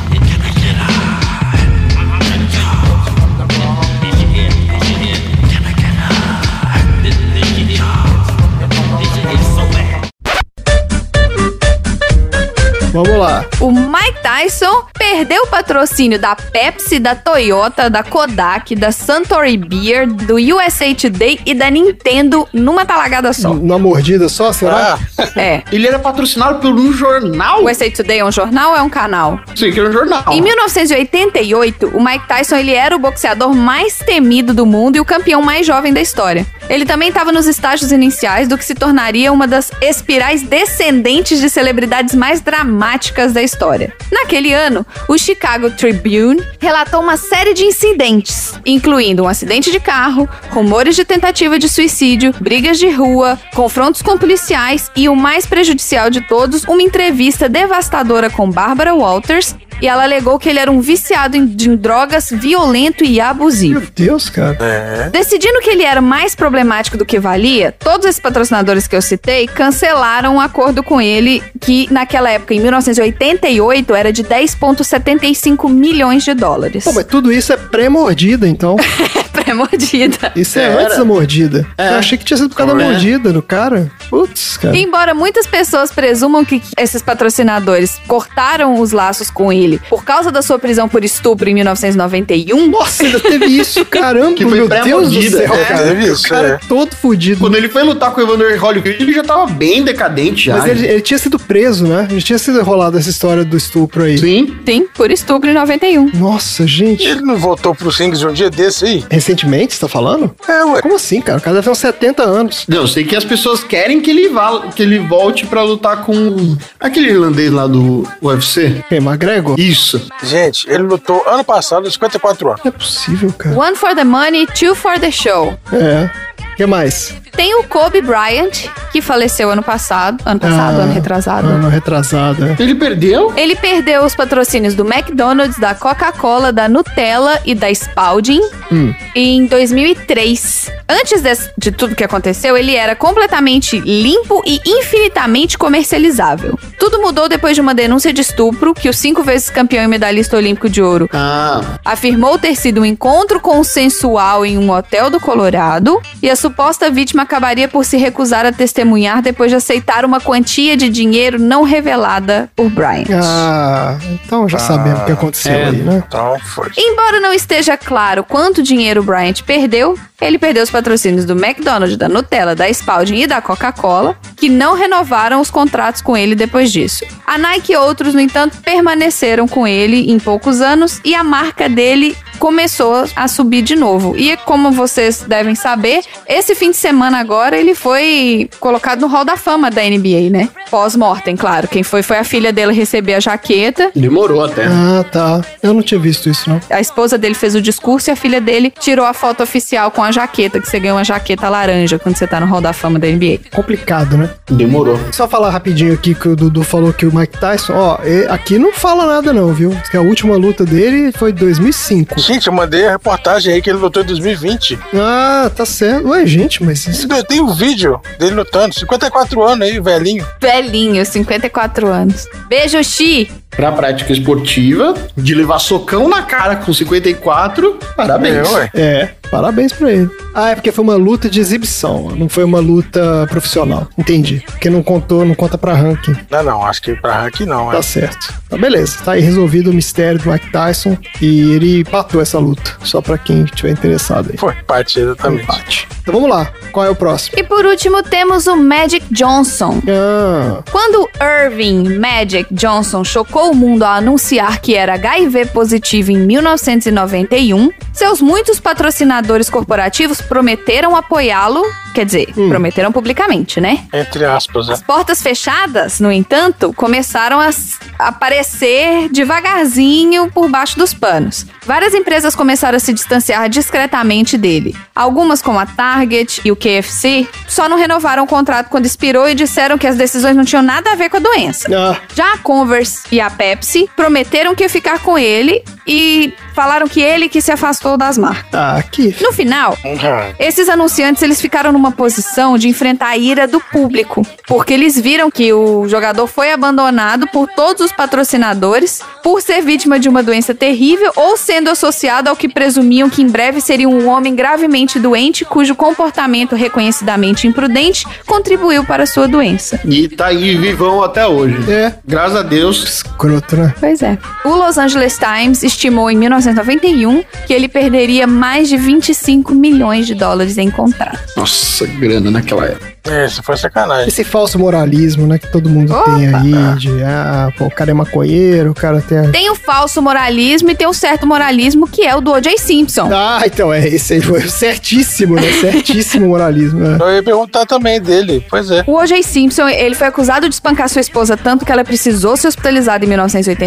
Speaker 2: Vamos lá.
Speaker 3: O Mike Tyson perdeu o patrocínio da Pepsi, da Toyota, da Kodak, da Suntory Beer, do USA Today e da Nintendo numa talagada só.
Speaker 2: Uma mordida só, será?
Speaker 4: Ah,
Speaker 3: É.
Speaker 1: Ele era patrocinado por um jornal?
Speaker 3: O USA Today é um jornal ou é um canal?
Speaker 1: Sim, que era um jornal.
Speaker 3: Em 1988, o Mike Tyson ele era o boxeador mais temido do mundo e o campeão mais jovem da história. Ele também estava nos estágios iniciais do que se tornaria uma das espirais descendentes de celebridades mais dramáticas da história. Naquele ano, o Chicago Tribune relatou uma série de incidentes, incluindo um acidente de carro, rumores de tentativa de suicídio, brigas de rua, confrontos com policiais e o mais prejudicial de todos, uma entrevista devastadora com Barbara Walters, e ela alegou que ele era um viciado em, de drogas, violento e abusivo. Meu
Speaker 2: Deus, cara.
Speaker 4: É.
Speaker 3: Decidindo que ele era mais problemático do que valia, todos esses patrocinadores que eu citei cancelaram um acordo com ele que naquela época, em 1988, era de 10,75 milhões de dólares.
Speaker 2: Pô, mas
Speaker 3: [laughs]
Speaker 2: tudo isso é pré-mordida, então.
Speaker 3: Pré-mordida.
Speaker 2: Isso é, antes da mordida. Eu achei que tinha sido por causa da
Speaker 3: É.
Speaker 2: mordida no cara. Putz, cara.
Speaker 3: Embora muitas pessoas presumam que esses patrocinadores cortaram os laços com ele por causa da sua prisão por estupro em 1991.
Speaker 2: Nossa, ainda teve isso, caramba,
Speaker 1: [laughs] Que foi
Speaker 2: meu Deus do
Speaker 1: pré-mordida.
Speaker 2: céu,
Speaker 1: É,
Speaker 2: cara.
Speaker 1: teve
Speaker 2: o
Speaker 1: isso,
Speaker 2: cara
Speaker 1: é.
Speaker 2: todo fudido.
Speaker 1: Quando ele foi lutar com o Evander Holyfield, ele já tava bem decadente já.
Speaker 2: Mas ele, ele tinha sido preso, né? Já tinha sido rolado essa história do estupro aí.
Speaker 1: Sim.
Speaker 3: Sim, por estupro em 91.
Speaker 2: Nossa, gente.
Speaker 4: Ele não voltou pros rings um dia desse aí?
Speaker 2: Recentemente, você tá falando?
Speaker 4: É, ué.
Speaker 2: Como assim, cara? O cara deve ter uns 70 anos.
Speaker 1: Não, eu sei que as pessoas querem que ele vá, que ele volte pra lutar com aquele irlandês lá do UFC.
Speaker 2: Quem, McGregor?
Speaker 1: Isso.
Speaker 4: Gente, ele lutou ano passado, aos 54 anos.
Speaker 2: Não é possível, cara.
Speaker 3: One for the money, two for the show.
Speaker 2: É. O que mais?
Speaker 3: Tem o Kobe Bryant, que faleceu ano passado. Ano passado,
Speaker 2: Ah,
Speaker 3: ano retrasado.
Speaker 2: Ano retrasado, é.
Speaker 1: Ele perdeu?
Speaker 3: Ele perdeu os patrocínios do McDonald's, da Coca-Cola, da Nutella e da Spalding
Speaker 2: Hum.
Speaker 3: em 2003. Antes des- de tudo que aconteceu, ele era completamente limpo e infinitamente comercializável. Tudo mudou depois de uma denúncia de estupro que o cinco vezes campeão e medalhista olímpico de ouro
Speaker 1: Ah,
Speaker 3: afirmou ter sido um encontro consensual em um hotel do Colorado e a suposta vítima acabaria por se recusar a testemunhar depois de aceitar uma quantia de dinheiro não revelada por Bryant.
Speaker 2: Ah, então já sabemos o que aconteceu
Speaker 1: é.
Speaker 2: aí, né?
Speaker 4: Então, foi.
Speaker 3: Embora não esteja claro quanto dinheiro o Bryant perdeu, ele perdeu os patrocínios do McDonald's, da Nutella, da Spalding e da Coca-Cola, que não renovaram os contratos com ele depois disso. A Nike e outros, no entanto, permaneceram com ele em poucos anos e a marca dele começou a subir de novo. E como vocês devem saber, esse fim de semana agora ele foi colocado no Hall da Fama da NBA, né? Pós-mortem, claro. Quem foi foi a filha dele receber a jaqueta
Speaker 1: demorou até.
Speaker 2: Ah, tá. Eu não tinha visto isso, não.
Speaker 3: a esposa dele fez o discurso e a filha dele tirou a foto oficial com a jaqueta, que você ganha uma jaqueta laranja quando você tá no Hall da Fama da NBA.
Speaker 2: Complicado, né?
Speaker 1: Demorou.
Speaker 2: Só falar rapidinho aqui que o Dudu falou que o Mike Tyson, ó, e- aqui não fala nada não, viu? Diz Que a última luta dele foi em 2005.
Speaker 4: Gente, eu mandei a reportagem aí que ele lutou em 2020.
Speaker 2: Ah, tá certo. Ué, gente, mas isso...
Speaker 4: Eu tenho um vídeo dele lutando, 54 anos aí, velhinho.
Speaker 3: Velhinho, 54 anos. Beijo, Xi!
Speaker 1: Pra prática esportiva, de levar socão na cara com 54, parabéns.
Speaker 4: É, ué.
Speaker 2: É, parabéns pra ele. Ah, é porque foi uma luta de exibição, não foi uma luta profissional. Entendi. Porque não contou, não conta pra ranking.
Speaker 4: Não, não, acho que pra aqui não, é.
Speaker 2: Tá certo. Tá beleza. Tá aí resolvido o mistério do Mike Tyson e ele empatou essa luta. Só pra quem estiver interessado aí.
Speaker 4: Foi empate, exatamente.
Speaker 2: Empate. Então vamos lá. Qual é o próximo?
Speaker 3: E por último, temos o Magic Johnson.
Speaker 2: Ah,
Speaker 3: Quando Irving Magic Johnson chocou o mundo ao anunciar que era HIV positivo em 1991, seus muitos patrocinadores corporativos prometeram apoiá-lo, quer dizer, prometeram publicamente, né?
Speaker 4: Entre aspas, né?
Speaker 3: As portas fechadas, no entanto, começaram a s- aparecer devagarzinho por baixo dos panos. Várias empresas começaram a se distanciar discretamente dele. Algumas, como a Target e o KFC, só não renovaram o contrato quando expirou e disseram que as decisões não tinham nada a ver com a doença.
Speaker 2: ah,
Speaker 3: Já a Converse e a Pepsi prometeram que ia ficar com ele e falaram que ele que se afastou das marcas.
Speaker 2: ah, que
Speaker 3: No final,
Speaker 4: Ah,
Speaker 3: esses anunciantes, eles ficaram numa posição de enfrentar a ira do público, porque eles viram que o jogador foi abandonado por todos os patrocinadores por ser vítima de uma doença terrível ou sendo associado ao que presumiam que em breve seria um homem gravemente doente cujo comportamento reconhecidamente imprudente contribuiu para sua doença.
Speaker 1: E tá aí vivão até hoje.
Speaker 2: É.
Speaker 1: Graças a Deus.
Speaker 2: escroto, né?
Speaker 3: Pois é. O Los Angeles Times estimou em 1991 que ele perderia mais de 25 milhões de dólares em contrato.
Speaker 1: Nossa, grana naquela época.
Speaker 4: é, isso foi sacanagem.
Speaker 2: Esse falso moralismo, né, que todo mundo tem aí, de, ah, pô, o cara é maconheiro, o cara tem... a-
Speaker 3: Tem o falso moralismo e tem o certo moralismo, que é o do O.J. Simpson.
Speaker 2: Ah, então é, esse aí foi certíssimo, né, certíssimo moralismo, né?
Speaker 4: Eu ia perguntar também dele, pois é.
Speaker 3: O O.J. Simpson, ele foi acusado de espancar sua esposa tanto que ela precisou ser hospitalizada em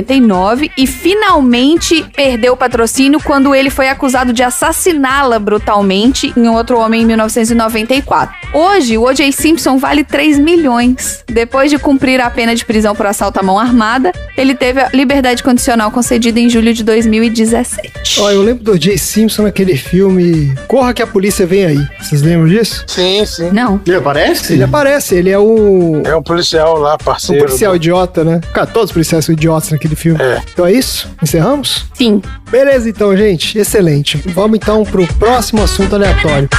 Speaker 3: 1989 e finalmente perdeu o patrocínio quando ele foi um acusado de assassiná-la brutalmente em outro homem em 1994. Hoje, o O.J. O.J. Simpson vale 3 milhões. Depois de cumprir a pena de prisão por assalto à mão armada, ele teve a liberdade condicional concedida em julho de 2017.
Speaker 2: Ó, eu lembro do O.J. Simpson naquele filme Corra que a polícia vem aí. Vocês lembram disso?
Speaker 4: Sim, sim.
Speaker 3: Não.
Speaker 1: Ele aparece?
Speaker 2: Ele aparece, ele é o.
Speaker 4: É um policial lá,
Speaker 2: Um
Speaker 4: parceiro.
Speaker 2: policial idiota, né? Cara, todos os policiais são idiotas naquele filme. Então é isso? Encerramos?
Speaker 3: Sim.
Speaker 2: Beleza, então, gente. Excelente. Vamos então pro próximo assunto aleatório.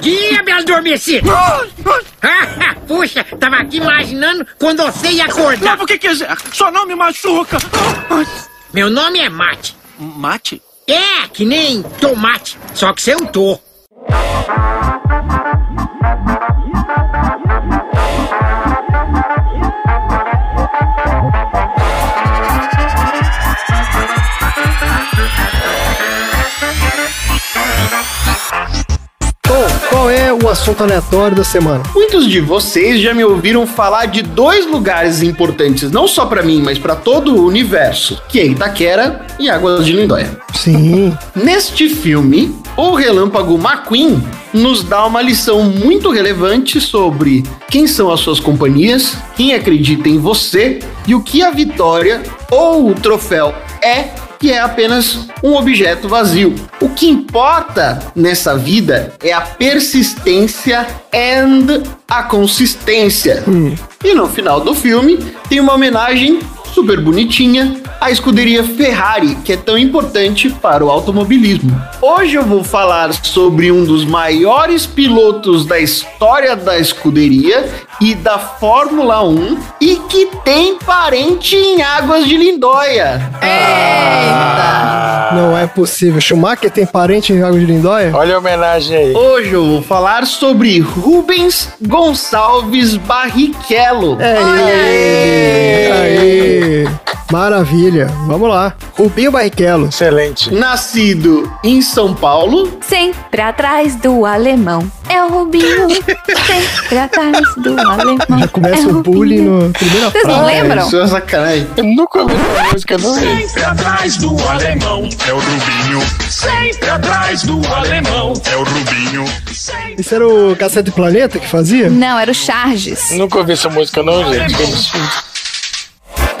Speaker 10: Dia, me adormeci! Ah, Puxa, tava aqui imaginando quando você ia acordar. Não, por que que... Só não me machuca! Meu nome é Mate. Mate? É, que nem tomate, só que sem um tô.
Speaker 2: Bom, qual é o assunto aleatório da semana?
Speaker 1: Muitos de vocês já me ouviram falar de dois lugares importantes, não só pra mim, mas pra todo o universo, que é Itaquera e Águas de Lindóia.
Speaker 2: Sim.
Speaker 1: Neste filme, o Relâmpago McQueen nos dá uma lição muito relevante sobre quem são as suas companhias, quem acredita em você e o que a vitória ou o troféu é, que é apenas um objeto vazio. O que importa nessa vida é a persistência and a consistência. E no final do filme tem uma homenagem super bonitinha, a escuderia Ferrari, que é tão importante para o automobilismo. Hoje eu vou falar sobre um dos maiores pilotos da história da escuderia e da Fórmula 1 e que tem parente em Águas de Lindóia.
Speaker 2: Não é possível. Schumacher tem parente em Água de Lindóia?
Speaker 4: Olha a homenagem aí.
Speaker 1: Hoje eu vou falar sobre Rubens Gonçalves Barrichello.
Speaker 2: Aê! Maravilha. Vamos lá. Rubinho Barrichello.
Speaker 4: Excelente.
Speaker 1: Nascido em São Paulo,
Speaker 3: Sempre atrás do alemão. É o Rubinho. Sempre atrás do alemão. É
Speaker 2: Já começa o bullying no primeira
Speaker 3: Vocês não
Speaker 2: frase.
Speaker 3: lembram?
Speaker 1: Isso é sacanagem.
Speaker 4: Eu nunca ouvi essa música, não.
Speaker 5: Sempre atrás do alemão.
Speaker 7: É o Rubinho,
Speaker 5: Sempre atrás do alemão.
Speaker 7: é o Rubinho.
Speaker 2: Isso era o Cacete do Planeta que fazia?
Speaker 3: Não, era o Charges.
Speaker 4: Nunca ouvi essa música, não, gente. Que absurdo.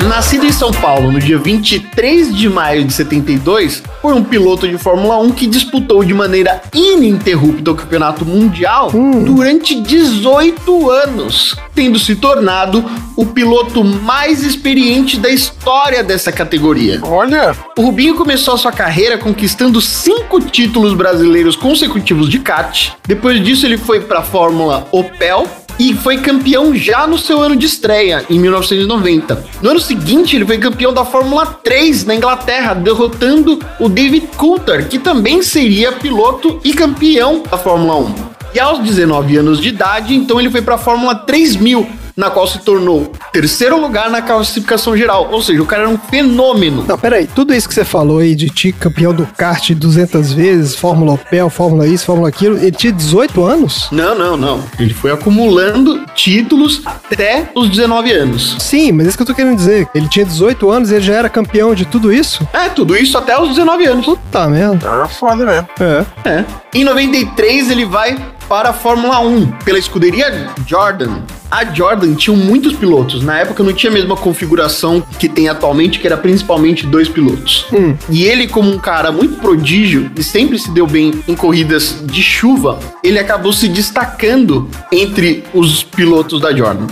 Speaker 1: Nascido em São Paulo no dia 23 de maio de 72, foi um piloto de Fórmula 1 que disputou de maneira ininterrupta o Campeonato Mundial durante 18 anos, tendo se tornado o piloto mais experiente da história dessa categoria.
Speaker 4: Olha,
Speaker 1: O Rubinho começou a sua carreira conquistando cinco títulos brasileiros consecutivos de kart. Depois disso, ele foi para a Fórmula Opel e foi campeão já no seu ano de estreia, em 1990. No ano seguinte, ele foi campeão da Fórmula 3 na Inglaterra, derrotando o David Coulter, que também seria piloto e campeão da Fórmula 1. E aos 19 anos de idade, então ele foi para a Fórmula 3000, na qual se tornou terceiro lugar na classificação geral. Ou seja, o cara era um fenômeno.
Speaker 2: Não, peraí, tudo isso que você falou aí de ti campeão do kart 200 vezes, Fórmula Opel, Fórmula isso, Fórmula aquilo, ele tinha 18 anos?
Speaker 1: Não, não, não. Ele foi acumulando títulos até os 19 anos.
Speaker 2: Sim, mas é isso que eu tô querendo dizer. Ele tinha 18 anos e ele já era campeão de tudo isso?
Speaker 1: É, tudo isso até os 19 anos.
Speaker 2: Puta merda.
Speaker 4: era foda mesmo.
Speaker 2: É.
Speaker 1: É. Em 93 ele vai para a Fórmula 1 pela escuderia Jordan. A Jordan tinha muitos pilotos. Na época não tinha a mesma configuração que tem atualmente, que era principalmente dois pilotos. E ele, como um cara muito prodígio e sempre se deu bem em corridas de chuva, ele acabou se destacando entre os pilotos da Jordan.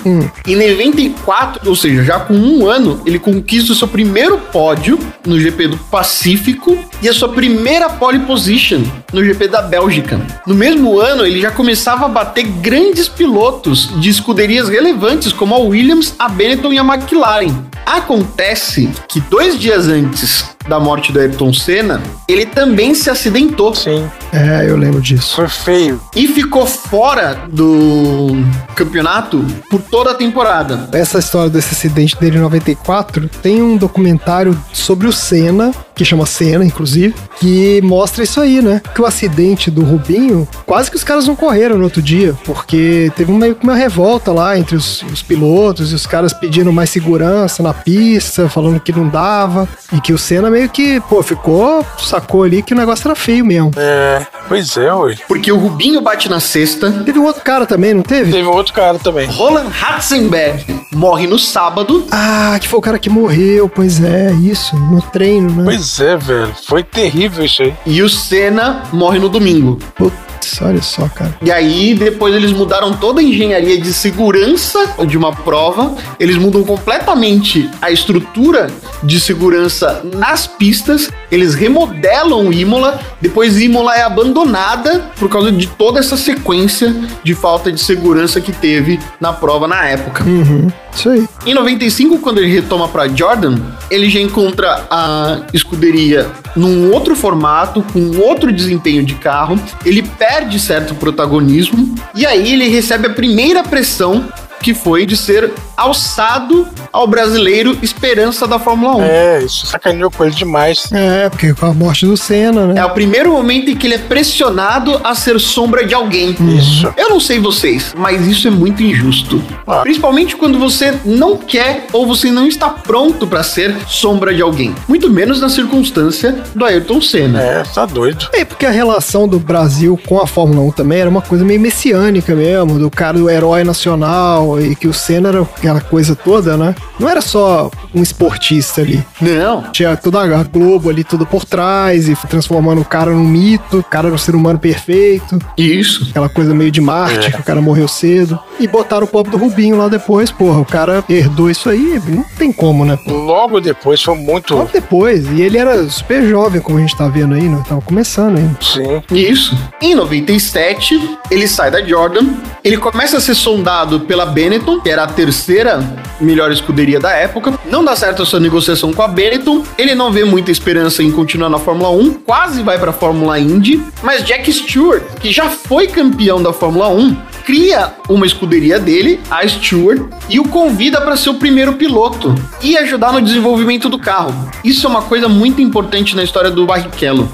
Speaker 1: Em 94, ou seja, já com um ano, ele conquista o seu primeiro pódio no GP do Pacífico e a sua primeira pole position no GP da Bélgica. No mesmo ano, ele já começava a bater grandes pilotos de escuderias relevantes como a Williams, a Benetton e a McLaren. Acontece que dois dias antes da morte do Ayrton Senna, ele também se acidentou
Speaker 4: Sim.
Speaker 2: É, eu lembro disso.
Speaker 4: Foi feio.
Speaker 1: e ficou fora do campeonato por toda a temporada.
Speaker 2: Essa história desse acidente dele em 94 tem um documentário sobre o Senna, que chama Senna, inclusive, que mostra isso aí, né? Que o acidente do Rubinho, quase que os caras não correram no outro dia, porque teve meio que uma revolta lá entre os, os pilotos e os caras pedindo mais segurança na pista, falando que não dava, e que o Senna cara meio que, pô, ficou, sacou ali que o negócio era feio mesmo.
Speaker 4: É, pois é, ué.
Speaker 1: Porque o Rubinho bate na cesta.
Speaker 2: Teve um outro cara também, não teve?
Speaker 4: Teve um outro cara também.
Speaker 1: Roland Ratzenberg morre no sábado.
Speaker 2: Ah, que foi o cara que morreu, pois é, isso, no treino, né?
Speaker 4: Pois é, velho. Foi terrível isso aí.
Speaker 1: E o Senna morre no domingo.
Speaker 2: Putz, olha só, cara.
Speaker 1: E aí, depois eles mudaram toda a engenharia de segurança de uma prova, eles mudam completamente a estrutura de segurança nas pistas, eles remodelam Imola, depois Imola é abandonada por causa de toda essa sequência de falta de segurança que teve na prova na época.
Speaker 2: Uhum, isso aí.
Speaker 1: Em 95, quando ele retoma para Jordan, ele já encontra a escuderia num outro formato, com outro desempenho de carro, ele perde certo protagonismo e aí ele recebe a primeira pressão que foi de ser alçado ao brasileiro esperança da Fórmula 1.
Speaker 4: É, isso sacaneou com ele demais.
Speaker 2: É, porque com a morte do Senna, né?
Speaker 1: É o primeiro momento em que ele é pressionado a ser sombra de alguém.
Speaker 4: Isso.
Speaker 1: Eu não sei vocês, mas isso é muito injusto.
Speaker 4: Ah.
Speaker 1: Principalmente quando você não quer ou você não está pronto para ser sombra de alguém. Muito menos na circunstância do Ayrton Senna.
Speaker 4: É, tá doido.
Speaker 2: É, porque a relação do Brasil com a Fórmula 1 também era uma coisa meio messiânica mesmo, do cara do herói nacional e que o Senna era aquela coisa toda, né? Não era só um esportista ali.
Speaker 4: É.
Speaker 1: Não.
Speaker 2: Tinha toda a Globo ali, tudo por trás, e transformando o cara num mito, o cara era um ser humano perfeito,
Speaker 1: Isso.
Speaker 2: aquela coisa meio de Marte, que o cara morreu cedo. E botaram o pobre do Rubinho lá depois, porra, o cara herdou isso aí, não tem como, né?
Speaker 4: Logo depois foi muito.
Speaker 2: Logo depois, e ele era super jovem, como a gente tá vendo aí, né? Tava começando ainda.
Speaker 4: Sim.
Speaker 1: Isso. Em 97, ele sai da Jordan, ele começa a ser sondado pela Benetton, que era a terceira melhor escuderia da época. Não dá certo a sua negociação com a Benetton, ele não vê muita esperança em continuar na Fórmula 1, quase vai para a Fórmula Indy, mas Jack Stewart, que já foi campeão da Fórmula 1, cria uma escuderia dele, a Stewart, e o convida para ser o primeiro piloto e ajudar no desenvolvimento do carro. Isso é uma coisa muito importante na história do Barrichello.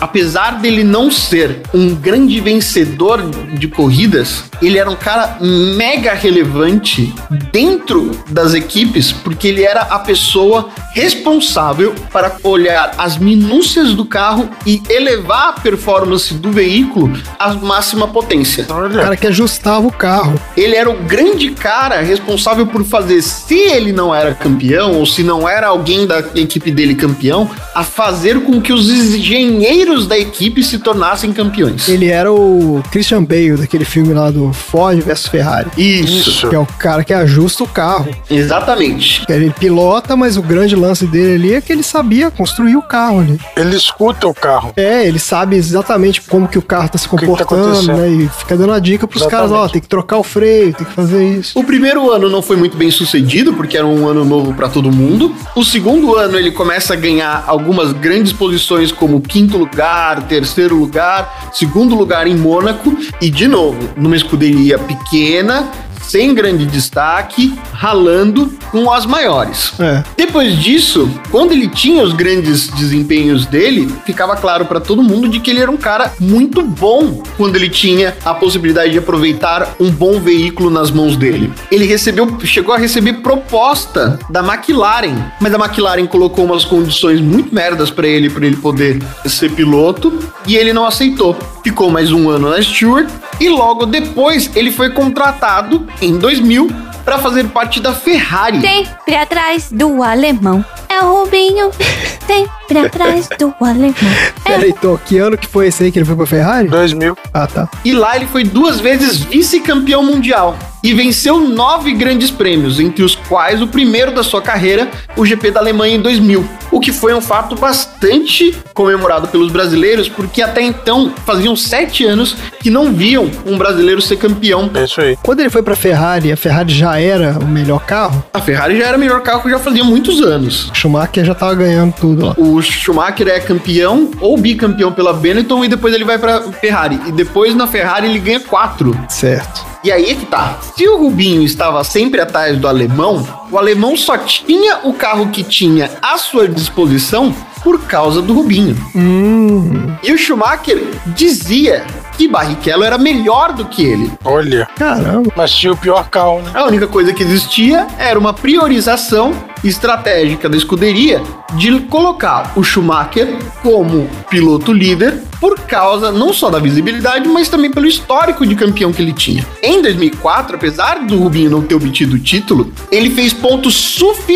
Speaker 1: Apesar dele não ser um grande vencedor de corridas, ele era um cara mega relevante dentro das equipes, porque ele era a pessoa responsável para olhar as minúcias do carro e elevar a performance do veículo à máxima potência.
Speaker 4: É.
Speaker 2: O cara que ajustava o carro.
Speaker 1: Ele era o grande cara responsável por fazer, se ele não era campeão, ou se não era alguém da equipe dele campeão, a fazer com que os engenheiros da equipe se tornassem campeões.
Speaker 2: Ele era o Christian Bale daquele filme lá do Ford vs Ferrari.
Speaker 1: Isso,
Speaker 2: Que é o cara que ajusta o carro.
Speaker 1: exatamente.
Speaker 2: Ele pilota, mas o grande lance dele ali é que ele sabia construir o carro ali.
Speaker 4: Ele escuta o carro.
Speaker 2: É, ele sabe exatamente como que o carro tá se
Speaker 4: que tá
Speaker 2: comportando,
Speaker 4: acontecendo.
Speaker 2: né? E fica dando a dica pros caras, ó,
Speaker 4: Exatamente.
Speaker 2: tem que trocar o freio, tem que fazer isso.
Speaker 1: O primeiro ano não foi muito bem sucedido, porque era um ano novo para todo mundo. O segundo ano ele começa a ganhar algumas grandes posições, como quinto lugar, terceiro lugar, segundo lugar em Mônaco, e de novo, numa escuderia pequena, sem grande destaque, ralando com as maiores.
Speaker 2: É.
Speaker 1: Depois disso, quando ele tinha os grandes desempenhos dele, ficava claro para todo mundo de que ele era um cara muito bom quando ele tinha a possibilidade de aproveitar um bom veículo nas mãos dele. Ele recebeu, chegou a receber proposta da McLaren, mas a McLaren colocou umas condições muito merdas para ele para ele poder ser piloto e ele não aceitou. Ficou mais um ano na Stewart e logo depois ele foi contratado em 2000 para fazer parte da Ferrari.
Speaker 12: Sempre atrás do alemão. É o Rubinho. Sempre atrás do alemão. É
Speaker 2: Peraí, então, que ano que foi esse aí que ele foi pra Ferrari?
Speaker 4: 2000.
Speaker 2: Ah, tá.
Speaker 1: E lá ele foi duas vezes vice-campeão mundial e venceu nove grandes prêmios, entre os quais o primeiro da sua carreira, o GP da Alemanha em 2000, o que foi um fato bastante comemorado pelos brasileiros, porque até então faziam sete anos que não viam um brasileiro ser campeão.
Speaker 4: É isso aí.
Speaker 2: Quando ele foi pra Ferrari, a Ferrari já era o melhor carro,
Speaker 1: A Ferrari já era o melhor carro que já fazia muitos anos.
Speaker 2: Schumacher já tava ganhando tudo lá.
Speaker 1: O Schumacher é campeão ou bicampeão pela Benetton e depois ele vai para Ferrari. E depois na Ferrari ele ganha quatro.
Speaker 2: Certo.
Speaker 1: E aí é que tá. Se o Rubinho estava sempre atrás do alemão, o alemão só tinha o carro que tinha à sua disposição por causa do Rubinho. E o Schumacher dizia que Barrichello era melhor do que ele.
Speaker 4: Olha.
Speaker 2: Caramba.
Speaker 4: Mas tinha o pior carro, né?
Speaker 1: A única coisa que existia era uma priorização estratégica da escuderia de colocar o Schumacher como piloto líder por causa não só da visibilidade, mas também pelo histórico de campeão que ele tinha. Em 2004, apesar do Rubinho não ter obtido o título, ele fez pontos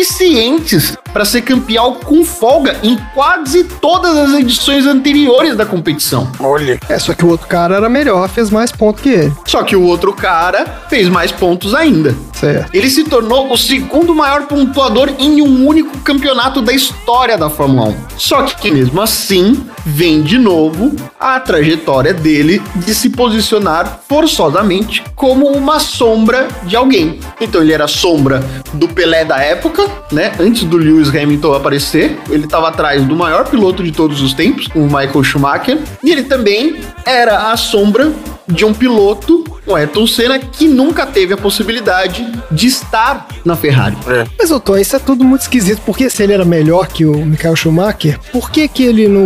Speaker 1: suficientes para ser campeão com folga em quase todas as edições anteriores da competição.
Speaker 4: Olha.
Speaker 2: É, só que o outro cara era melhor, fez mais ponto que ele.
Speaker 1: Só que o outro cara fez mais pontos ainda.
Speaker 2: Certo.
Speaker 1: Ele se tornou o segundo maior pontuador em um único campeonato da história da Fórmula 1. Só que mesmo assim, vem de novo a trajetória dele de se posicionar forçosamente como uma sombra de alguém. Então ele era sombra do Pelé da época, né? Antes do Lewis Hamilton aparecer, ele estava atrás do maior piloto de todos os tempos, o Michael Schumacher, e ele também era a sombra de um piloto, o Ayrton Senna, que nunca teve a possibilidade de estar na Ferrari.
Speaker 2: Mas, Otô, isso é tudo muito esquisito, porque se ele era melhor que o Michael Schumacher, por que que ele não,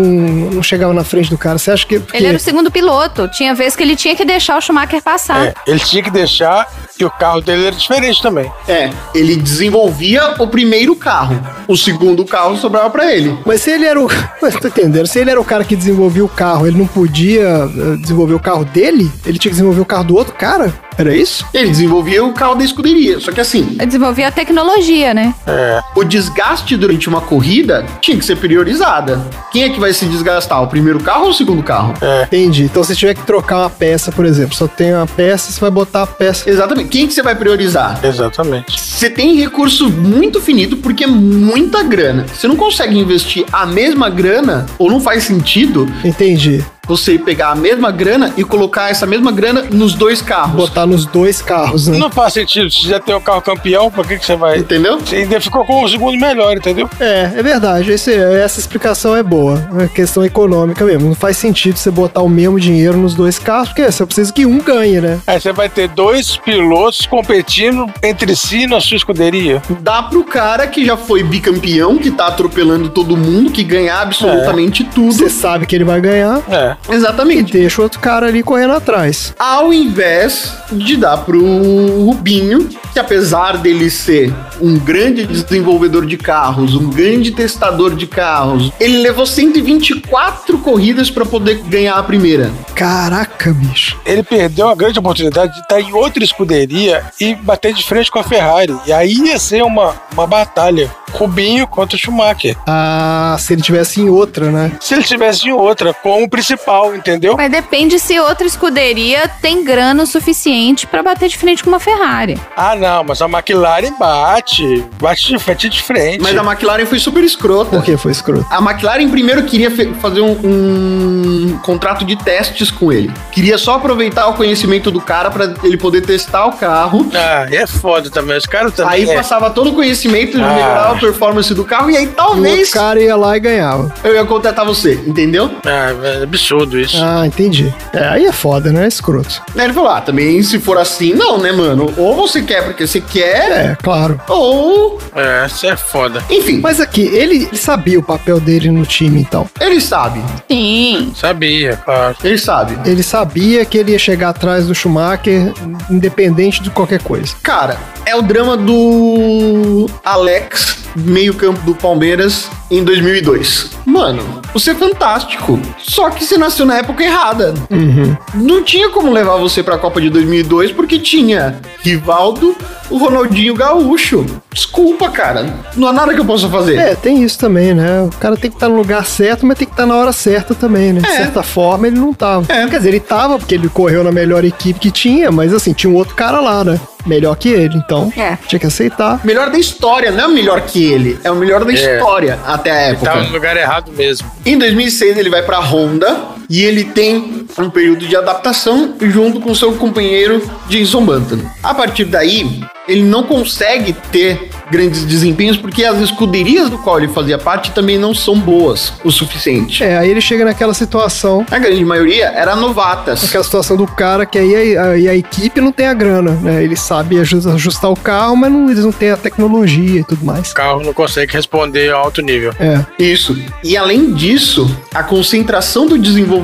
Speaker 2: não chegava na frente do cara? Você acha que... porque-
Speaker 3: Ele era o segundo piloto. Tinha vez que ele tinha que deixar o Schumacher passar.
Speaker 2: Ah?
Speaker 4: É, ele tinha que deixar e o carro dele era diferente também.
Speaker 1: É, ele desenvolvia o primeiro carro, o segundo carro sobrava pra ele.
Speaker 2: Mas se ele era o... [laughs] Mas tô entendendo, se ele era o cara que desenvolvia o carro, ele não podia eh, desenvolver o carro dele? Ele tinha que desenvolver o carro do outro cara? Era isso?
Speaker 1: Ele desenvolvia o carro da escuderia, só que assim,
Speaker 3: Ele desenvolvia a tecnologia, né?
Speaker 1: o desgaste durante uma corrida tinha que ser priorizada. Quem é que vai se desgastar, o primeiro carro ou o segundo carro?
Speaker 2: Entendi. Então, se tiver que trocar uma peça, por exemplo, só tem uma peça, você vai botar a peça...
Speaker 1: Exatamente. Quem é que você vai priorizar?
Speaker 4: Exatamente.
Speaker 1: Você tem recurso muito finito porque é muita grana. Você não consegue investir a mesma grana ou não faz sentido
Speaker 2: Entendi.
Speaker 1: você pegar a mesma grana e colocar essa mesma grana nos dois carros.
Speaker 2: Botar nos dois carros, né?
Speaker 4: Não faz sentido. Se já tem o carro campeão, pra que, que você vai.
Speaker 1: Entendeu?
Speaker 4: Você ainda ficou com o segundo melhor, entendeu?
Speaker 2: É, é verdade. Esse- essa explicação é boa. É questão econômica mesmo. Não faz sentido você botar o mesmo dinheiro nos dois carros, porque você precisa que um ganhe, né?
Speaker 4: Aí você vai ter dois pilotos competindo entre si na sua escuderia.
Speaker 1: Dá pro cara que já foi bicampeão, que tá atropelando todo mundo, que ganhar absolutamente tudo.
Speaker 2: Você sabe que ele vai ganhar
Speaker 4: É.
Speaker 2: e
Speaker 1: Exatamente.
Speaker 2: deixa o outro cara ali correndo atrás.
Speaker 1: Ao invés de dar pro Rubinho, que apesar dele ser um grande desenvolvedor de carros, um grande testador de carros, ele levou 124 corridas para poder ganhar a primeira.
Speaker 2: Caraca, bicho.
Speaker 4: Ele perdeu a grande oportunidade de estar em outra escuderia e bater de frente com a Ferrari. E aí ia ser uma, uma batalha. Rubinho contra Schumacher.
Speaker 2: Ah, se ele tivesse em outra, né?
Speaker 4: Se ele tivesse em outra, como principal,
Speaker 2: Então-
Speaker 4: entendeu?
Speaker 3: Mas depende se outra escuderia tem grana o suficiente pra bater de frente com uma Ferrari.
Speaker 4: Ah, não, mas a McLaren bate. Bate de frente de frente.
Speaker 1: Mas a McLaren foi super escrota.
Speaker 2: Por que foi escroto?
Speaker 1: A McLaren primeiro queria fe- fazer um, um contrato de testes com ele. Queria só aproveitar o conhecimento do cara para ele poder testar o carro.
Speaker 4: Ah, é foda também. Os caras também.
Speaker 1: Aí
Speaker 4: é.
Speaker 1: passava todo o conhecimento,
Speaker 4: Ah.
Speaker 1: melhorava a performance do carro e aí
Speaker 2: O outro
Speaker 1: [laughs] talvez
Speaker 2: cara ia lá e ganhava.
Speaker 1: eu ia contratar você, entendeu?
Speaker 4: Ah, é absurdo isso.
Speaker 2: Ah, entendi. É, aí é foda, né? É escroto.
Speaker 1: Aí ele falou: ah, também se for assim, não, né, mano? Ou você quer porque você quer,
Speaker 2: É, claro.
Speaker 1: ou.
Speaker 4: É, isso é foda.
Speaker 1: Enfim,
Speaker 2: Mas aqui, ele, ele sabia o papel dele no time, então.
Speaker 1: ele sabe,
Speaker 3: Sim.
Speaker 4: Sabia, claro.
Speaker 1: ele sabe.
Speaker 2: Ele sabia que ele ia chegar atrás do Schumacher, independente de qualquer coisa.
Speaker 1: Cara, é o drama do Alex, meio-campo do Palmeiras, em 2002. Mano, você é fantástico. Só que você nasceu na época errada. Não tinha como levar você pra Copa de 2002 porque tinha Rivaldo, o Ronaldinho Gaúcho. Desculpa, cara. Não há nada que eu possa fazer.
Speaker 2: É, tem isso também, né? O cara tem que estar no lugar certo, mas tem que estar na hora certa também, né? De certa forma, ele não tava.
Speaker 1: É.
Speaker 2: Quer dizer, ele tava porque ele correu na melhor equipe que tinha, mas assim, tinha um outro cara lá, né? Melhor que ele, então
Speaker 3: É.
Speaker 2: tinha que aceitar.
Speaker 1: Melhor da história, não é o melhor que ele, é o melhor da história até a época.
Speaker 4: Tava Tá no lugar errado mesmo.
Speaker 1: Em 2006 ele vai pra Honda e ele tem um período de adaptação junto com seu companheiro Jason Button. A partir daí, ele não consegue ter grandes desempenhos porque as escuderias do qual ele fazia parte também não são boas o suficiente.
Speaker 2: É, aí ele chega naquela situação,
Speaker 1: A grande maioria era novatas.
Speaker 2: aquela situação do cara que aí a, aí a equipe não tem a grana, né? Ele sabe aju- ajustar o carro, mas não- eles não têm a tecnologia e tudo mais.
Speaker 4: O carro não consegue responder a alto nível.
Speaker 2: É.
Speaker 1: Isso. E além disso, a concentração do desenvolvimento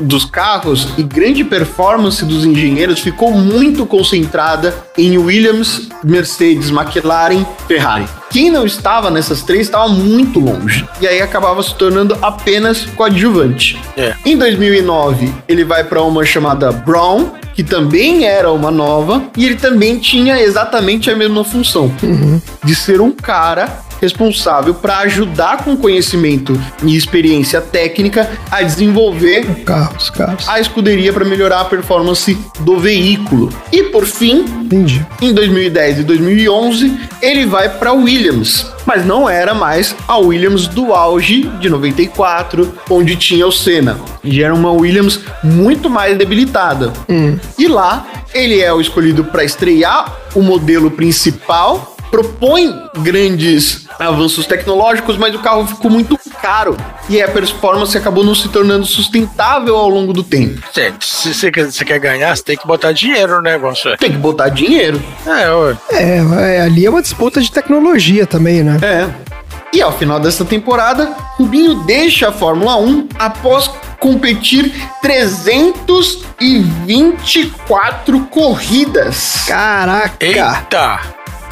Speaker 1: dos carros e grande performance dos engenheiros ficou muito concentrada em Williams, Mercedes, McLaren, Ferrari. Quem não estava nessas três estava muito longe. E aí acabava se tornando apenas coadjuvante.
Speaker 4: É.
Speaker 1: Em 2009, ele vai para uma chamada Brown, que também era uma nova, e ele também tinha exatamente a mesma função de ser um cara responsável para ajudar com conhecimento e experiência técnica a desenvolver
Speaker 2: carros, carros.
Speaker 1: a escuderia para melhorar a performance do veículo. E por fim,
Speaker 2: Entendi.
Speaker 1: em 2010 e 2011, ele vai para Williams, mas não era mais a Williams do auge de 94, onde tinha o Senna. Já era uma Williams muito mais debilitada. E lá, ele é o escolhido para estrear o modelo principal, propõe grandes avanços tecnológicos, mas o carro ficou muito caro e é a performance acabou não se tornando sustentável ao longo do tempo.
Speaker 4: Cê- Se você quer, se quer ganhar, você tem que botar dinheiro no negócio.
Speaker 1: Tem que botar dinheiro.
Speaker 4: É, ué.
Speaker 2: É, é, ali é uma disputa de tecnologia também, né?
Speaker 1: É. E ao final dessa temporada, Rubinho deixa a Fórmula 1 após competir 324 corridas.
Speaker 2: Caraca!
Speaker 4: Eita!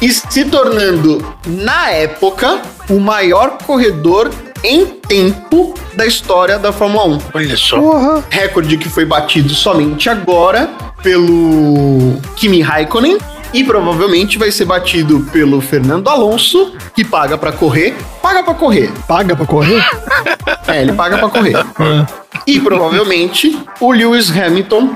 Speaker 1: E se tornando, na época, o maior corredor em tempo da história da Fórmula 1.
Speaker 4: Olha só.
Speaker 2: Porra.
Speaker 1: Recorde que foi batido somente agora pelo Kimi Raikkonen e provavelmente vai ser batido pelo Fernando Alonso, que paga pra correr, paga pra correr.
Speaker 2: Paga pra correr?
Speaker 1: É, ele paga pra correr. E provavelmente o Lewis Hamilton,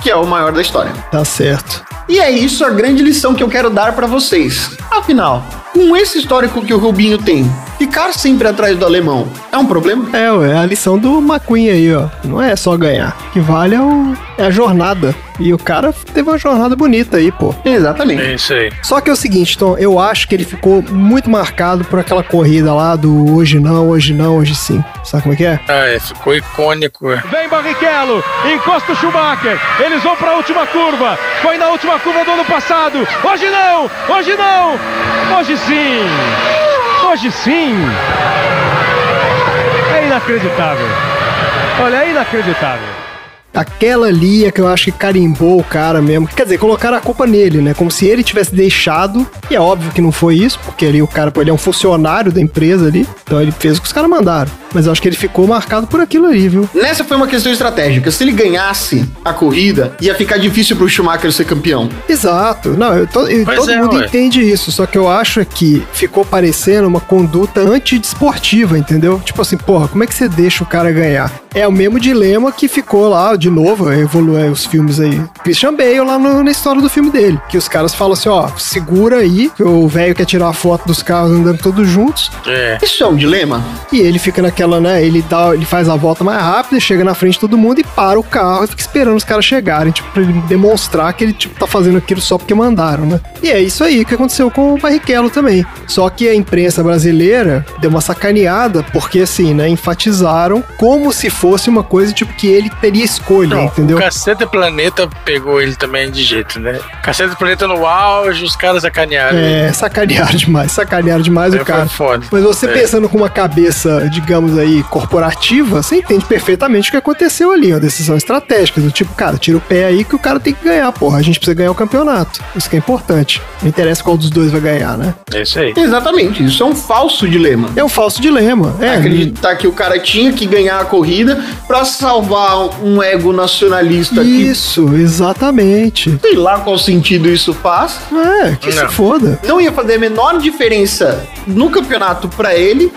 Speaker 1: que é o maior da história.
Speaker 2: Tá certo.
Speaker 1: E é isso a grande lição que eu quero dar pra vocês. Afinal, com esse histórico que o Rubinho tem, ficar sempre atrás do alemão é um problema?
Speaker 2: É, ué, a lição do McQueen aí, ó. Não é só ganhar. O que vale é, o- é a jornada. E o cara teve uma jornada bonita aí, pô.
Speaker 1: Exatamente.
Speaker 4: É isso aí.
Speaker 2: Só que é o seguinte, Tom, eu acho que ele ficou muito marcado por aquela corrida lá do hoje não, hoje não, hoje sim. Sabe como é que é?
Speaker 4: Ah, é, ficou icônico. é.
Speaker 13: Vem Barrichello, encosta o Schumacher, eles vão para a última curva, foi na última curva do ano passado, hoje não, hoje não, hoje sim, hoje sim. É inacreditável, olha, é inacreditável.
Speaker 2: Aquela ali é que eu acho que carimbou o cara mesmo. Quer dizer, colocaram a culpa nele, né? Como se ele tivesse deixado. E é óbvio que não foi isso, porque ali o cara, pô, ele é um funcionário da empresa ali. Então ele fez o que os caras mandaram. Mas eu acho que ele ficou marcado por aquilo ali, viu?
Speaker 1: Nessa foi uma questão estratégica. Se ele ganhasse a corrida, ia ficar difícil pro Schumacher ser campeão.
Speaker 2: Exato. Não, eu tô- eu-
Speaker 1: Pois
Speaker 2: todo
Speaker 1: é,
Speaker 2: mundo
Speaker 1: ué.
Speaker 2: entende isso, só que eu acho é que ficou parecendo uma conduta antidesportiva, entendeu? Tipo assim, porra, como é que você deixa o cara ganhar? É o mesmo dilema que ficou lá, de novo, é, evoluiu os filmes aí. Christian Bale lá no- na história do filme dele, que os caras falam assim, ó, segura aí, que o velho quer tirar a foto dos carros andando todos juntos,
Speaker 1: Isso é um dilema?
Speaker 2: e ele fica naquela, né? Ele, dá, ele faz a volta mais rápida, chega na frente de todo mundo e para o carro e fica esperando os caras chegarem, tipo, pra ele demonstrar que ele, tipo, tá fazendo aquilo só porque mandaram, né? E é isso aí que aconteceu com o Barrichello também. Só que a imprensa brasileira deu uma sacaneada, porque assim, né? Enfatizaram como se fosse uma coisa, tipo, que ele teria escolha, entendeu?
Speaker 4: O Caceta Planeta pegou ele também de jeito, né? Caceta Planeta no auge, os caras sacanearam.
Speaker 2: É, sacanearam [laughs] demais, sacanearam demais
Speaker 4: É,
Speaker 2: o cara.
Speaker 4: foi foda.
Speaker 2: Mas você
Speaker 4: É.
Speaker 2: pensando com uma cabeça, digamos aí, corporativa, você entende perfeitamente o que aconteceu ali, uma decisão estratégica, do tipo, cara, tira o pé aí que o cara tem que ganhar, porra, a gente precisa ganhar o campeonato. Isso que é importante. Não interessa qual dos dois vai ganhar, né?
Speaker 4: É isso aí.
Speaker 1: Exatamente, isso é um falso dilema.
Speaker 2: É um falso dilema. É,
Speaker 1: acreditar que o cara tinha que ganhar a corrida pra salvar um ego nacionalista
Speaker 2: Isso, exatamente.
Speaker 1: que sei lá qual sentido isso faz.
Speaker 2: É, que se foda.
Speaker 1: Não ia fazer a menor diferença no campeonato pra ele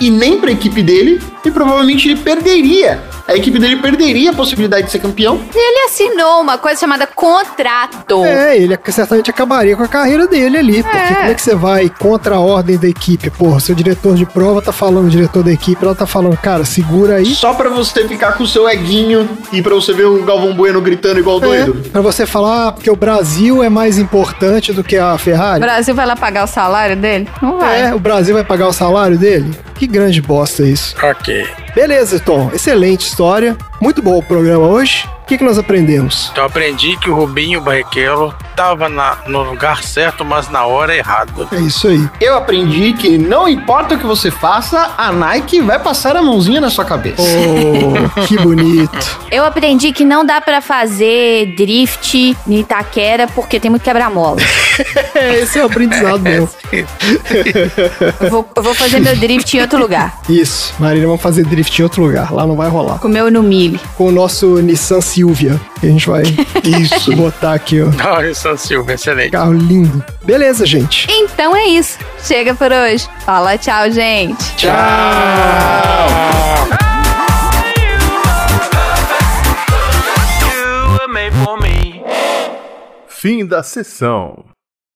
Speaker 1: e nem pra equipe dele e provavelmente ele perderia. A equipe dele perderia a possibilidade de ser campeão.
Speaker 3: E ele assinou uma coisa chamada contrato.
Speaker 2: É, ele ac- certamente acabaria com a carreira dele ali, porque como é que você vai contra a ordem da equipe? Porra, seu diretor de prova tá falando, o diretor da equipe, ela tá falando, cara, segura aí.
Speaker 1: Só pra você ficar com o seu eguinho e pra você ver o Galvão Bueno gritando igual doido.
Speaker 2: né, Pra você falar, ah, porque o Brasil é mais importante do que a
Speaker 3: O
Speaker 2: Ferrari?
Speaker 3: Brasil vai lá pagar o salário dele? Não vai.
Speaker 2: É, o Brasil vai pagar o salário dele? Que grande bosta isso.
Speaker 4: Ok.
Speaker 2: Beleza, Tom. Excelente história. Muito bom o programa hoje. que, que nós aprendemos?
Speaker 4: Então, Eu aprendi que o Rubinho Barrichello tava na- no lugar certo, mas na hora [laughs] errada.
Speaker 2: É isso [laughs] aí.
Speaker 1: Eu aprendi que não importa o que você faça, a Nike vai passar a mãozinha na sua cabeça.
Speaker 2: Oh, que bonito.
Speaker 3: Eu aprendi que não dá pra fazer drift em Itaquera porque tem muito quebra-mola.
Speaker 2: Esse [laughs] é o aprendizado meu.
Speaker 3: [laughs] Eu vou, eu vou fazer meu drift em outro lugar.
Speaker 2: Isso, Marina, vamos fazer drift em outro lugar. Lá não vai rolar.
Speaker 3: Com o meu no milho.
Speaker 2: Com o nosso Nissan Silvia, que a gente vai isso. botar aqui, ó.
Speaker 4: Não, São Silva, excelente.
Speaker 2: Carro lindo. Beleza, gente.
Speaker 3: Então é isso. Chega por hoje. Fala tchau, gente.
Speaker 14: Tchau.
Speaker 15: Fim da sessão.